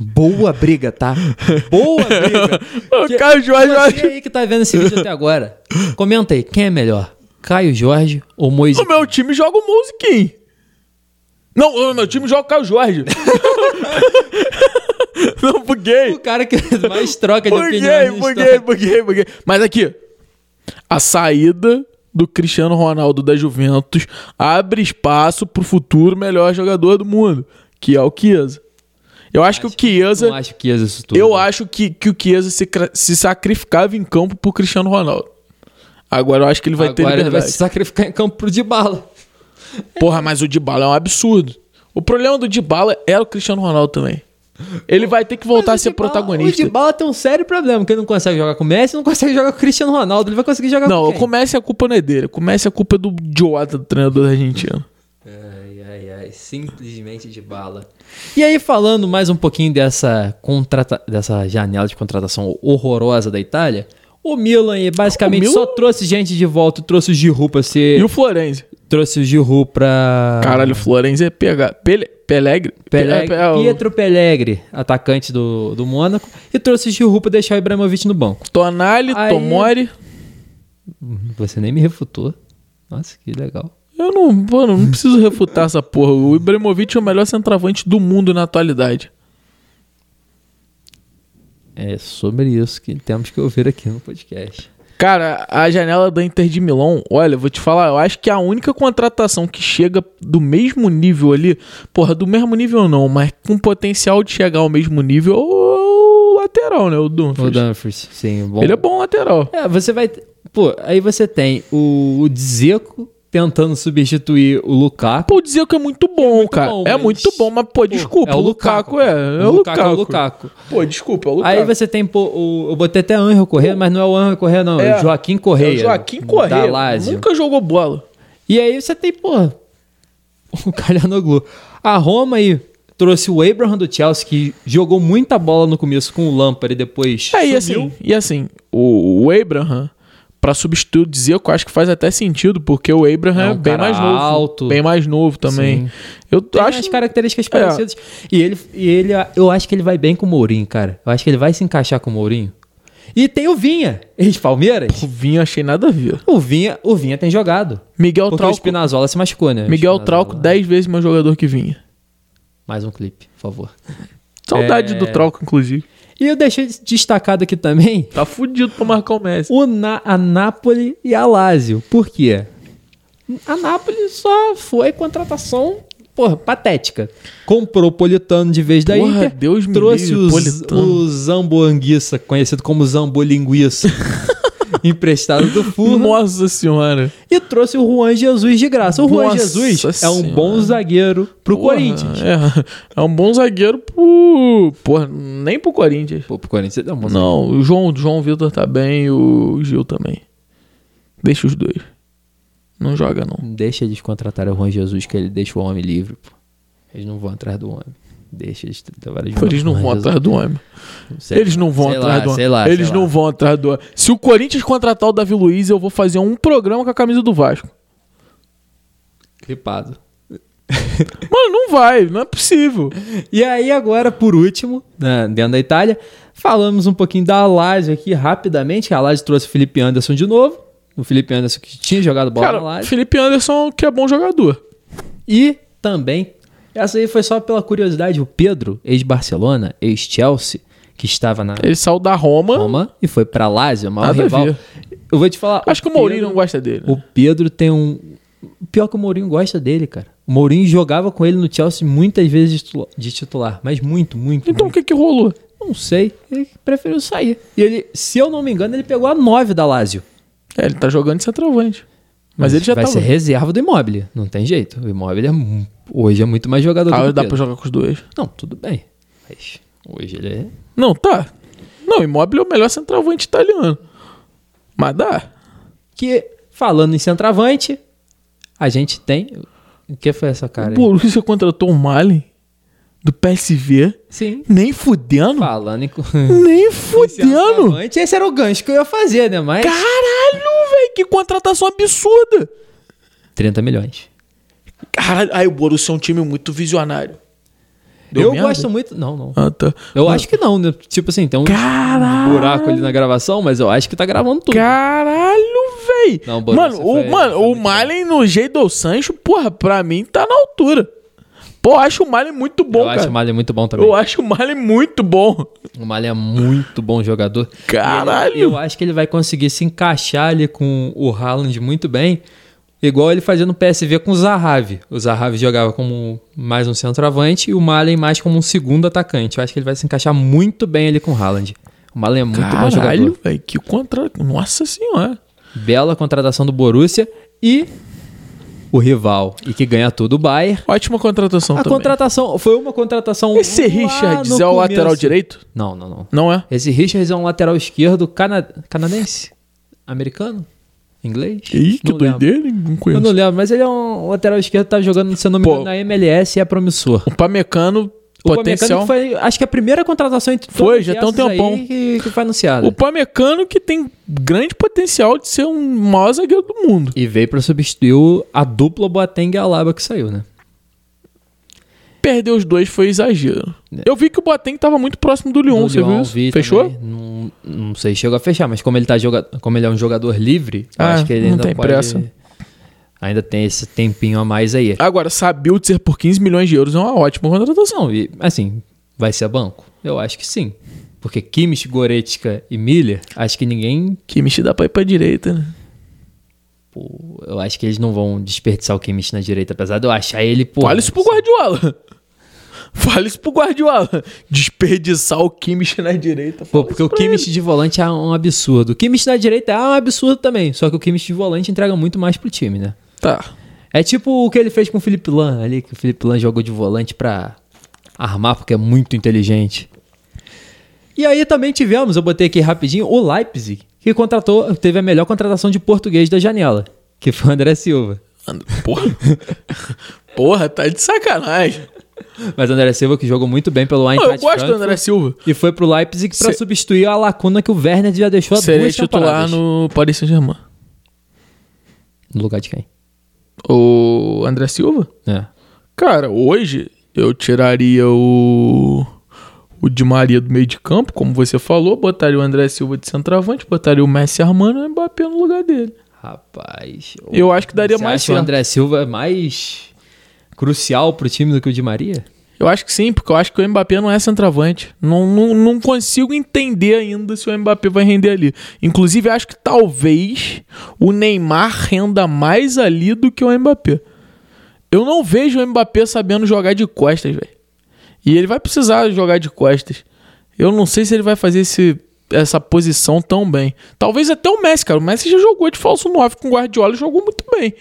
[SPEAKER 3] Boa briga, tá? Boa briga.
[SPEAKER 1] O
[SPEAKER 3] Que-
[SPEAKER 1] Caio Jorge eu acho.
[SPEAKER 3] Você aí que tá vendo esse vídeo até agora, comenta aí, quem é melhor? Caio Jorge ou
[SPEAKER 1] No
[SPEAKER 3] Moisiquim?
[SPEAKER 1] meu time joga o Musiquim. Não, no meu time joga o Caio Jorge. Não, buguei.
[SPEAKER 3] O cara que mais troca de
[SPEAKER 1] Buguei,
[SPEAKER 3] opinião. na
[SPEAKER 1] buguei,
[SPEAKER 3] história.
[SPEAKER 1] buguei, buguei. Mas aqui, a saída do Cristiano Ronaldo da Juventus abre espaço pro futuro melhor jogador do mundo, que é o Chiesa. Eu acho que o Chiesa...
[SPEAKER 3] Não acho que ia isso tudo.
[SPEAKER 1] Eu acho que, que o Chiesa se, cra- se sacrificava em campo pro Cristiano Ronaldo. Agora eu acho que ele vai ter
[SPEAKER 3] Agora ele vai
[SPEAKER 1] liberdade.
[SPEAKER 3] se sacrificar em campo pro de bala.
[SPEAKER 1] Porra, mas o Dybala é um absurdo. O problema do Dybala era o Cristiano Ronaldo também. Ele vai ter que voltar a
[SPEAKER 3] Mas o
[SPEAKER 1] ser
[SPEAKER 3] Dybala-
[SPEAKER 1] protagonista.
[SPEAKER 3] O Dybala tem um sério problema, porque ele não consegue jogar com o Messi, não consegue jogar com o Cristiano Ronaldo, ele vai conseguir jogar
[SPEAKER 1] Não,
[SPEAKER 3] com
[SPEAKER 1] eu
[SPEAKER 3] quem?
[SPEAKER 1] comece a culpa não é dele. Comece a culpa é do idiota do treinador argentino.
[SPEAKER 3] Ai, ai, ai, simplesmente de bala. E aí, falando mais um pouquinho dessa, contrata... dessa janela de contratação horrorosa da Itália, o Milan eh, basicamente
[SPEAKER 1] O Milan-
[SPEAKER 3] só trouxe gente de volta, trouxe o Giroud pra ser...
[SPEAKER 1] E o Florenzi?
[SPEAKER 3] Trouxe o Giroud pra.
[SPEAKER 1] Caralho, Florenzi é pega... Pele... Pelegre?
[SPEAKER 3] Peleg-
[SPEAKER 1] Pe- é, é o-
[SPEAKER 3] Pietro Pelegre, atacante do, do Mônaco, e trouxe o Giroud pra deixar o Ibrahimovic no banco.
[SPEAKER 1] Tonali,
[SPEAKER 3] Aí-
[SPEAKER 1] Tomori.
[SPEAKER 3] Você nem me refutou. Nossa, que legal.
[SPEAKER 1] Eu não, mano, não preciso refutar essa porra. O Ibrahimovic é o melhor centroavante do mundo na atualidade.
[SPEAKER 3] É sobre isso que temos que ouvir aqui no podcast.
[SPEAKER 1] Cara, a janela da Inter de Milão, olha, vou te falar, eu acho que a única contratação que chega do mesmo nível ali, porra, do mesmo nível não, mas com potencial de chegar ao mesmo nível, é o lateral, né? O
[SPEAKER 3] O
[SPEAKER 1] Dumfries.
[SPEAKER 3] Danfors, sim, bom.
[SPEAKER 1] Ele é bom lateral.
[SPEAKER 3] É, você vai. Pô, aí você tem o, o Dzeko tentando substituir o Lukaku.
[SPEAKER 1] Pô, dizer que é muito bom, cara.
[SPEAKER 3] bom,
[SPEAKER 1] é
[SPEAKER 3] mas-
[SPEAKER 1] muito bom, mas, pô, desculpa, o Lukaku, é. É o Lukaku.
[SPEAKER 3] É o Lukaku.
[SPEAKER 1] Pô, desculpa, é o Lukaku.
[SPEAKER 3] Aí você tem, pô, o, eu botei até Anjo Correia, mas não é o Anjo Correia, não. É,
[SPEAKER 1] É.
[SPEAKER 3] o Joaquim Correia.
[SPEAKER 1] É o Joaquim
[SPEAKER 3] Da
[SPEAKER 1] Correia
[SPEAKER 3] Lazio.
[SPEAKER 1] nunca jogou bola.
[SPEAKER 3] E aí você tem, pô, o Calhanoglu. A Roma aí trouxe o Abraham do Chelsea, que jogou muita bola no começo com o Lampard e depois.
[SPEAKER 1] É, e
[SPEAKER 3] sumiu.
[SPEAKER 1] assim, e assim, o, o Abraham, pra substituir o Dzeko, eu acho que faz até sentido, porque o Abraham
[SPEAKER 3] É
[SPEAKER 1] é,
[SPEAKER 3] um
[SPEAKER 1] bem
[SPEAKER 3] cara
[SPEAKER 1] mais novo.
[SPEAKER 3] alto.
[SPEAKER 1] Bem mais novo também.
[SPEAKER 3] Sim.
[SPEAKER 1] Eu
[SPEAKER 3] Tem
[SPEAKER 1] acho.
[SPEAKER 3] umas características
[SPEAKER 1] É.
[SPEAKER 3] parecidas. E ele, e ele, eu acho que ele vai bem com o Mourinho, cara. Eu acho que ele vai se encaixar com o Mourinho. E tem o Vinha, ex-Palmeiras.
[SPEAKER 1] O Vinho achei nada a ver.
[SPEAKER 3] O Vinha, o Vinha tem jogado.
[SPEAKER 1] Miguel
[SPEAKER 3] Porque o
[SPEAKER 1] Trauco.
[SPEAKER 3] Spinazzola se machucou, né? O
[SPEAKER 1] Miguel
[SPEAKER 3] Spinazzola.
[SPEAKER 1] Trauco, 10 vezes mais jogador que vinha.
[SPEAKER 3] Mais um clipe, por favor.
[SPEAKER 1] Saudade
[SPEAKER 3] É.
[SPEAKER 1] do Trauco, inclusive.
[SPEAKER 3] E eu deixei destacado aqui também
[SPEAKER 1] Tá fudido pra marcar o Messi.
[SPEAKER 3] o Na- a Nápoles e a Lazio. Por quê? A Nápoles só foi contratação, porra, patética. Comprou o Politano de vez da
[SPEAKER 1] Porra,
[SPEAKER 3] Inter.
[SPEAKER 1] Deus me
[SPEAKER 3] trouxe
[SPEAKER 1] livre,
[SPEAKER 3] o, Z-
[SPEAKER 1] Politano.
[SPEAKER 3] o Zambo Anguissa, conhecido como Zambo Linguiça, emprestado do Furno.
[SPEAKER 1] Nossa senhora.
[SPEAKER 3] E trouxe o Juan Jesus de graça. O Juan
[SPEAKER 1] Nossa
[SPEAKER 3] Jesus é um
[SPEAKER 1] Senhora.
[SPEAKER 3] bom zagueiro pro
[SPEAKER 1] Porra,
[SPEAKER 3] Corinthians.
[SPEAKER 1] É, é um bom zagueiro pro. Porra, nem pro Corinthians.
[SPEAKER 3] Pô, pro Corinthians é um bom zagueiro.
[SPEAKER 1] Não, o João, o João Vitor tá bem e o Gil também. Deixa os dois. Não joga, não.
[SPEAKER 3] Deixa eles contratarem o Juan Jesus, que ele deixa o homem livre, pô. Eles não vão atrás do homem. Deixa eles trabalharem
[SPEAKER 1] Pô, Eles não vão atrás do homem. Eles não vão atrás do homem.
[SPEAKER 3] Sei lá,
[SPEAKER 1] Eles
[SPEAKER 3] sei
[SPEAKER 1] não
[SPEAKER 3] lá.
[SPEAKER 1] vão atrás do homem. Se o Corinthians contratar o Davi Luiz, eu vou fazer um programa com a camisa do Vasco.
[SPEAKER 3] Clipado.
[SPEAKER 1] Mano, não vai, não é possível.
[SPEAKER 3] E aí, agora, por último, né, dentro da Itália, falamos um pouquinho da Lazio aqui rapidamente. que A Lazio trouxe o Felipe Anderson de novo. O Felipe Anderson que tinha jogado bola na
[SPEAKER 1] Cara,
[SPEAKER 3] Lazio.
[SPEAKER 1] Felipe Anderson que é bom jogador.
[SPEAKER 3] E também, essa aí foi só pela curiosidade, o Pedro, ex-Barcelona, ex-Chelsea, que estava na
[SPEAKER 1] Ele saiu da Roma.
[SPEAKER 3] Roma e foi pra Lazio, o maior
[SPEAKER 1] Nada a
[SPEAKER 3] rival.
[SPEAKER 1] ver.
[SPEAKER 3] Eu vou te falar.
[SPEAKER 1] Acho que o Mourinho não
[SPEAKER 3] Pedro-
[SPEAKER 1] gosta dele. né?
[SPEAKER 3] O Pedro tem um. Pior que o Mourinho gosta dele, cara. O Mourinho jogava com ele no Chelsea muitas vezes de titula- de titular, mas muito, muito.
[SPEAKER 1] Então o que que rolou?
[SPEAKER 3] Não sei, ele preferiu sair. E ele, se eu não me engano, ele pegou a 9 da Lazio.
[SPEAKER 1] É, ele tá jogando de centroavante. Mas, ele já
[SPEAKER 3] Vai
[SPEAKER 1] tá.
[SPEAKER 3] ser reserva do Immobile, não tem jeito. O Immobile é mu- hoje é muito mais jogador
[SPEAKER 1] Ah,
[SPEAKER 3] do que o
[SPEAKER 1] dá pra
[SPEAKER 3] Pedro.
[SPEAKER 1] jogar com os dois.
[SPEAKER 3] Não, tudo bem. Mas hoje ele é...
[SPEAKER 1] Não, tá. Não, Immobile é o melhor centroavante italiano. Mas dá.
[SPEAKER 3] Que, falando em centroavante, a gente tem... O que foi essa cara
[SPEAKER 1] o
[SPEAKER 3] é. aí?
[SPEAKER 1] Borussia contratou o Malen do PSV.
[SPEAKER 3] Sim.
[SPEAKER 1] Nem fudendo.
[SPEAKER 3] Falando em...
[SPEAKER 1] Nem
[SPEAKER 3] tá
[SPEAKER 1] fudendo.
[SPEAKER 3] centroavante, esse era o gancho que eu ia fazer, né? Mas...
[SPEAKER 1] Caralho, velho. Que contratação absurda.
[SPEAKER 3] 30 milhões.
[SPEAKER 1] Caralho. Aí o Borussia é um time muito visionário.
[SPEAKER 3] eu
[SPEAKER 1] merda?
[SPEAKER 3] gosto muito... Não, não.
[SPEAKER 1] Ah, tá.
[SPEAKER 3] Eu acho que não, né? Tipo assim, tem um
[SPEAKER 1] Caralho.
[SPEAKER 3] buraco ali na gravação, mas eu acho que tá gravando tudo.
[SPEAKER 1] Caralho, véi.
[SPEAKER 3] Não, Borussia
[SPEAKER 1] mano, o,
[SPEAKER 3] foi-
[SPEAKER 1] mano,
[SPEAKER 3] foi
[SPEAKER 1] o
[SPEAKER 3] muito
[SPEAKER 1] Malen no Jadon Sancho, porra, pra mim tá na altura. Pô, acho o Malen muito bom,
[SPEAKER 3] eu
[SPEAKER 1] cara.
[SPEAKER 3] acho o Malha muito bom também.
[SPEAKER 1] eu acho o Malen muito bom.
[SPEAKER 3] O Malha é muito bom jogador.
[SPEAKER 1] Caralho.
[SPEAKER 3] E ele- eu acho que ele vai conseguir se encaixar ali com o Haaland muito bem. Igual ele fazia no PSV com o Zahavi. O Zahavi jogava como mais um centroavante e o Malen mais como um segundo atacante. Eu acho que ele vai se encaixar muito bem ali com o Haaland. O Malen é muito bom jogador.
[SPEAKER 1] Caralho, velho, que contra... Nossa senhora.
[SPEAKER 3] Bela contratação do Borussia e o rival e que ganha tudo o Bayern.
[SPEAKER 1] Ótima contratação
[SPEAKER 3] A
[SPEAKER 1] também.
[SPEAKER 3] contratação foi uma contratação.
[SPEAKER 1] Esse
[SPEAKER 3] lá
[SPEAKER 1] Richards
[SPEAKER 3] no
[SPEAKER 1] é o
[SPEAKER 3] começo.
[SPEAKER 1] lateral direito?
[SPEAKER 3] Não, não, não.
[SPEAKER 1] Não é?
[SPEAKER 3] Esse Richards é um lateral esquerdo cana canadense, americano, inglês.
[SPEAKER 1] Ih, que
[SPEAKER 3] Não lembro.
[SPEAKER 1] doideira, hein? não
[SPEAKER 3] Eu
[SPEAKER 1] conheço.
[SPEAKER 3] não lembro, mas ele é um lateral esquerdo que tá jogando, se eu não me
[SPEAKER 1] Pô.
[SPEAKER 3] engano, na MLS e é promissor.
[SPEAKER 1] O Pamecano
[SPEAKER 3] O
[SPEAKER 1] Potencial.
[SPEAKER 3] Pamecano foi, acho que a primeira contratação entre
[SPEAKER 1] Foi,
[SPEAKER 3] todos
[SPEAKER 1] já tem um
[SPEAKER 3] esses aí
[SPEAKER 1] tempão.
[SPEAKER 3] que, que foi anunciada.
[SPEAKER 1] O Pamecano que tem grande potencial de ser um maior zagueiro do mundo.
[SPEAKER 3] E veio pra substituir o- a dupla Boateng e Alaba que saiu, né?
[SPEAKER 1] Perder os dois foi exagero. Eu vi que o Boateng tava muito próximo do Lyon,
[SPEAKER 3] É. Do
[SPEAKER 1] você
[SPEAKER 3] Lyon,
[SPEAKER 1] viu isso?
[SPEAKER 3] vi
[SPEAKER 1] Fechou?
[SPEAKER 3] também. Não, não sei, se chegou a fechar, mas como ele, tá joga... como ele é um jogador livre, eu
[SPEAKER 1] Ah,
[SPEAKER 3] acho que ele
[SPEAKER 1] não
[SPEAKER 3] ainda
[SPEAKER 1] tem
[SPEAKER 3] pode...
[SPEAKER 1] pressa.
[SPEAKER 3] Ainda tem esse tempinho a mais aí.
[SPEAKER 1] Agora, Sabiltzer por 15 milhões de euros é uma ótima contratação.
[SPEAKER 3] Não, e assim, vai ser banco? Eu acho que sim. Porque Kimmich, Goretzka e Miller, acho que ninguém...
[SPEAKER 1] Que mexida dá pra ir pra direita, né?
[SPEAKER 3] pô, eu acho que eles não vão desperdiçar o Kimmich na direita, apesar de eu achar ele... Pô,
[SPEAKER 1] Fala isso pro Guardiola. Fala isso pro Guardiola. Desperdiçar o Kimmich na direita. Fala
[SPEAKER 3] Pô, porque
[SPEAKER 1] isso
[SPEAKER 3] o
[SPEAKER 1] pra ele.
[SPEAKER 3] Kimmich de volante é um absurdo. O Kimmich na direita é um absurdo também. Só que o Kimmich de volante entrega muito mais pro time, né?
[SPEAKER 1] Tá.
[SPEAKER 3] É tipo o que ele fez com o Felipe Lan ali, que o Felipe Lan jogou de volante pra armar, porque é muito inteligente. E aí também tivemos, eu botei aqui rapidinho, o Leipzig, que contratou, teve a melhor contratação de português da janela, que foi o André Silva.
[SPEAKER 1] Porra. Porra, tá de sacanagem.
[SPEAKER 3] Mas o André Silva que jogou muito bem pelo
[SPEAKER 1] Pô, Ah, eu
[SPEAKER 3] Eintracht
[SPEAKER 1] gosto do
[SPEAKER 3] Frankfurt,
[SPEAKER 1] André Silva.
[SPEAKER 3] E foi pro Leipzig pra
[SPEAKER 1] Se-
[SPEAKER 3] substituir a lacuna que o Werner já deixou há
[SPEAKER 1] Seria
[SPEAKER 3] duas
[SPEAKER 1] titular
[SPEAKER 3] temporadas.
[SPEAKER 1] no Paris Saint-Germain.
[SPEAKER 3] no lugar de quem?
[SPEAKER 1] O André Silva?
[SPEAKER 3] É.
[SPEAKER 1] Cara, hoje eu tiraria o. O Di Maria do meio de campo, como você falou, botaria o André Silva de centroavante, botaria o Messi Armando e o Mbappé no lugar dele.
[SPEAKER 3] Rapaz.
[SPEAKER 1] Eu acho que daria
[SPEAKER 3] Você
[SPEAKER 1] mais
[SPEAKER 3] acha o
[SPEAKER 1] certo.
[SPEAKER 3] André Silva é mais crucial pro time do que o Di Maria?
[SPEAKER 1] Eu acho que sim, porque eu acho que o Mbappé não é centroavante. Não, não, não consigo entender ainda se o Mbappé vai render ali. Inclusive, acho que talvez o Neymar renda mais ali do que o Mbappé. Eu não vejo o Mbappé sabendo jogar de costas, velho. E ele vai precisar jogar de costas. Eu não sei se ele vai fazer esse, essa posição tão bem. Talvez até o Messi, cara. O Messi já jogou de falso 9 com o Guardiola e jogou muito bem.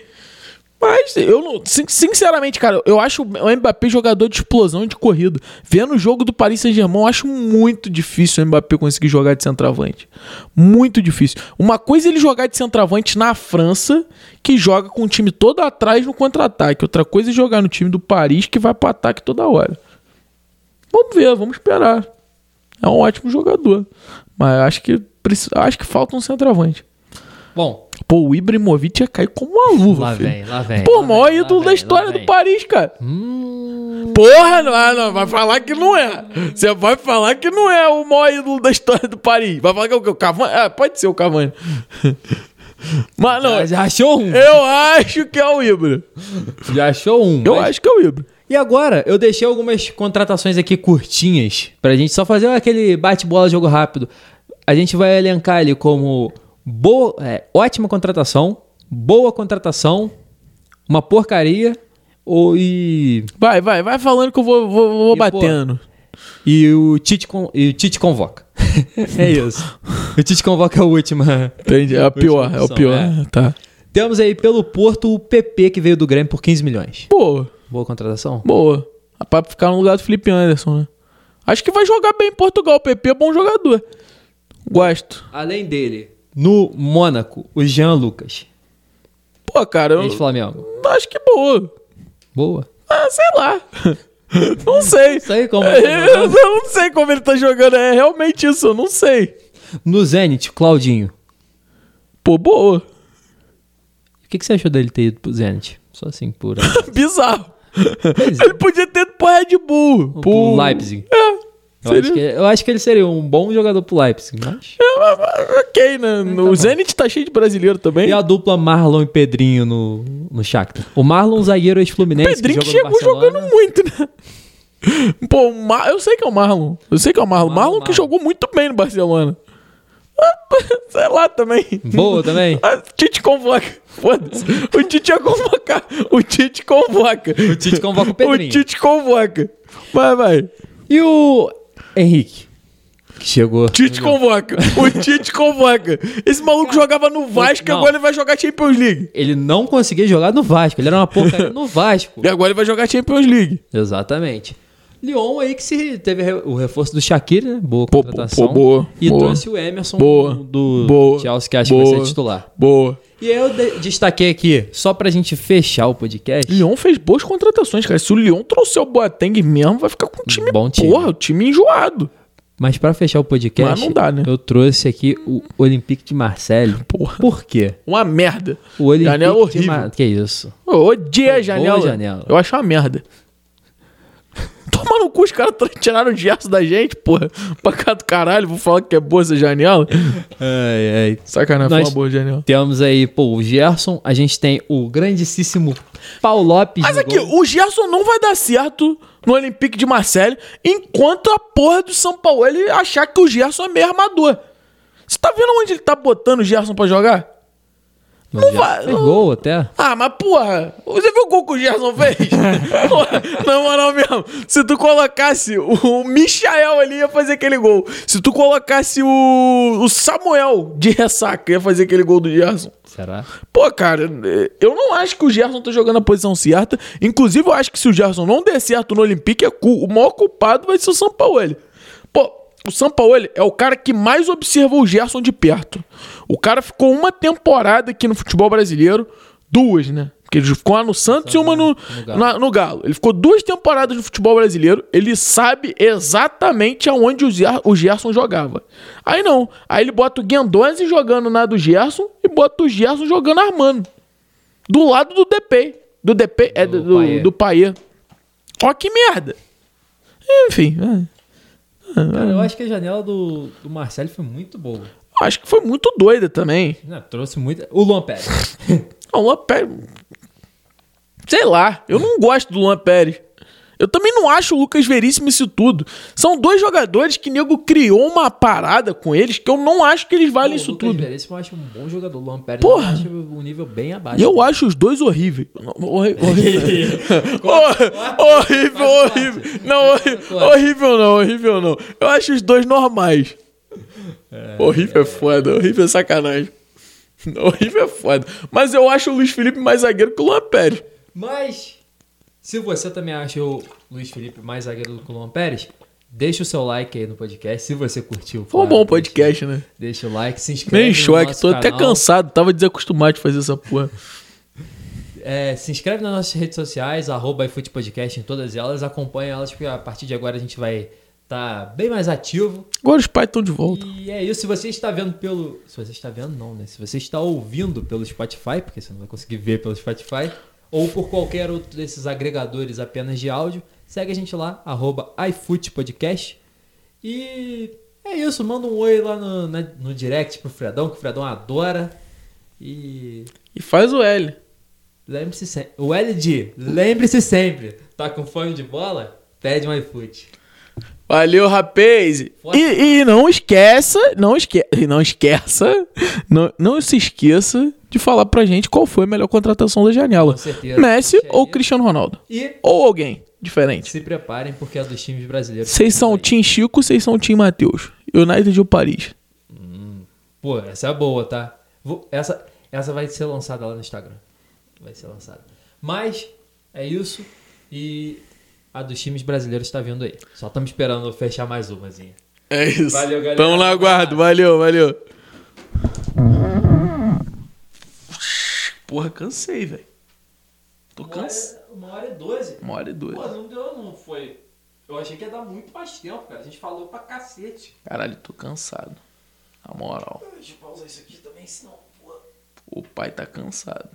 [SPEAKER 1] Mas eu não. sin- Sinceramente, cara, eu acho o Mbappé jogador de explosão e de corrida. Vendo o jogo do Paris Saint-Germain, eu acho muito difícil o Mbappé conseguir jogar de centroavante. Muito difícil. Uma coisa é ele jogar de centroavante na França, que joga com o time todo atrás no contra-ataque. Outra coisa é jogar no time do Paris, que vai pro ataque toda hora. Vamos ver, vamos esperar. É um ótimo jogador. Mas acho que, preci- acho que falta um centroavante.
[SPEAKER 3] Bom,
[SPEAKER 1] Pô, o Ibrahimovic ia cair como uma luva,
[SPEAKER 3] lá
[SPEAKER 1] filho.
[SPEAKER 3] vem, lá vem.
[SPEAKER 1] Pô,
[SPEAKER 3] lá
[SPEAKER 1] maior
[SPEAKER 3] vem, lá
[SPEAKER 1] ídolo
[SPEAKER 3] vem,
[SPEAKER 1] da
[SPEAKER 3] lá
[SPEAKER 1] história
[SPEAKER 3] vem.
[SPEAKER 1] do Paris, cara.
[SPEAKER 3] Hum,
[SPEAKER 1] Porra, não, ah, não, vai falar que não é. Você vai falar que não é o maior ídolo da história do Paris. Vai falar que é o quê? O Cavani? Ah, pode ser o Cavani. Mas não,
[SPEAKER 3] Ah, Já achou um?
[SPEAKER 1] eu acho que é o Ibra.
[SPEAKER 3] Já achou um.
[SPEAKER 1] Eu
[SPEAKER 3] mas-
[SPEAKER 1] acho que é o Ibra.
[SPEAKER 3] E agora, eu deixei algumas contratações aqui curtinhas pra gente só fazer aquele bate-bola jogo rápido. A gente vai elencar ele como boa, é, ótima contratação, boa contratação, uma porcaria ou e
[SPEAKER 1] Vai, vai, vai falando que eu vou, vou, vou
[SPEAKER 3] E,
[SPEAKER 1] batendo.
[SPEAKER 3] E o Tite, con- e o Tite convoca. é isso. O Tite convoca a última.
[SPEAKER 1] Entendi, é o pior, é
[SPEAKER 3] última
[SPEAKER 1] o
[SPEAKER 3] opção,
[SPEAKER 1] pior.
[SPEAKER 3] é.
[SPEAKER 1] Tá.
[SPEAKER 3] Temos aí pelo Porto o PP que veio do Grêmio por 15 milhões.
[SPEAKER 1] Boa,
[SPEAKER 3] Boa contratação.
[SPEAKER 1] boa. É Pra ficar no lugar do Felipe Anderson, né? Acho que vai jogar bem em Portugal. O PP é bom jogador. Gosto.
[SPEAKER 3] Além dele, no Mônaco, o Jean Lucas.
[SPEAKER 1] Pô, cara, eu
[SPEAKER 3] Ex-Flamengo.
[SPEAKER 1] acho que é boa.
[SPEAKER 3] Boa.
[SPEAKER 1] Ah, sei lá. Não sei.
[SPEAKER 3] sei como ele tá
[SPEAKER 1] Eu não sei como ele tá jogando. É realmente isso, eu não sei.
[SPEAKER 3] No Zenit, Claudinho.
[SPEAKER 1] Pô, boa.
[SPEAKER 3] O que, que você achou dele ter ido pro Zenit? Só assim, por...
[SPEAKER 1] Bizarro.
[SPEAKER 3] é.
[SPEAKER 1] Ele podia ter ido pro Red Bull.
[SPEAKER 3] pro Leipzig.
[SPEAKER 1] É.
[SPEAKER 3] Eu acho, que,
[SPEAKER 1] Seria...
[SPEAKER 3] eu acho que ele seria um bom jogador pro Leipzig, mas...
[SPEAKER 1] Ok, né? o Zenit tá cheio de brasileiro também.
[SPEAKER 3] E a dupla Marlon e Pedrinho no, no Shakhtar. O Marlon, zagueiro ex-fluminense, que
[SPEAKER 1] Pedrinho que
[SPEAKER 3] jogou no
[SPEAKER 1] chegou
[SPEAKER 3] Barcelona.
[SPEAKER 1] jogando muito, né? Pô, o Mar- eu sei que é o Marlon. Eu sei que é o Marlon. Marlon,
[SPEAKER 3] Marlon,
[SPEAKER 1] que
[SPEAKER 3] Marlon.
[SPEAKER 1] jogou muito bem no Barcelona. Ah, Sei lá também.
[SPEAKER 3] Boa também.
[SPEAKER 1] Ah, Tite convoca. Foda-se. O Tite ia convocar. O Tite convoca. O
[SPEAKER 3] Tite convoca o Pedrinho.
[SPEAKER 1] O Tite convoca. Vai, vai.
[SPEAKER 3] E o Henrique? Que chegou.
[SPEAKER 1] Tite convoca. O Tite convoca. Esse maluco jogava no Vasco e
[SPEAKER 3] não.
[SPEAKER 1] agora ele vai jogar Champions League.
[SPEAKER 3] Ele não conseguia jogar no Vasco. Ele era uma porcaria no Vasco.
[SPEAKER 1] E agora ele vai jogar Champions League.
[SPEAKER 3] Exatamente. Lyon aí que se teve re- o reforço do Shaqiri, né? Boa
[SPEAKER 1] Pô,
[SPEAKER 3] contratação.
[SPEAKER 1] pô, boa,
[SPEAKER 3] e
[SPEAKER 1] boa.
[SPEAKER 3] trouxe o Emerson
[SPEAKER 1] Boa,
[SPEAKER 3] do
[SPEAKER 1] boa,
[SPEAKER 3] Chelsea, que acho que vai
[SPEAKER 1] boa.
[SPEAKER 3] ser titular.
[SPEAKER 1] Boa.
[SPEAKER 3] E aí eu de- destaquei aqui, só pra gente fechar o podcast.
[SPEAKER 1] Lyon fez boas contratações, cara. Se o Lyon trouxer o Boateng mesmo, vai ficar com um time,
[SPEAKER 3] Bom time.
[SPEAKER 1] porra, o time enjoado.
[SPEAKER 3] Mas pra fechar o podcast,
[SPEAKER 1] Mas não dá, né?
[SPEAKER 3] eu trouxe aqui o Olympique de Marseille.
[SPEAKER 1] Porra.
[SPEAKER 3] Por quê?
[SPEAKER 1] Uma merda.
[SPEAKER 3] O Olympique
[SPEAKER 1] Janela
[SPEAKER 3] de
[SPEAKER 1] horrível.
[SPEAKER 3] Mar... Que isso?
[SPEAKER 1] Eu odeio a janela.
[SPEAKER 3] janela.
[SPEAKER 1] Eu acho uma merda. Toma no cu, os caras tra- tiraram o gesso da gente, porra. Pra cá do caralho, vou falar que é boa essa janela.
[SPEAKER 3] Ai, ai.
[SPEAKER 1] Sacanagem, foi
[SPEAKER 3] Nós-
[SPEAKER 1] uma boa janela.
[SPEAKER 3] Temos aí, pô, o Gerson, a gente tem o grandíssimo Paulo Lopes.
[SPEAKER 1] Mas
[SPEAKER 3] no
[SPEAKER 1] aqui,
[SPEAKER 3] gol.
[SPEAKER 1] o Gerson não vai dar certo no Olympique de Marseille enquanto a porra do São Paulo ele achar que o Gerson é meio armador. Você tá vendo onde ele tá botando o Gerson pra jogar?
[SPEAKER 3] No
[SPEAKER 1] não
[SPEAKER 3] Gerson
[SPEAKER 1] vai-
[SPEAKER 3] fez gol até.
[SPEAKER 1] Ah, mas porra, você viu o gol que o Gerson fez? Porra, Na moral mesmo, se tu colocasse o, o Michael ali, ia fazer aquele gol. Se tu colocasse o, o Samuel de ressaca, ia fazer aquele gol do Gerson.
[SPEAKER 3] Será?
[SPEAKER 1] Pô, cara, eu não acho que o Gerson tá jogando a posição certa. Inclusive, eu acho que se o Gerson não der certo no Olympique, é cu- o maior culpado vai ser o Sampaoli. Pô, o Sampaoli é o cara que mais observa o Gerson de perto. O cara ficou uma temporada aqui no futebol brasileiro, duas, né? Porque ele ficou uma no Santos e uma no, na- Ah, no Galo. Ele ficou duas temporadas no futebol brasileiro, ele sabe exatamente aonde o Ger- o Gerson jogava. Aí não, aí ele bota o Guendonze jogando na do Gerson e bota o Gerson jogando armando. Do lado do DP. Do DP, é do, do,
[SPEAKER 3] Payet.
[SPEAKER 1] do Payet. Ó que merda. Enfim, é.
[SPEAKER 3] Cara,
[SPEAKER 1] Então.
[SPEAKER 3] eu acho que a janela do, do Marcelo foi muito boa.
[SPEAKER 1] Eu acho que foi muito doida também.
[SPEAKER 3] Né, Trouxe muito. O Luan Pérez.
[SPEAKER 1] Ah, O Luan Pérez. Sei lá, eu não gosto do Luan Pérez. Eu também não acho o Lucas Veríssimo isso tudo. São dois jogadores que nego criou uma parada com eles que eu não acho que eles valem isso tudo.
[SPEAKER 3] Esse eu acho um bom jogador. O Luan Pérez
[SPEAKER 1] Porra.
[SPEAKER 3] eu acho um nível bem abaixo.
[SPEAKER 1] E eu acho os dois horríveis. Não, horri- Horrível. Hor- horrível, horrível. Não, horri- horrível não, horrível não. Eu acho os dois normais. Horrível é foda, horrível é sacanagem. Horrível é foda. Mas eu acho o Luiz Felipe mais zagueiro que o Luan Pérez.
[SPEAKER 3] Mas, se você também acha o Luiz Felipe mais zagueiro do que o Luan Pérez, deixa o seu like aí no podcast. Se você curtiu.
[SPEAKER 1] Foi um
[SPEAKER 3] claro,
[SPEAKER 1] bom podcast, né?
[SPEAKER 3] Deixa, deixa o like, se inscreve
[SPEAKER 1] Meio em
[SPEAKER 3] no
[SPEAKER 1] choque,
[SPEAKER 3] nosso
[SPEAKER 1] tô até
[SPEAKER 3] canal.
[SPEAKER 1] cansado, tava desacostumado de fazer essa porra.
[SPEAKER 3] É, se inscreve nas nossas redes sociais, arroba iFoot Podcast em todas elas. Acompanha elas, porque a partir de agora a gente vai estar bem mais ativo.
[SPEAKER 1] Agora os pais estão de volta.
[SPEAKER 3] E é isso, se você está vendo pelo. Se você está vendo, não, né? Se você está ouvindo pelo Spotify, porque você não vai conseguir ver pelo Spotify, ou por qualquer outro desses agregadores apenas de áudio, segue a gente lá, arroba iFootpodcast. E é isso, manda um oi lá no, na- no direct pro Fredão, que o Fredão adora. E
[SPEAKER 1] E faz o L.
[SPEAKER 3] lembre-se sempre. O LD, lembre-se sempre, tá com fome de bola? Pede um iFoot.
[SPEAKER 1] Valeu, rapaz! E, e não esqueça, não esque, e não esqueça, não, não se esqueça de falar pra gente qual foi a melhor contratação da janela.
[SPEAKER 3] Com certeza.
[SPEAKER 1] Messi
[SPEAKER 3] Deixa aí. é.
[SPEAKER 1] ou Cristiano Ronaldo?
[SPEAKER 3] E
[SPEAKER 1] Ou alguém diferente.
[SPEAKER 3] se preparem, porque é dos times brasileiros.
[SPEAKER 1] Vocês são o Tim Chico, vocês são o Tim Matheus. United ou Paris?
[SPEAKER 3] Pô, essa é boa, tá? Vou- essa, essa vai ser lançada lá no Instagram. Vai ser lançada. Mas é isso. E a dos times brasileiros tá vindo aí. Só estamos esperando fechar mais umazinha.
[SPEAKER 1] É isso.
[SPEAKER 3] Valeu, galera.
[SPEAKER 1] Tamo no aguardo. Valeu, valeu. Porra, cansei, velho. Tô é cansado.
[SPEAKER 3] Uma hora e doze.
[SPEAKER 1] Uma hora e duas.
[SPEAKER 3] não deu, não foi. Eu achei que ia dar muito mais tempo, cara. A gente falou pra cacete.
[SPEAKER 1] Caralho, tô cansado. Na moral.
[SPEAKER 3] Deixa eu pausar isso aqui também, senão.
[SPEAKER 1] O pai tá cansado.